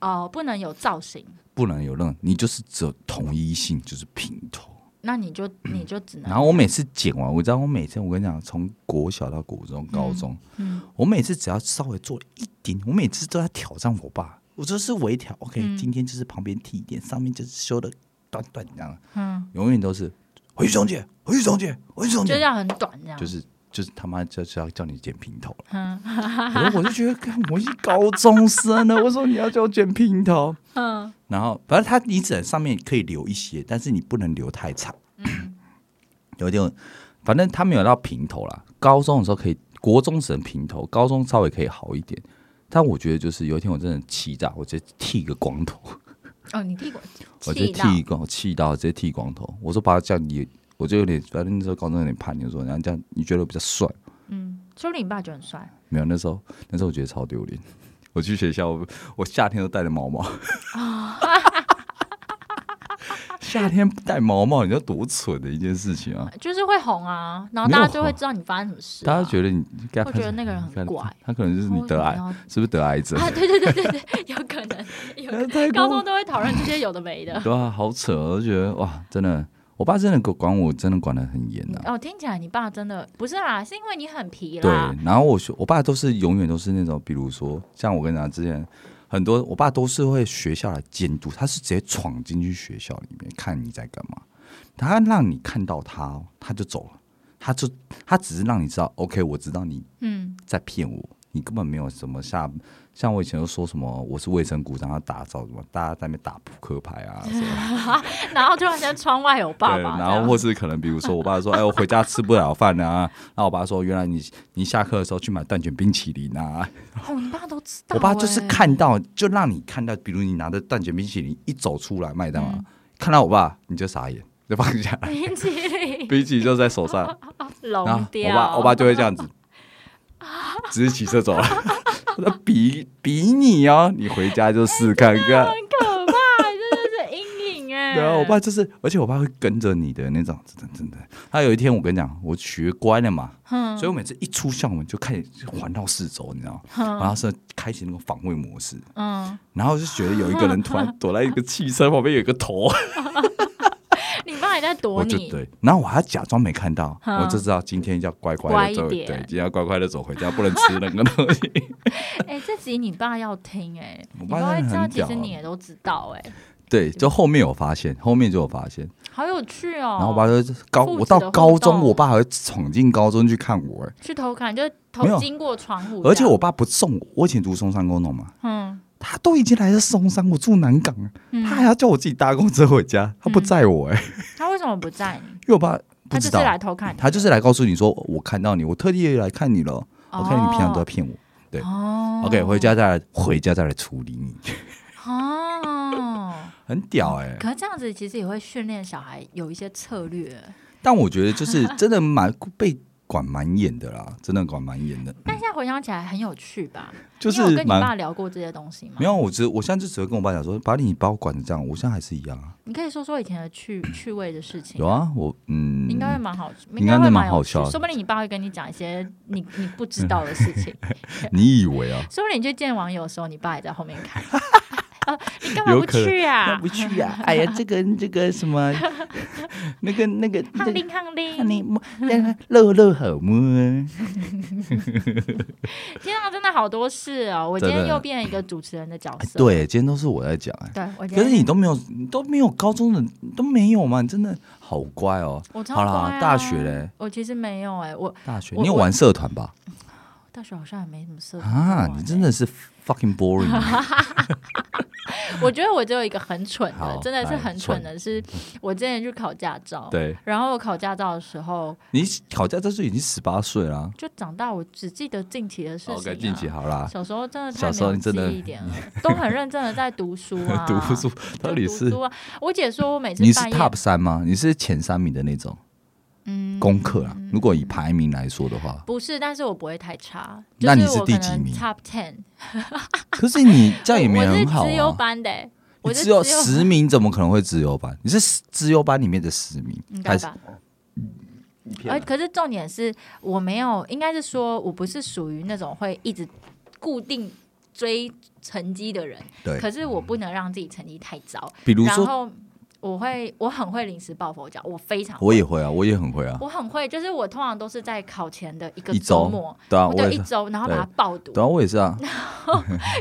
Speaker 2: 哦，不能有造型，
Speaker 1: 不能有任何，你就是只有统一性，就是平头。
Speaker 2: 那你就你就只
Speaker 1: 嗯
Speaker 2: 能
Speaker 1: 然后我每次剪完，我知道我每次我跟你讲，从国小到国中、高中，
Speaker 2: 嗯
Speaker 1: 我每次只要稍微做一点，我每次都在挑战我爸，我就是微调。OK，、
Speaker 2: 嗯
Speaker 1: 今天就是旁边剃一点，上面就是修的短短这样，
Speaker 2: 嗯，
Speaker 1: 永远都是回去重剪，回去重剪，回去重
Speaker 2: 就
Speaker 1: 剪，
Speaker 2: 要很短这样，
Speaker 1: 就是就是他妈就是要叫你剪平头了。
Speaker 2: 嗯
Speaker 1: <laughs> 我我就觉得，干我是高中生了，为什么你要 <laughs> 叫我剪平头？
Speaker 2: 嗯
Speaker 1: 然后反正它你只能上面可以留一些，但是你不能留太长，
Speaker 2: 嗯
Speaker 1: <clears throat> 有一点，反正它没有到平头啦。高中的时候可以，国中只能平头，高中稍微可以好一点。但我觉得就是有一天我真的气炸，我直接剃一个光头，
Speaker 2: 哦，你剃过，
Speaker 1: 我就
Speaker 2: 气到
Speaker 1: 剃光，气到直接剃光头。我说爸，这样你，我就有点，反正那时候高中有点叛逆，我说然后这样你觉得我比较帅？
Speaker 2: 嗯，说不定你爸觉得很帅
Speaker 1: 没有，那时候那时候我觉得超丢脸。 <laughs> 我去学校，我我夏天都戴着毛毛， <laughs> 夏天戴毛毛，你知道多蠢的一件事情啊！
Speaker 2: 就是会红啊，然后
Speaker 1: 没有
Speaker 2: 大家就会
Speaker 1: 红
Speaker 2: 知道你发生什么事、
Speaker 1: 大
Speaker 2: 啊，
Speaker 1: 家觉得你，该
Speaker 2: 会觉得那个人很怪，
Speaker 1: 他可能就是你得癌，
Speaker 2: 啊，
Speaker 1: 是不是得癌症？
Speaker 2: <laughs> 对对对对对，有可能，
Speaker 1: <laughs>
Speaker 2: 有可能
Speaker 1: 太
Speaker 2: 高
Speaker 1: 过
Speaker 2: 中都会讨论这些有的没的。
Speaker 1: 对啊，好扯哦，我就觉得哇，真的，我爸真的管管我，真的管得很严啊。
Speaker 2: 哦，听起来你爸真的不是啊，是因为你很皮
Speaker 1: 对
Speaker 2: 啦。，
Speaker 1: 然后我学我爸都是永远都是那种，比如说像我跟你讲之前很多，我爸都是会学校来监督，他是直接闯进去学校里面看你在干嘛，他让你看到他哦，他就走了，他就他只是让你知道，OK，我知道你
Speaker 2: 嗯， <laughs>
Speaker 1: 在骗我，你根本没有什么下。像我以前都说什么我是卫生股，让他打造什么，大家在那边打扑克牌
Speaker 2: <laughs>
Speaker 1: 啊什么的，
Speaker 2: 然后突然间窗外有爸
Speaker 1: 对，
Speaker 2: 爸这样，
Speaker 1: 然后或是可能比如说，我爸
Speaker 2: <laughs>
Speaker 1: 说：“哎，我回家吃不了饭啊。”然后我爸说：“原来你你下课的时候去买蛋卷冰淇淋啊。
Speaker 2: 哦，你爸都知”道、欸
Speaker 1: 我爸就是，看到，就让你看到，比如你拿着蛋卷冰淇淋一走出来麦当劳，看到我爸你就傻眼，就放下来，
Speaker 2: 冰淇淋
Speaker 1: 冰淇淋就在手上， <laughs> 然
Speaker 2: 龙
Speaker 1: 后
Speaker 2: 掉。
Speaker 1: 我爸我爸就会这样子，直接骑车走了。 <laughs> 我说比比你哦，你回家就试看看。
Speaker 2: <laughs> 很可怕，真的是阴影
Speaker 1: <laughs>
Speaker 2: 哎。
Speaker 1: 对啊，我爸就是，而且我爸会跟着你的那种，真的真的。他有一天我跟你讲，我学乖了嘛，
Speaker 2: 嗯
Speaker 1: 所以我每次一出校门就开始环绕四周，你知道吗？然后是开启那个防卫模式，
Speaker 2: 嗯，
Speaker 1: 然后就觉得有一个人突然躲在一个汽车旁边有一个
Speaker 2: <laughs>
Speaker 1: 头，
Speaker 2: 你爸还在躲
Speaker 1: 我就
Speaker 2: 你，
Speaker 1: 对，然后我还要假装没看到，
Speaker 2: 嗯
Speaker 1: 我就知道今天要乖
Speaker 2: 乖
Speaker 1: 乖
Speaker 2: 一
Speaker 1: 的走，对，
Speaker 2: 点
Speaker 1: 今天要乖乖的走回家，不能吃那个东西。
Speaker 2: <laughs> 哎、这集你爸要听哎、
Speaker 1: 我
Speaker 2: 你
Speaker 1: 爸
Speaker 2: 会
Speaker 1: 真的
Speaker 2: 知道，
Speaker 1: 很
Speaker 2: 其
Speaker 1: 屌
Speaker 2: 实
Speaker 1: 啊
Speaker 2: 你也都知道哎、
Speaker 1: 对，就后面有发现，后面就有发现，
Speaker 2: 好有趣哦。
Speaker 1: 然后我爸就高，
Speaker 2: 父
Speaker 1: 我
Speaker 2: 子
Speaker 1: 到
Speaker 2: 的互
Speaker 1: 高中，
Speaker 2: 动
Speaker 1: 我爸还会闯进高中去看我、哎
Speaker 2: 去偷看，就是
Speaker 1: 没
Speaker 2: 偷
Speaker 1: 有
Speaker 2: 经过窗户这样，
Speaker 1: 而且我爸不送我，我以前读松山高中嘛，
Speaker 2: 嗯
Speaker 1: 他都已经来到松山，我住南港啊，
Speaker 2: 嗯，
Speaker 1: 他还要叫我自己搭公车回家，他不载我哎、
Speaker 2: 他为什么不在你？
Speaker 1: 因为我爸不
Speaker 2: 他
Speaker 1: 知
Speaker 2: 就是
Speaker 1: 道，
Speaker 2: 来偷看你的，
Speaker 1: 他就是来告诉你说我看到你，我特地来看你了，我看你平常都在
Speaker 2: 哦
Speaker 1: 骗我。对
Speaker 2: 哦
Speaker 1: OK，回家再来，回家再来处理你，
Speaker 2: 哦。
Speaker 1: <laughs> 很屌哎、
Speaker 2: 可是这样子其实也会训练小孩有一些策略，
Speaker 1: <laughs> 但我觉得就是真的蛮被管蛮严的啦， <laughs> 真的管蛮严的，
Speaker 2: 但现在回想起来很有趣吧？
Speaker 1: 就
Speaker 2: 你有跟
Speaker 1: 是
Speaker 2: 你
Speaker 1: 蛮。
Speaker 2: 爸聊过这些东西吗？
Speaker 1: 没有，我只我现在就只会跟我爸讲说，把你把我管成这样，我现在还是一样
Speaker 2: <laughs>
Speaker 1: 啊。
Speaker 2: 你可以说说以前的趣趣味的事情。
Speaker 1: 有啊，我嗯，
Speaker 2: 应该会蛮好，
Speaker 1: 应该
Speaker 2: 会
Speaker 1: 会蛮
Speaker 2: 蛮
Speaker 1: 好
Speaker 2: 有趣
Speaker 1: 笑的嗯
Speaker 2: 说不定你爸会跟你讲一些你你不知道的事
Speaker 1: <laughs>
Speaker 2: 情，
Speaker 1: 你以为啊？
Speaker 2: 说不定你去见网友的时候，你爸也在后面
Speaker 1: <laughs>
Speaker 2: 看。呃你干嘛
Speaker 1: 有
Speaker 2: 不
Speaker 1: 可能
Speaker 2: 去
Speaker 1: 那
Speaker 2: <laughs> 啊？
Speaker 1: 不去啊！哎
Speaker 2: <laughs>
Speaker 1: 呀，这个这个什么，那个那个
Speaker 2: 抗
Speaker 1: 这个
Speaker 2: 令抗
Speaker 1: 看
Speaker 2: 令，
Speaker 1: 你摸，那个肉肉好摸。
Speaker 2: 天啊，真的好多事哦！我今
Speaker 1: 真的
Speaker 2: 天又变了一个主持人的角色。
Speaker 1: 对，今天都是我在讲哎，
Speaker 2: 对，我今
Speaker 1: 可是
Speaker 2: 天
Speaker 1: 你都没有，你都没有高中的你都没有嘛？你真的好乖哦。
Speaker 2: 我超
Speaker 1: 好啦
Speaker 2: 乖啊
Speaker 1: 大学嘞，
Speaker 2: 我其实没有哎，我
Speaker 1: 大学
Speaker 2: 我
Speaker 1: 你有玩社团吧？
Speaker 2: 大学好像也没什么社团
Speaker 1: 啊，
Speaker 2: 玩
Speaker 1: 你
Speaker 2: 欸
Speaker 1: 真的是 fucking boring。
Speaker 2: <laughs>
Speaker 1: 啊
Speaker 2: 我觉得我只有一个很蠢的
Speaker 1: 好，
Speaker 2: 真的是
Speaker 1: 来
Speaker 2: 很
Speaker 1: 蠢
Speaker 2: 蠢的是，我之前去考驾照，
Speaker 1: 对
Speaker 2: 然后我考驾照的时候
Speaker 1: 你考驾照就已经十八岁啦。
Speaker 2: 就长大，我只记得近期的事情、啊。
Speaker 1: 哦 OK，近期好啦，
Speaker 2: 小时候真的太
Speaker 1: 小时候
Speaker 2: 没有
Speaker 1: 你真的，
Speaker 2: 记忆点了，都很认真的在读书啊
Speaker 1: <laughs> 读书
Speaker 2: 就
Speaker 1: 到底
Speaker 2: 读
Speaker 1: 是
Speaker 2: 书啊。我姐说我每次
Speaker 1: 你是
Speaker 2: 半夜
Speaker 1: top 三吗？你是前三名的那种
Speaker 2: 嗯
Speaker 1: 功课啊？如果以排名来说的话，
Speaker 2: 不是，但是我不会太差。
Speaker 1: 那你
Speaker 2: 就是我
Speaker 1: 第
Speaker 2: 可
Speaker 1: 几
Speaker 2: 能
Speaker 1: 名
Speaker 2: ？Top ten，
Speaker 1: 可是你这样也没
Speaker 2: 我
Speaker 1: 有
Speaker 2: 是
Speaker 1: 很好
Speaker 2: 资优
Speaker 1: 啊。
Speaker 2: 班的、欸，我
Speaker 1: 你
Speaker 2: 是
Speaker 1: 只有
Speaker 2: 资优
Speaker 1: 十名，怎么可能会自由班？你是十自由班里面的十名
Speaker 2: 应，该
Speaker 1: 还是啊
Speaker 2: 吧。而可是重点是我没有，应该是说我不是属于那种会一直固定追成绩的人。
Speaker 1: 对？
Speaker 2: 可是我不能让自己成绩太糟，
Speaker 1: 比如
Speaker 2: 然
Speaker 1: 说，
Speaker 2: 后我会我很会临时抱佛脚，我非常
Speaker 1: 我也会啊，我也很会啊，
Speaker 2: 我很会，就是我通常都是在考前的一个
Speaker 1: 一
Speaker 2: 周
Speaker 1: 周
Speaker 2: 末。
Speaker 1: 对啊，
Speaker 2: 我
Speaker 1: 我
Speaker 2: 就
Speaker 1: 也
Speaker 2: 一
Speaker 1: 是，
Speaker 2: 周，然后把它爆读，
Speaker 1: 对啊，我也是啊，
Speaker 2: <laughs>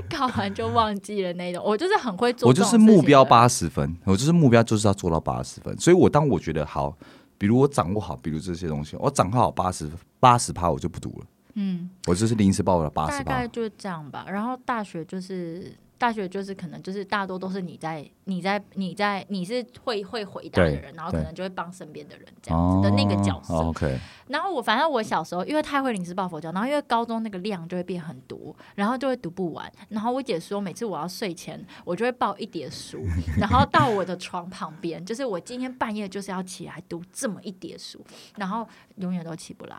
Speaker 2: 考完就忘记了那种。我就是很会做，
Speaker 1: 我就是目标，八十分，我就是目标就是要做到八十分，所以我当我觉得好，比如我掌握好，比如这些东西，我掌握好八十八十趴，我就不读了，
Speaker 2: 嗯，
Speaker 1: 我就是临时抱了八
Speaker 2: 大
Speaker 1: 十
Speaker 2: 概
Speaker 1: 趴，
Speaker 2: 就这样吧。然后大学就是大学就是可能就是大多都是你在你在你在你是会会回答的
Speaker 1: 对
Speaker 2: 人，然后可
Speaker 1: 对
Speaker 2: 能就会帮身边的人这样子的那个角色。
Speaker 1: 哦 OK，
Speaker 2: 然后我反正我小时候因为太会临时抱佛脚，然后因为高中那个量就会变很多，然后就会读不完。然后我姐说，每次我要睡前，我就会抱一叠书，然后到我的床旁边，就是我今天半夜就是要起来读这么一叠书，然后永远都起不来。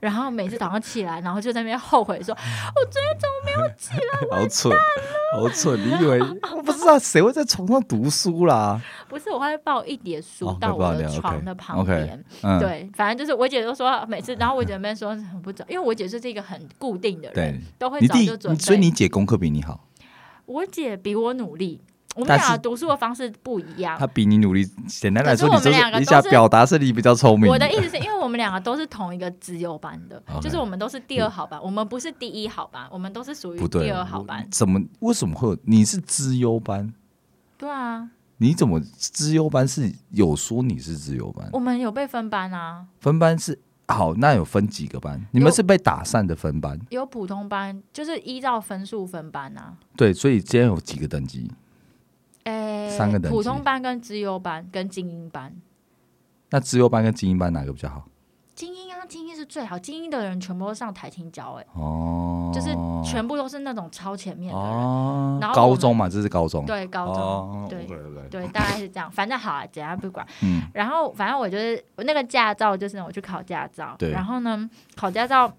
Speaker 2: 然后每次早上起来，然后就在那边后悔说，我昨天怎么没有起来？
Speaker 1: 好
Speaker 2: <laughs>
Speaker 1: 蠢，好蠢！你以为我不知道谁会在床上读书啦？
Speaker 2: 不是，我会抱一叠书
Speaker 1: 哦
Speaker 2: 到
Speaker 1: 抱
Speaker 2: 我
Speaker 1: 一叠
Speaker 2: 的
Speaker 1: ，OK，
Speaker 2: 床的旁
Speaker 1: OK
Speaker 2: 边。
Speaker 1: 嗯，
Speaker 2: 对，反正就是我姐都说每次，然后我姐那边说很不准，因为我姐是一个很固定的人
Speaker 1: 对，
Speaker 2: 都会
Speaker 1: 你
Speaker 2: 早就
Speaker 1: 弟，
Speaker 2: 准
Speaker 1: 你
Speaker 2: 备。
Speaker 1: 所以你姐功课比你好，
Speaker 2: 我姐比我努力，我们
Speaker 1: 但是
Speaker 2: 俩读书的方式不一样
Speaker 1: 她。比你努力。简单来说，
Speaker 2: 可
Speaker 1: 你
Speaker 2: 是我们
Speaker 1: 就
Speaker 2: 两个
Speaker 1: 是你
Speaker 2: 都
Speaker 1: 想
Speaker 2: 是
Speaker 1: 表达是你比较聪明。
Speaker 2: 我的意思是因为我们两个都是同一个资优班的
Speaker 1: OK
Speaker 2: 就是我们都是第二好班，我们不是第一好班，我们都是属于
Speaker 1: 不对，
Speaker 2: 第二好班
Speaker 1: 我。怎么为什么会有？你是资优班，
Speaker 2: 对啊，
Speaker 1: 你怎么资优班是有说你是资优班？
Speaker 2: 我们有被分班啊，
Speaker 1: 分班是好，那有分几个班？你们是被打散的分班，
Speaker 2: 有普通班，就是依照分数分班啊。
Speaker 1: 对，所以今天有几个等级？
Speaker 2: 诶、
Speaker 1: 三个等级
Speaker 2: 普通班跟资优班跟精英班，
Speaker 1: 那资优班跟精英班哪个比较好？
Speaker 2: 精英啊，精英是最好，精英的人全部都上台青教、欸，
Speaker 1: 哦，
Speaker 2: 就是全部都是那种超前面的人，
Speaker 1: 哦，
Speaker 2: 然后我
Speaker 1: 高
Speaker 2: 们
Speaker 1: 中嘛，这是高中，
Speaker 2: 对高中，
Speaker 1: 哦
Speaker 2: 对
Speaker 1: OK，OK
Speaker 2: 对，大概是这样。反正好啊，怎样不管。
Speaker 1: 嗯，
Speaker 2: 然后反正我就是我那个驾照，就是我去考驾照。
Speaker 1: 对
Speaker 2: 然后呢，考驾照，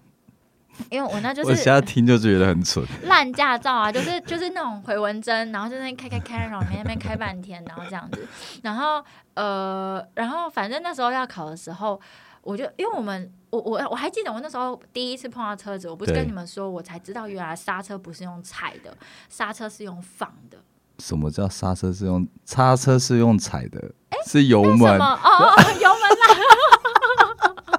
Speaker 2: 因为我那就
Speaker 1: 我现
Speaker 2: 是
Speaker 1: 在听就觉得很蠢，
Speaker 2: 烂驾照啊，就是就是那种回纹针，然后就在那边开开开，然后每天在那边开半天，然后这样子。然后呃，然后反正那时候要考的时候，我就因为我们。我我我还记得我那时候第一次碰到车子，我不是
Speaker 1: 对
Speaker 2: 跟你们说，我才知道原来刹车不是用踩的，刹车是用放的。
Speaker 1: 什么叫刹车是用刹车是用踩的，是油
Speaker 2: 为什
Speaker 1: 门 <laughs>
Speaker 2: 么？，哦哦， <laughs> 哦油门啦！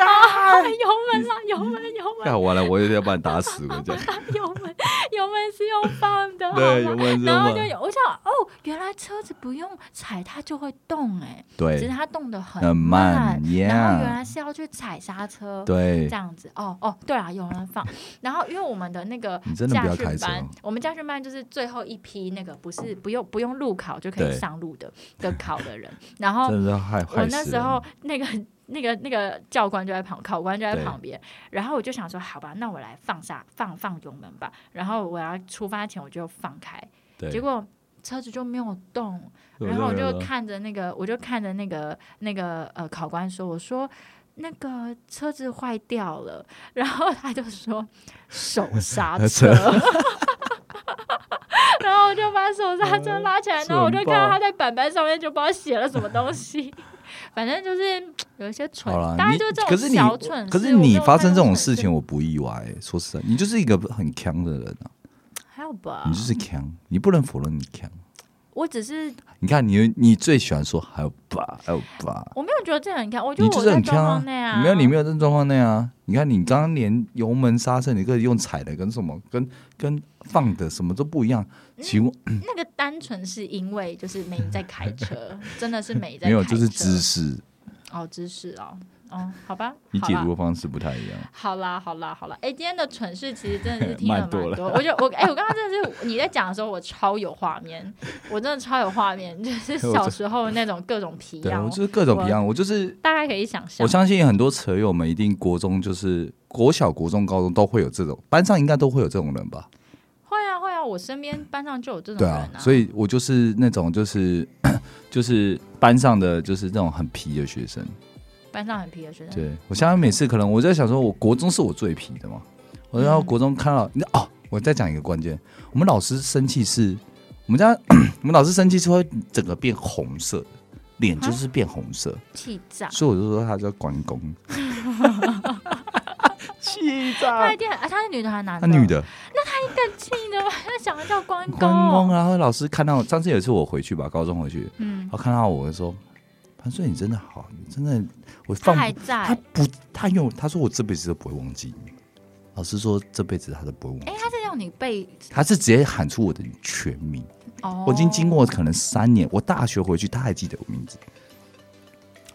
Speaker 2: 啊，
Speaker 1: <laughs>
Speaker 2: 油门啦，油门，油门，
Speaker 1: 看完了我就要把你打死，我讲，
Speaker 2: 油门，油门是用放 <laughs> 的，
Speaker 1: 对，
Speaker 2: 好
Speaker 1: 油
Speaker 2: 吗
Speaker 1: 门是
Speaker 2: 然后
Speaker 1: 用
Speaker 2: 就
Speaker 1: 的，
Speaker 2: 有，我想哦，原来车子不用踩它就会动哎、只是
Speaker 1: 对
Speaker 2: 它动得很
Speaker 1: 很慢
Speaker 2: 然后
Speaker 1: yeah
Speaker 2: 原来是要去踩刹车，
Speaker 1: 对
Speaker 2: 这，样子哦哦，对啊，有人放。 <laughs> 然后因为我们的那个
Speaker 1: 你真的
Speaker 2: 驾
Speaker 1: 不要
Speaker 2: 训
Speaker 1: 开车
Speaker 2: 班
Speaker 1: 哦，
Speaker 2: 我们驾训班就是最后一批那个不是不用不用路考就可以
Speaker 1: 对
Speaker 2: 上路
Speaker 1: <laughs>
Speaker 2: 的的考的人，然后
Speaker 1: 真的是害
Speaker 2: 我
Speaker 1: 害
Speaker 2: 那
Speaker 1: 死
Speaker 2: 时
Speaker 1: 人。
Speaker 2: 候那个 <laughs> 那个那个教官就在旁，考官就在
Speaker 1: 对
Speaker 2: 旁边，然后我就想说，好吧，那我来放下放放油门吧。然后我要出发前我就放开，
Speaker 1: 对，
Speaker 2: 结果车子就没有动，然后我就看着那个，我就看着那个那个呃考官说，我说。那个车子坏掉了， <laughs> 然后他就说手
Speaker 1: <laughs>
Speaker 2: 刹车， <laughs> 然后我就把手
Speaker 1: 呃
Speaker 2: 刹车拉起来，然后我就看到他在板板上面就不知道写了什么东西， <laughs> 反正就是有一些蠢
Speaker 1: 好啦，，
Speaker 2: 大概
Speaker 1: 你
Speaker 2: 就是这
Speaker 1: 可
Speaker 2: 种
Speaker 1: 是你
Speaker 2: 小蠢事。
Speaker 1: 可是
Speaker 2: 我没
Speaker 1: 你
Speaker 2: 有
Speaker 1: 发
Speaker 2: 太
Speaker 1: 生这
Speaker 2: 多
Speaker 1: 种
Speaker 2: 蠢
Speaker 1: 事情，，我不意外、说实在，你就是一个很强的人啊，
Speaker 2: 还有吧
Speaker 1: 你？就是强，你不能否认你强。
Speaker 2: 我只是
Speaker 1: 你看你，你最喜欢说还有吧，还有吧，
Speaker 2: 我没有觉得这很看，我觉
Speaker 1: 你
Speaker 2: 得
Speaker 1: 就
Speaker 2: 我
Speaker 1: 是
Speaker 2: 在
Speaker 1: 很
Speaker 2: 状
Speaker 1: 强
Speaker 2: 况
Speaker 1: 啊
Speaker 2: 内啊，
Speaker 1: 你没有，你没有在状况内啊。你看，你刚刚连油门、刹车，你可以用踩的，跟什么，跟跟放的，什么都不一样。
Speaker 2: 嗯
Speaker 1: 请问
Speaker 2: 那个单纯是因为就是没在开车，真的是没在
Speaker 1: 没有，
Speaker 2: 开
Speaker 1: 就是
Speaker 2: 车
Speaker 1: 姿势，
Speaker 2: 哦，知识哦，哦，好吧，哦
Speaker 1: 你
Speaker 2: 好
Speaker 1: 解
Speaker 2: 啦
Speaker 1: 读的方式不太一样。
Speaker 2: 好啦，好啦，好啦，哎，今天的蠢事其实真的是听了蛮
Speaker 1: <laughs> 蛮多了
Speaker 2: 我就我哎，我刚刚真的是你在讲的时候，我超有画面，我真的超有画面，就是
Speaker 1: <laughs> 我
Speaker 2: 小
Speaker 1: 这
Speaker 2: 时候那种各种皮
Speaker 1: 对，啊
Speaker 2: 样
Speaker 1: 我，就是各种
Speaker 2: 我
Speaker 1: 一样，我就是
Speaker 2: 大概可以想象
Speaker 1: 我。相信很多车友们一定国中就是国小、国中、高中都会有这种，班上应该都会有这种人吧？
Speaker 2: 会啊会啊，我身边班上就有这种
Speaker 1: 对
Speaker 2: 人
Speaker 1: 啊，所
Speaker 2: 以
Speaker 1: 以我就是那种就是 <coughs> 就是班上的就是那种很皮的学生。
Speaker 2: 班上很皮的学生，
Speaker 1: 对我相信每次可能我在想说，我国中是我最皮的嘛，我然后
Speaker 2: 嗯
Speaker 1: 国中看到你知道哦，我再讲一个关键，我们老师生气是，我们家 <coughs> 我们老师生气是会整个变红色的，脸就是变红色。
Speaker 2: 气炸。
Speaker 1: 所以我就说他叫关 <laughs> 公，气
Speaker 2: 他
Speaker 1: 炸
Speaker 2: 一定很，啊他是女的还是男
Speaker 1: 他
Speaker 2: 的？
Speaker 1: 女，的
Speaker 2: 更气的，他想要叫关
Speaker 1: 关公，啊然后老师看到上次有一次我回去吧，高中回去，
Speaker 2: 嗯，
Speaker 1: 我看到我就说潘顺你真的好，你真的我
Speaker 2: 他
Speaker 1: 放
Speaker 2: 还
Speaker 1: 他
Speaker 2: 在。
Speaker 1: 不他用他说我这辈子都不会忘记你，老师说这辈子他都不会忘记
Speaker 2: 哎，，他是让你背
Speaker 1: 他是直接喊出我的全名，
Speaker 2: 哦，
Speaker 1: 我已经经。过可能三年，我大学回去他还记得我名字，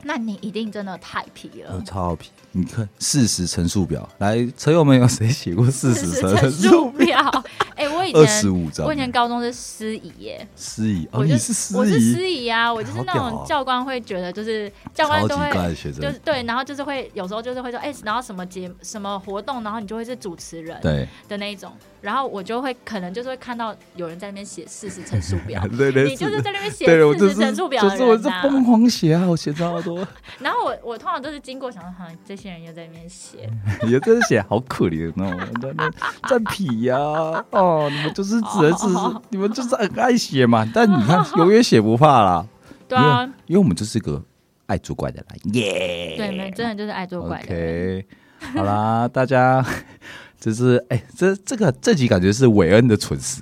Speaker 2: 那你一定真的太皮
Speaker 1: 我
Speaker 2: 了。
Speaker 1: 超皮，你看事实陈述表，来车友们有谁写过事
Speaker 2: 是
Speaker 1: 实
Speaker 2: 陈
Speaker 1: 陈述表？
Speaker 2: 表，哎、我以
Speaker 1: 二
Speaker 2: 前
Speaker 1: 十五张
Speaker 2: 我以，前高中是司仪耶，
Speaker 1: 司仪哦，
Speaker 2: 我就
Speaker 1: 你是司
Speaker 2: 我是
Speaker 1: 仪，
Speaker 2: 司仪啊，我就是那
Speaker 1: 好屌
Speaker 2: 种
Speaker 1: 哦
Speaker 2: 教官会觉得就是教官
Speaker 1: 超
Speaker 2: 都
Speaker 1: 级
Speaker 2: 会
Speaker 1: 怪的学生
Speaker 2: 就，是对，然后就是会有时候就是会说，哎、然后什么节什么活动，然后你就会是主持人
Speaker 1: 对。
Speaker 2: 的那一种，然后我就会可能就是会看到有人在那边写四十乘数表
Speaker 1: <laughs> 对
Speaker 2: 呃
Speaker 1: 对
Speaker 2: 你就是
Speaker 1: 是。
Speaker 2: 在那边写
Speaker 1: 对，我
Speaker 2: 四
Speaker 1: 就
Speaker 2: 十
Speaker 1: 是
Speaker 2: 乘数表
Speaker 1: 就
Speaker 2: 的
Speaker 1: 是我
Speaker 2: 人
Speaker 1: 是
Speaker 2: 呐、
Speaker 1: 疯狂写啊，我写超多， <laughs>
Speaker 2: 然后我我通常都是经过，想说，哈，这些人又在那边写，
Speaker 1: 也真是写好可怜哦，那那占皮呀，哦，你们就是只能
Speaker 2: 哦
Speaker 1: 是你们就是很爱写嘛，但你看永远写不怕啦，
Speaker 2: <laughs> 对啊，
Speaker 1: 因为我们就是个爱作怪的人，耶！
Speaker 2: 对，没真的就是爱作怪的人
Speaker 1: OK，好啦，大家， <laughs> 这是哎、这这个这集感觉是韦恩的蠢事，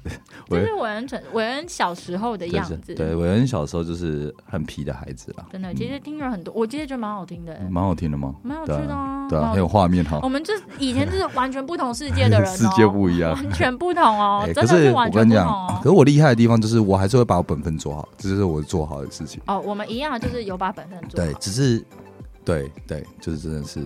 Speaker 2: 就
Speaker 1: 韦
Speaker 2: 是韦恩纯韦恩小时候的
Speaker 1: 对
Speaker 2: 样
Speaker 1: 是
Speaker 2: 子，
Speaker 1: 对，韦恩小时候就是很皮的孩子啦，
Speaker 2: 真的，其实听了很多，我其实觉得蛮好听的、
Speaker 1: 蛮好听的吗？
Speaker 2: 嗯蛮有趣
Speaker 1: 对
Speaker 2: 的
Speaker 1: 啊，
Speaker 2: 啊。
Speaker 1: 嗯对啊，
Speaker 2: 蛮
Speaker 1: 很有
Speaker 2: 有
Speaker 1: 画面哈
Speaker 2: 我，们就是以前就是完全不同世界
Speaker 1: <laughs>
Speaker 2: 的人、哦，
Speaker 1: 世界不一样。
Speaker 2: 完全不同 <laughs> 哦，
Speaker 1: 哎
Speaker 2: 真
Speaker 1: 可
Speaker 2: 的
Speaker 1: 是我
Speaker 2: 完
Speaker 1: 跟
Speaker 2: 全
Speaker 1: 你
Speaker 2: 不同
Speaker 1: 讲，
Speaker 2: 哦
Speaker 1: 可。是我厉害的地方就是我还是会把我本分做好，这就是我做好的事情。
Speaker 2: 哦，我们一样就是有把本分做
Speaker 1: 对，
Speaker 2: 好。
Speaker 1: 只是，对对，就是真的是，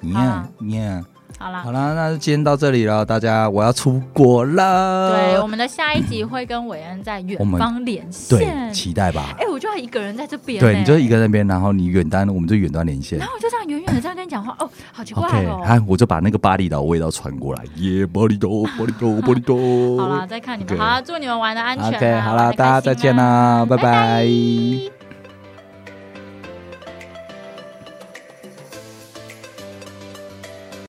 Speaker 1: 你
Speaker 2: 好
Speaker 1: 看
Speaker 2: 啦
Speaker 1: 你看，
Speaker 2: 好啦
Speaker 1: 好，啦，那就今天到这里了，大家，我要出国了。
Speaker 2: 对，我们的下一集会跟韦恩在远
Speaker 1: 我们
Speaker 2: 方连
Speaker 1: 对，
Speaker 2: 线。
Speaker 1: 期待吧。
Speaker 2: 哎，我就要一个人在这边呢。
Speaker 1: 对，你就一个人那边，然后你远端，我们就远端连线
Speaker 2: 然。后我就这样远远的在那边讲话，哦，好奇怪
Speaker 1: OK，
Speaker 2: 哦。
Speaker 1: 啊，我就把那个巴厘岛味道传过来，耶，巴厘岛，巴厘岛，巴厘岛。
Speaker 2: 好啦，再看你们。
Speaker 1: OK
Speaker 2: 好啦，祝你们玩的安全啊。
Speaker 1: OK，好
Speaker 2: 玩
Speaker 1: 啦，
Speaker 2: 得
Speaker 1: 大家
Speaker 2: 开心
Speaker 1: 再见
Speaker 2: 啊。
Speaker 1: 啦，拜
Speaker 2: 拜
Speaker 1: 拜
Speaker 2: 拜